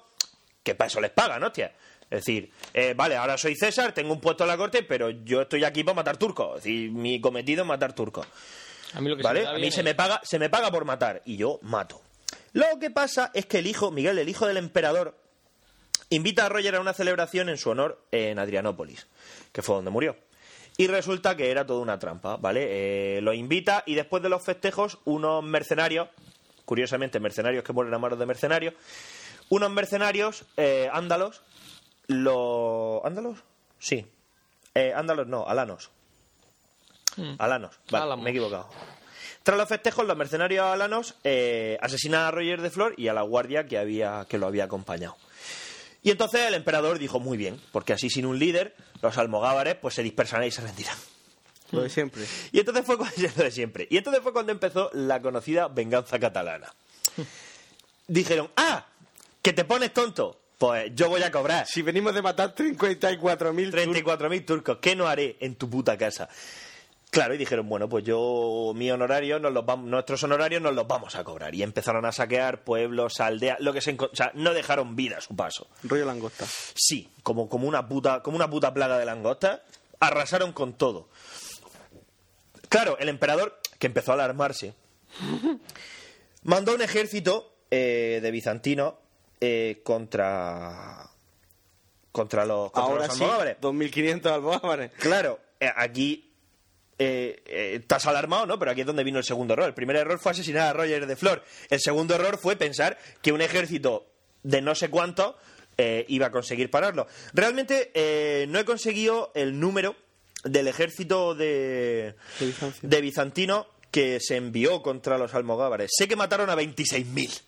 que para eso les pagan, hostia. Es decir, eh, vale, ahora soy César, tengo un puesto en la corte, pero yo estoy aquí para matar turcos. Es decir, mi cometido es matar turcos. A mí lo que ¿Vale? se me da a mí bien se es- me, paga, se me paga por matar y yo mato. Lo que pasa es que el hijo, Miguel, el hijo del emperador, invita a Roger a una celebración en su honor en Adrianópolis, que fue donde murió. Y resulta que era toda una trampa, ¿vale? Eh, lo invita y después de los festejos, unos mercenarios, curiosamente mercenarios que mueren a manos de mercenarios, unos mercenarios eh, ándalos, los... ¿Ándalos? Sí. Eh, ándalos no, alanos. Alanos, vale, Álamos. me he equivocado. Tras los festejos, los mercenarios alanos eh, asesinan a Roger de Flor y a la guardia que, había, que lo había acompañado. Y entonces el emperador dijo muy bien, porque así sin un líder, los almogávares pues se dispersarán y se rendirán. Lo de siempre. Y entonces fue cuando, [laughs] lo de siempre. Y entonces fue cuando empezó la conocida venganza catalana. Dijeron, ah, que te pones tonto. Pues yo voy a cobrar. Si venimos de matar 54.000... 34.000 turcos, ¿qué no haré en tu puta casa? Claro, y dijeron, bueno, pues yo, mi honorario, nos los vam- nuestros honorarios nos los vamos a cobrar. Y empezaron a saquear pueblos, aldeas, lo que se enco- o sea, no dejaron vida a su paso. Rollo langosta. Sí, como, como, una puta, como una puta plaga de langosta, arrasaron con todo. Claro, el emperador, que empezó [laughs] a alarmarse, mandó un ejército eh, de bizantinos eh, contra, contra los, contra Ahora los sí, almogávares. 2.500 almogávares. Claro, eh, aquí eh, eh, estás alarmado, ¿no? Pero aquí es donde vino el segundo error. El primer error fue asesinar a Roger de Flor. El segundo error fue pensar que un ejército de no sé cuánto eh, iba a conseguir pararlo. Realmente eh, no he conseguido el número del ejército de, De Bizancio. de bizantino que se envió contra los almogávares. Sé que mataron a 26.000.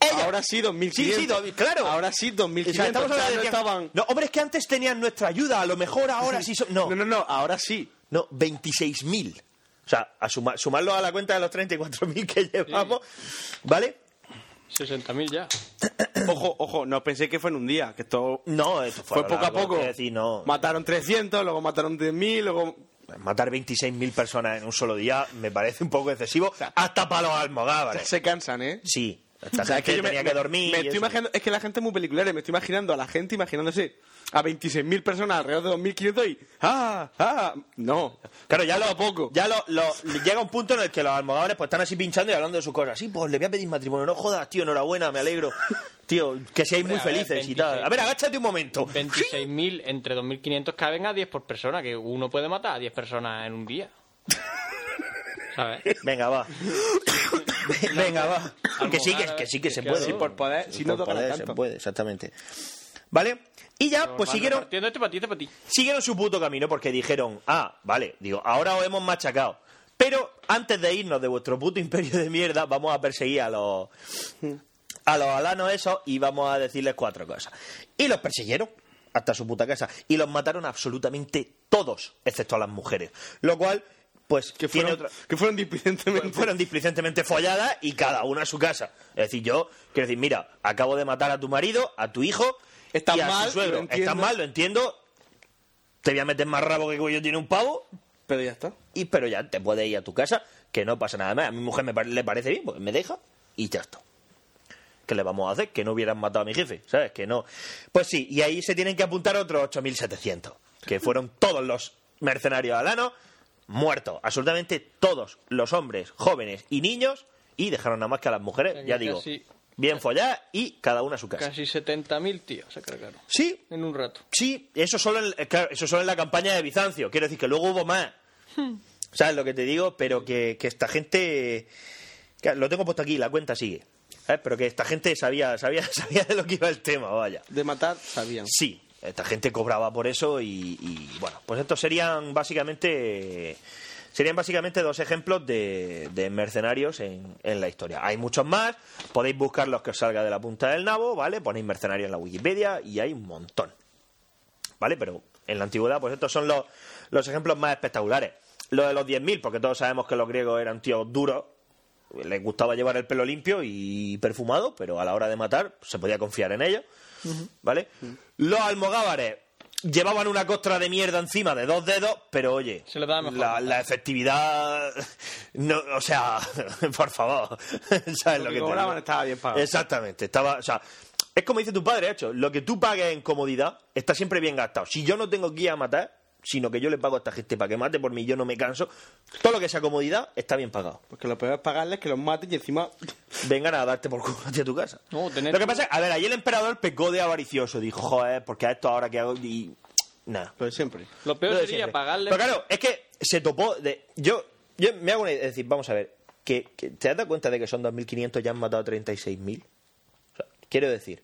Ella. Ahora sí, 2.500. Sí, sí, do- claro. Ahora sí, 2.500. O sea, estamos O sea, no hablando de que- estaban... No, hombre, es que antes tenían nuestra ayuda. A lo [laughs] mejor ahora sí son... no, no, no, ahora [clears throat] sí. No, 26.000. O sea, a suma- sumarlo a la cuenta de los 34.000 que llevamos, ¿vale? 60.000 ya. Ojo, ojo, no pensé que fue en un día, que esto No, esto fue, fue poco a largo, poco. Es decir, Eh, no. Mataron 300, luego mataron 10.000, luego... Matar 26.000 personas en un solo día me parece un poco excesivo, hasta para los almogávares. Se cansan, ¿eh? Sí, esta O sea, es gente yo me- tenía me- que dormir. me y estoy eso. imaginando- es que la gente es muy peliculera y me estoy imaginando a la gente imaginándose a 26.000 personas alrededor de 2.500 y... ¡Ah! ¡Ah! No. Claro, ya lo a poco. Ya lo, lo- llega un punto en el que los almogávares pues están así pinchando y hablando de sus cosas. Sí, pues le voy a pedir matrimonio. No jodas, tío, enhorabuena, me [laughs] alegro. Tío, que seáis muy Hombre, a ver, felices y tal. 26. A ver, agáchate un momento. 26.000 entre 2.500 caben a 10 por persona, que uno puede matar a 10 personas en un [laughs] día. ¿Sabes? Venga, [coughs] va. Venga, va. Que sí, que, que sí que se puede. Sí, por poder, si no Por tocan poder tanto. Se puede, exactamente. ¿Vale? Y ya, pues siguieron, Entiendo este para ti, este para ti. siguieron su puto camino porque dijeron, ah, vale, digo, ahora os hemos machacado. Pero antes de irnos de vuestro puto imperio de mierda, vamos a perseguir a los... A los alanos esos y vamos a decirles cuatro cosas. Y los persiguieron hasta su puta casa. Y los mataron absolutamente todos, excepto a las mujeres. Lo cual, pues, Que tiene fueron, otra... que fueron displicentemente... Fueron displicentemente folladas y cada una a su casa. Es decir, yo quiero decir, mira, acabo de matar a tu marido, a tu hijo, Estás y a mal, su suegro. lo entiendo. Estás mal, lo entiendo. te voy a meter más rabo que cuello tiene un pavo. Pero ya está. Y pero ya te puedes ir a tu casa, que no pasa nada más. A mi mujer me pare- le parece bien, pues me deja y ya está. ¿Qué le vamos a hacer? Que no hubieran matado a mi jefe, ¿sabes? Que no. Pues sí, y ahí se tienen que apuntar otros 8.700, que fueron todos los mercenarios alanos muertos. Absolutamente todos los hombres, jóvenes y niños, y dejaron nada más que a las mujeres, sea, que ya digo, casi- bien folladas y cada una a su casa. Casi 70.000 tíos se cargaron. Sí. En un rato. Sí, eso solo, en, eh, claro, eso solo en la campaña de Bizancio. Quiero decir que luego hubo más. ¿Sabes lo que te digo? Pero que, que esta gente. que lo tengo puesto aquí, la cuenta sigue. ¿Sabes? Pero que esta gente sabía, sabía, [laughs] sabía de lo que iba el tema, vaya. De matar, sabían. Sí, esta gente cobraba por eso y, y, bueno, pues estos serían básicamente. Serían básicamente dos ejemplos de, de mercenarios en, en la historia. Hay muchos más, podéis buscar los que os salga de la punta del nabo, ¿vale? Ponéis mercenarios en la Wikipedia y hay un montón. ¿vale? Pero en la antigüedad, pues estos son los, los ejemplos más espectaculares. Lo de los 10.000, porque todos sabemos que los griegos eran tíos duros, les gustaba llevar el pelo limpio y perfumado, pero a la hora de matar se podía confiar en ellos, ¿vale? Mm. Los almogávares llevaban una costra de mierda encima de dos dedos, pero oye, la, la efectividad, no, o sea, [laughs] por favor, [laughs] Lo ¿sabes lo que que te cobraban digo? estaba bien pagado. Exactamente, estaba, o sea, es como dice tu padre, hecho, lo que tú pagues en comodidad está siempre bien gastado. Si yo no tengo que ir a matar, sino que yo le pago a esta gente para que mate por mí, yo no me canso, todo lo que sea comodidad está bien pagado. Porque lo peor es pagarles que los maten y encima. Vengan a darte por culo hacia tu casa. No, Lo que pasa es, a ver, ahí el emperador pecó de avaricioso, dijo, joder, porque a esto ahora que hago y nada. Pero siempre. Lo peor Lo de sería siempre. pagarle. Pero claro, es que se topó de yo yo me hago una idea, es decir, vamos a ver, que, que- te has dado cuenta de que son 2500 ya han matado a 36000. O sea, quiero decir,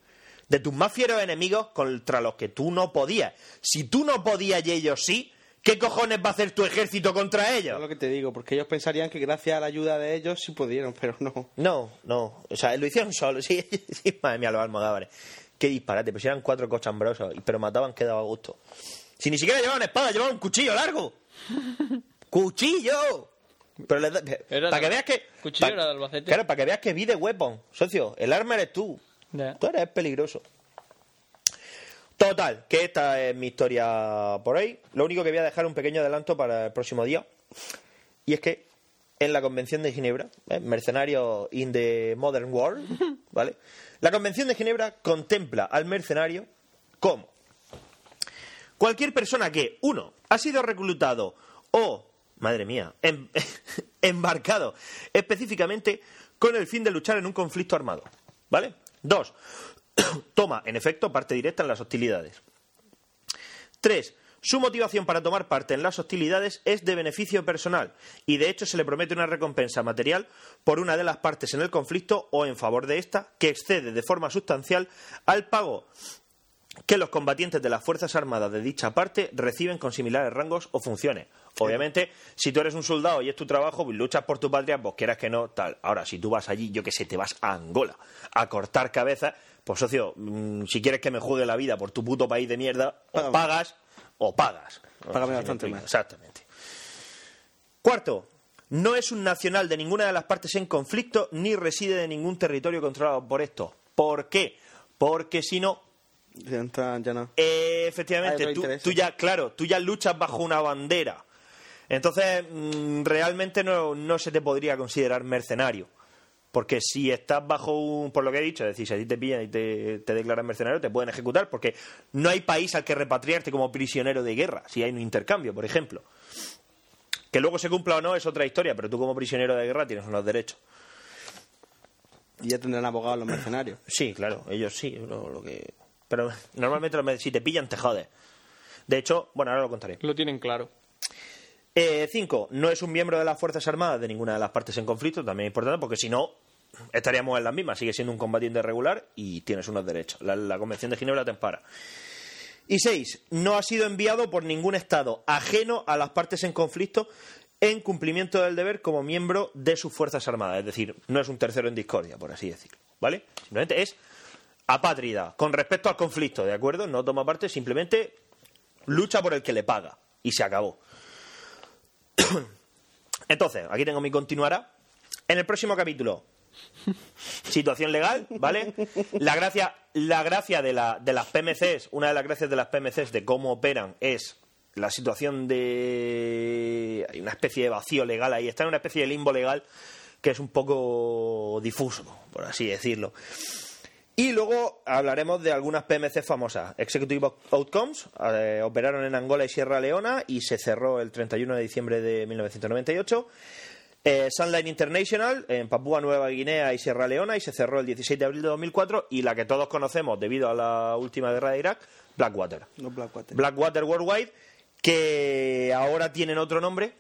de tus más fieros enemigos contra los que tú no podías. Si tú no podías y ellos sí, ¿qué cojones va a hacer tu ejército contra ellos? Es lo que te digo, porque ellos pensarían que gracias a la ayuda de ellos sí pudieron, [laughs] pero no. No, no. O sea, lo hicieron solo. [laughs] Sí, sí madre mía, los almogávares. Qué disparate. Pero si eran cuatro cochambrosos, y- pero mataban que daba gusto. Si ni siquiera llevaban espada, llevaban un cuchillo largo. ¡Cuchillo! Pero les da- Era para de- que veas que... cuchillo pa- era de Albacete. Claro, para que veas que vi de weapon, socio. El arma eres tú. Ya. Tú eres peligroso. Total, que esta es mi historia por hoy. Lo único que voy a dejar un pequeño adelanto para el próximo día. Y es que en la Convención de Ginebra, ¿eh? mercenario in the modern world, ¿vale? La Convención de Ginebra contempla al mercenario como cualquier persona que, uno, ha sido reclutado o, madre mía, em- [laughs] embarcado específicamente con el fin de luchar en un conflicto armado, ¿vale? Dos, toma, en efecto, parte directa en las hostilidades. 3. Su motivación para tomar parte en las hostilidades es de beneficio personal y de hecho se le promete una recompensa material por una de las partes en el conflicto o en favor de ésta que excede de forma sustancial al pago que los combatientes de las Fuerzas Armadas de dicha parte reciben con similares rangos o funciones. Obviamente, si tú eres un soldado y es tu trabajo, pues luchas por tu patria, pues quieras que no, tal. Ahora, si tú vas allí, yo que sé, te vas a Angola a cortar cabezas, pues socio, mm, si quieres que me juegue la vida por tu puto país de mierda, o pagas o pagas. Págame No sé si bastante me explico. más. Exactamente. Cuarto, no es un nacional de ninguna de las partes en conflicto ni reside de ningún territorio controlado por esto. ¿Por qué? Porque si no, Ya, entra- ya no. eh, Hay efectivamente, otros tú, intereses. tú ya, claro, tú ya luchas bajo una bandera. Entonces, mm, realmente no, no se te podría considerar mercenario. Porque si estás bajo un. Por lo que he dicho, es decir, si a ti te pillan y te, te declaran mercenario, te pueden ejecutar. Porque no hay país al que repatriarte como prisionero de guerra. Si hay un intercambio, por ejemplo. Que luego se cumpla o no es otra historia, pero tú como prisionero de guerra tienes unos derechos. Y ya tendrán abogados los mercenarios. Sí, claro, ellos sí, lo, lo que... Pero normalmente los med- si te pillan te jodes. De hecho, bueno, ahora lo contaré. Lo tienen claro. Eh, cinco, no es un miembro de las Fuerzas Armadas de ninguna de las partes en conflicto, también es importante, porque si no, estaríamos en las mismas. Sigue siendo un combatiente regular y tienes unos derechos. La, la Convención de Ginebra te ampara. Y seis, no ha sido enviado por ningún Estado ajeno a las partes en conflicto en cumplimiento del deber como miembro de sus Fuerzas Armadas. Es decir, no es un tercero en discordia, por así decirlo. ¿Vale? Simplemente es apátrida con respecto al conflicto, ¿de acuerdo? No toma parte, simplemente lucha por el que le paga. Y se acabó. Entonces, aquí tengo mi continuará. En el próximo capítulo, situación legal, ¿vale? La gracia, la gracia de, la- de las PMCs, una de las gracias de las PMCs de cómo operan es la situación de... Hay una especie de vacío legal ahí, está en una especie de limbo legal que es un poco difuso, por así decirlo. Y luego hablaremos de algunas PMC famosas. Executive Outcomes eh, operaron en Angola y Sierra Leona y se cerró el 31 de diciembre de 1998. Eh, Sunline International en Papúa Nueva Guinea y Sierra Leona y se cerró el 16 de abril de 2004 y la que todos conocemos debido a la última guerra de Irak, Blackwater. No Blackwater. Blackwater Worldwide, que ahora tienen otro nombre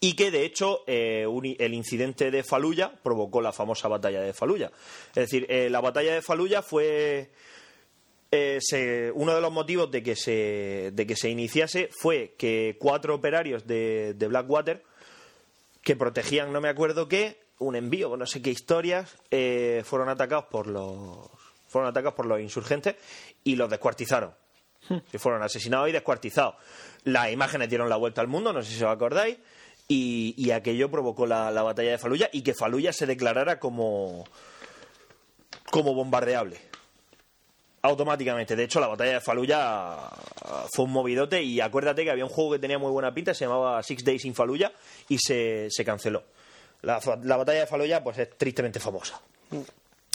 y que de hecho eh, un- el incidente de Faluya provocó la famosa batalla de Faluya. Es decir, eh, la batalla de Faluya fue eh, se- uno de los motivos de que se de que se iniciase fue que cuatro operarios de, de Blackwater que protegían no me acuerdo qué un envío no sé qué historias eh, fueron atacados por los fueron atacados por los insurgentes y los descuartizaron [laughs] que fueron asesinados y descuartizados las imágenes dieron la vuelta al mundo no sé si os acordáis y, y aquello provocó la, la batalla de Faluya y que Faluya se declarara como como bombardeable automáticamente. De hecho, la batalla de Faluya ah, fue un movidote y acuérdate que había un juego que tenía muy buena pinta, se llamaba Six Days in Faluya y se, se canceló. La, fa- la batalla de Faluya pues es tristemente famosa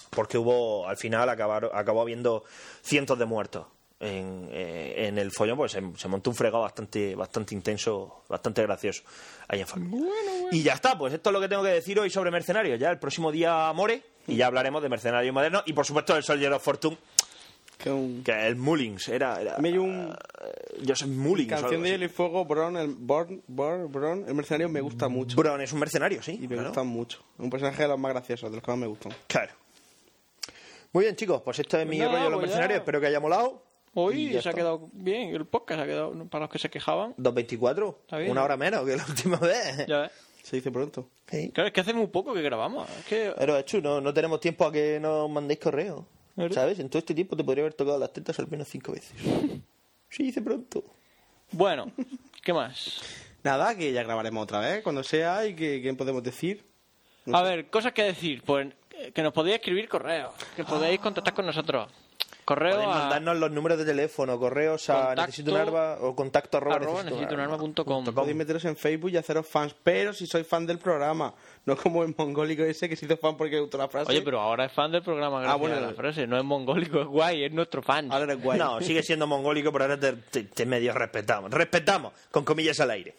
porque hubo al final acabaron, acabó habiendo cientos de muertos en, eh, en el follón pues se, se montó un fregado bastante bastante intenso bastante gracioso ahí en Faluya y ya está pues esto es lo que tengo que decir hoy sobre mercenarios ya el próximo día more y ya hablaremos de mercenarios modernos y por supuesto del Soldier of Fortune que, el Mullings era, era eh, Joseph Mullings o algo Canción de así. Hielo y Fuego, Bron, el, Born, Born, Bron, el mercenario me gusta mucho. Bron es un mercenario, sí. Y me gusta mucho. Un personaje de los más graciosos, de los que más me gustan. Claro. muy bien chicos pues esto es mi nada, rollo de los pues ya. mercenarios espero que haya molado Y Hoy ya se ha está. quedado bien, el podcast ha quedado para los que se quejaban. 2.24 Está bien. una hora menos que la [laughs] última vez Ya ves. Se dice pronto. Claro, es que hace muy poco que grabamos. Es que Pero, hecho, no, no tenemos tiempo a que nos mandéis correo. Claro. ¿Sabes? En todo este tiempo te podría haber tocado las tetas al menos [laughs] cinco veces. Sí, hice pronto. Bueno, ¿qué más? Nada, que ya grabaremos otra vez, cuando sea, y que, que podemos decir. No A sé. ver, cosas que decir. Pues que nos podéis escribir correos, que podéis contactar con nosotros. Correo Podéis a mandarnos los números de teléfono, correos a Contacto- necesito un arma o contacto arroba, arroba necesito un arma. necesitounarma.com. Podéis meteros en Facebook y haceros fans, pero si sois fan del programa, no como el mongólico ese que se hizo fan porque le gustó la frase. Oye, pero ahora es fan del programa. Gracias bueno, a la frase. No es mongólico, es guay, es nuestro fan. Ahora eres guay. No, sigue siendo mongólico, pero ahora te, te- te medio respetamos. Respetamos, con comillas al aire.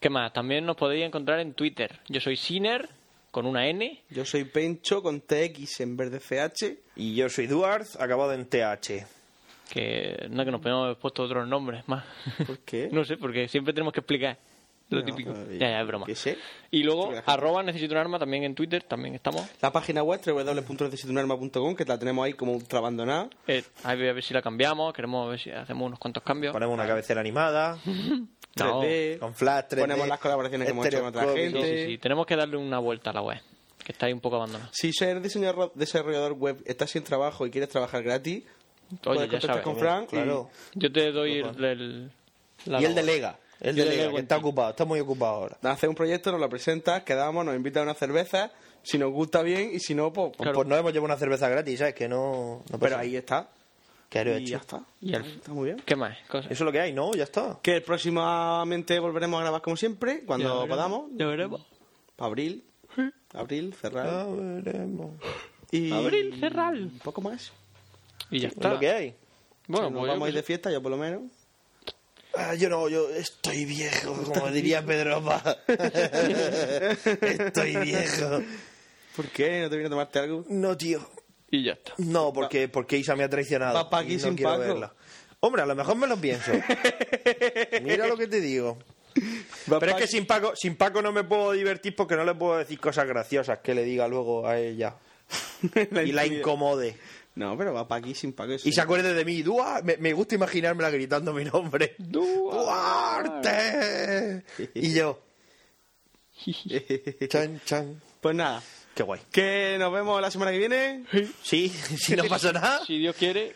¿Qué más? También nos podéis encontrar en Twitter. Yo soy Siner, con una N. Yo soy Pencho con TX en vez de CH. Y yo soy Duarte, acabado en TH. Que no, que nos podemos haber puesto otros nombres más. ¿Por qué? [laughs] no sé, porque siempre tenemos que explicar lo No, típico. eh, Ya, ya, es broma. que sé. Y luego, arroba necesito un arma también en Twitter, también estamos. La página web www.necesitounarma.com que la tenemos ahí como ultra abandonada. Eh, ahí voy a ver si la cambiamos, queremos ver si hacemos unos cuantos cambios. Ponemos una cabecera animada. No. 3D. Con flash, 3D, Ponemos las colaboraciones que hemos hecho con otra estereoscópico. Sí, gente. sí, sí, tenemos que darle una vuelta a la web, que está ahí un poco abandonada. Si eres diseñador, desarrollador web, estás sin trabajo y quieres trabajar gratis, Oye, puedes ya contactar sabes. con Frank. Claro. Yo te doy el... el- [laughs] la Y labor. el delega. El Yo delega, delego que en está ocupado, está muy ocupado ahora. Y haces un proyecto, nos lo presentas, quedamos, nos invitas a una cerveza. Si nos gusta bien y si no, pues. Pues, pues no hemos llevado una cerveza gratis, ¿sabes? Que no. no pasa Pero nada. ahí está. Claro, Y hecho. ya está. Y el- Está muy bien. ¿Qué más? Cosas. Eso es lo que hay, ¿no? Ya está. Que próximamente volveremos a grabar como siempre, Ya cuando veremos, podamos. Ya veremos. Pa' Abril. Abril, cerrar. Ah, Ya veremos. Y Abril, cerral. un poco más. Y ya Es está. lo que hay. Bueno, nos pues yo vamos a ir qué de fiesta, yo por lo menos. Ah, yo no, yo estoy viejo, [laughs] como diría Pedro [laughs] Pa. estoy viejo. ¿Por qué? ¿No te viene a tomarte algo? No, tío. sé. y ya está. No, porque, porque Isa me ha traicionado. Va pa' aquí no sin quiero Paco. verla. Hombre, a lo mejor me lo [laughs] pienso. Mira lo que te digo. Va Pero es pa- [laughs] que sin Paco, sin Paco no me puedo divertir porque no le puedo decir cosas graciosas que le diga luego a ella. y la incomodidad. incomode. No, pero va para aquí sin pago. Y se acuerde de mí. ¡Dua! Me, me gusta imaginármela gritando mi nombre. ¡Duarte! Y yo. Chan, chan. [laughs] Pues nada, Qué guay. que nos vemos la semana que viene. Sí, [laughs] si no pasa nada. Si Dios quiere.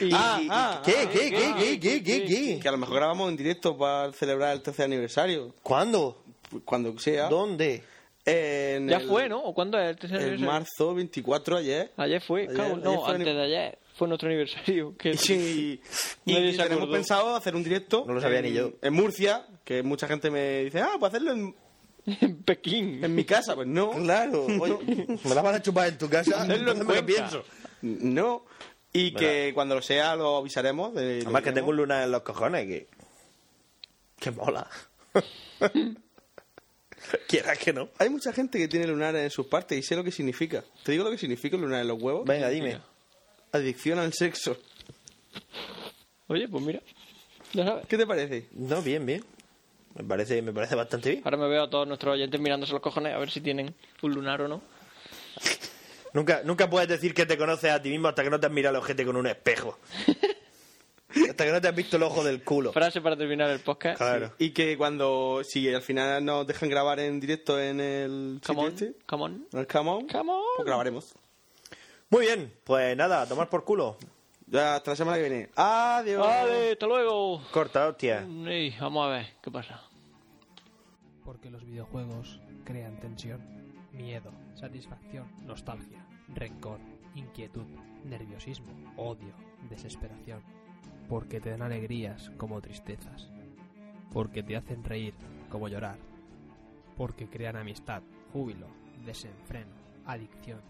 Y- y- ah, [laughs] ¿Qué, ah, qué, qué, qué, qué, qué, qué? Que a lo mejor grabamos en directo para celebrar el 13 aniversario. ¿Cuándo? Cuando sea. ¿Dónde? En Ya el- fue, ¿no? ¿O cuándo es el tercer El aniversario? marzo 24, ayer. Ayer fue, Ayer- cago- ayer no, fue el antes de ayer. fue nuestro aniversario. Que [laughs] Sí, y Nadie y se tenemos acordó. pensado hacer un directo. No lo sabía ni yo. En Murcia, que mucha gente me dice, ah, pues hacerlo en. Pekín. En mi casa, pues no. Claro, [laughs] me la van a chupar en tu casa. Hacerlo en no me lo Cuenca. pienso. No. Y que cuando lo sea lo avisaremos. De, lo Además que haremos. tengo luna en los cojones que... Que mola. [laughs] Quieras que no. Hay mucha gente que tiene lunares en sus partes y sé lo que significa. ¿Te digo lo que significa el lunar en los huevos? Venga, dime. Adicción al sexo. Oye, pues mira. ¿Qué te parece? No, bien, bien. Me parece, me parece bastante bien. Ahora me veo a todos nuestros oyentes mirándose los cojones a ver si tienen un lunar o no. Nunca, nunca puedes decir que te conoces a ti mismo hasta que no te has mirado el ojete con un espejo. hasta que no te has visto el ojo del culo. Frase para terminar el podcast. Claro. Y que cuando, si al final nos dejan grabar en directo en el Come sitio on, este, come on. en el Come On, Come on. pues grabaremos. Muy bien, pues nada, a tomar por culo. Ya hasta la semana que viene. Adiós. Vale, hasta luego. Corta, hostia. Ey, vamos a ver qué pasa. Porque los videojuegos crean tensión, miedo, satisfacción, nostalgia, rencor, inquietud, nerviosismo, odio, desesperación. Porque te dan alegrías como tristezas. Porque te hacen reír como llorar. Porque crean amistad, júbilo, desenfreno, adicción.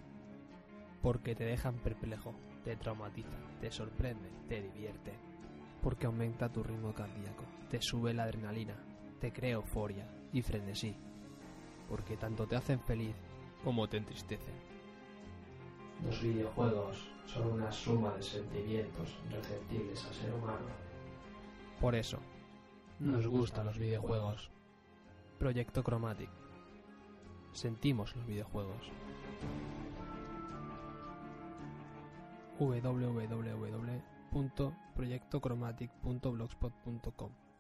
Porque te dejan perplejo, te traumatizan, te sorprenden, te divierten. Porque aumenta tu ritmo cardíaco, te sube la adrenalina, te crea euforia y frenesí. Porque tanto te hacen feliz como te entristecen. Los videojuegos son una suma de sentimientos receptibles al ser humano. Por eso, nos gustan los videojuegos. Proyecto Chromatic. Sentimos los videojuegos. www.proyectochromatic.blogspot.com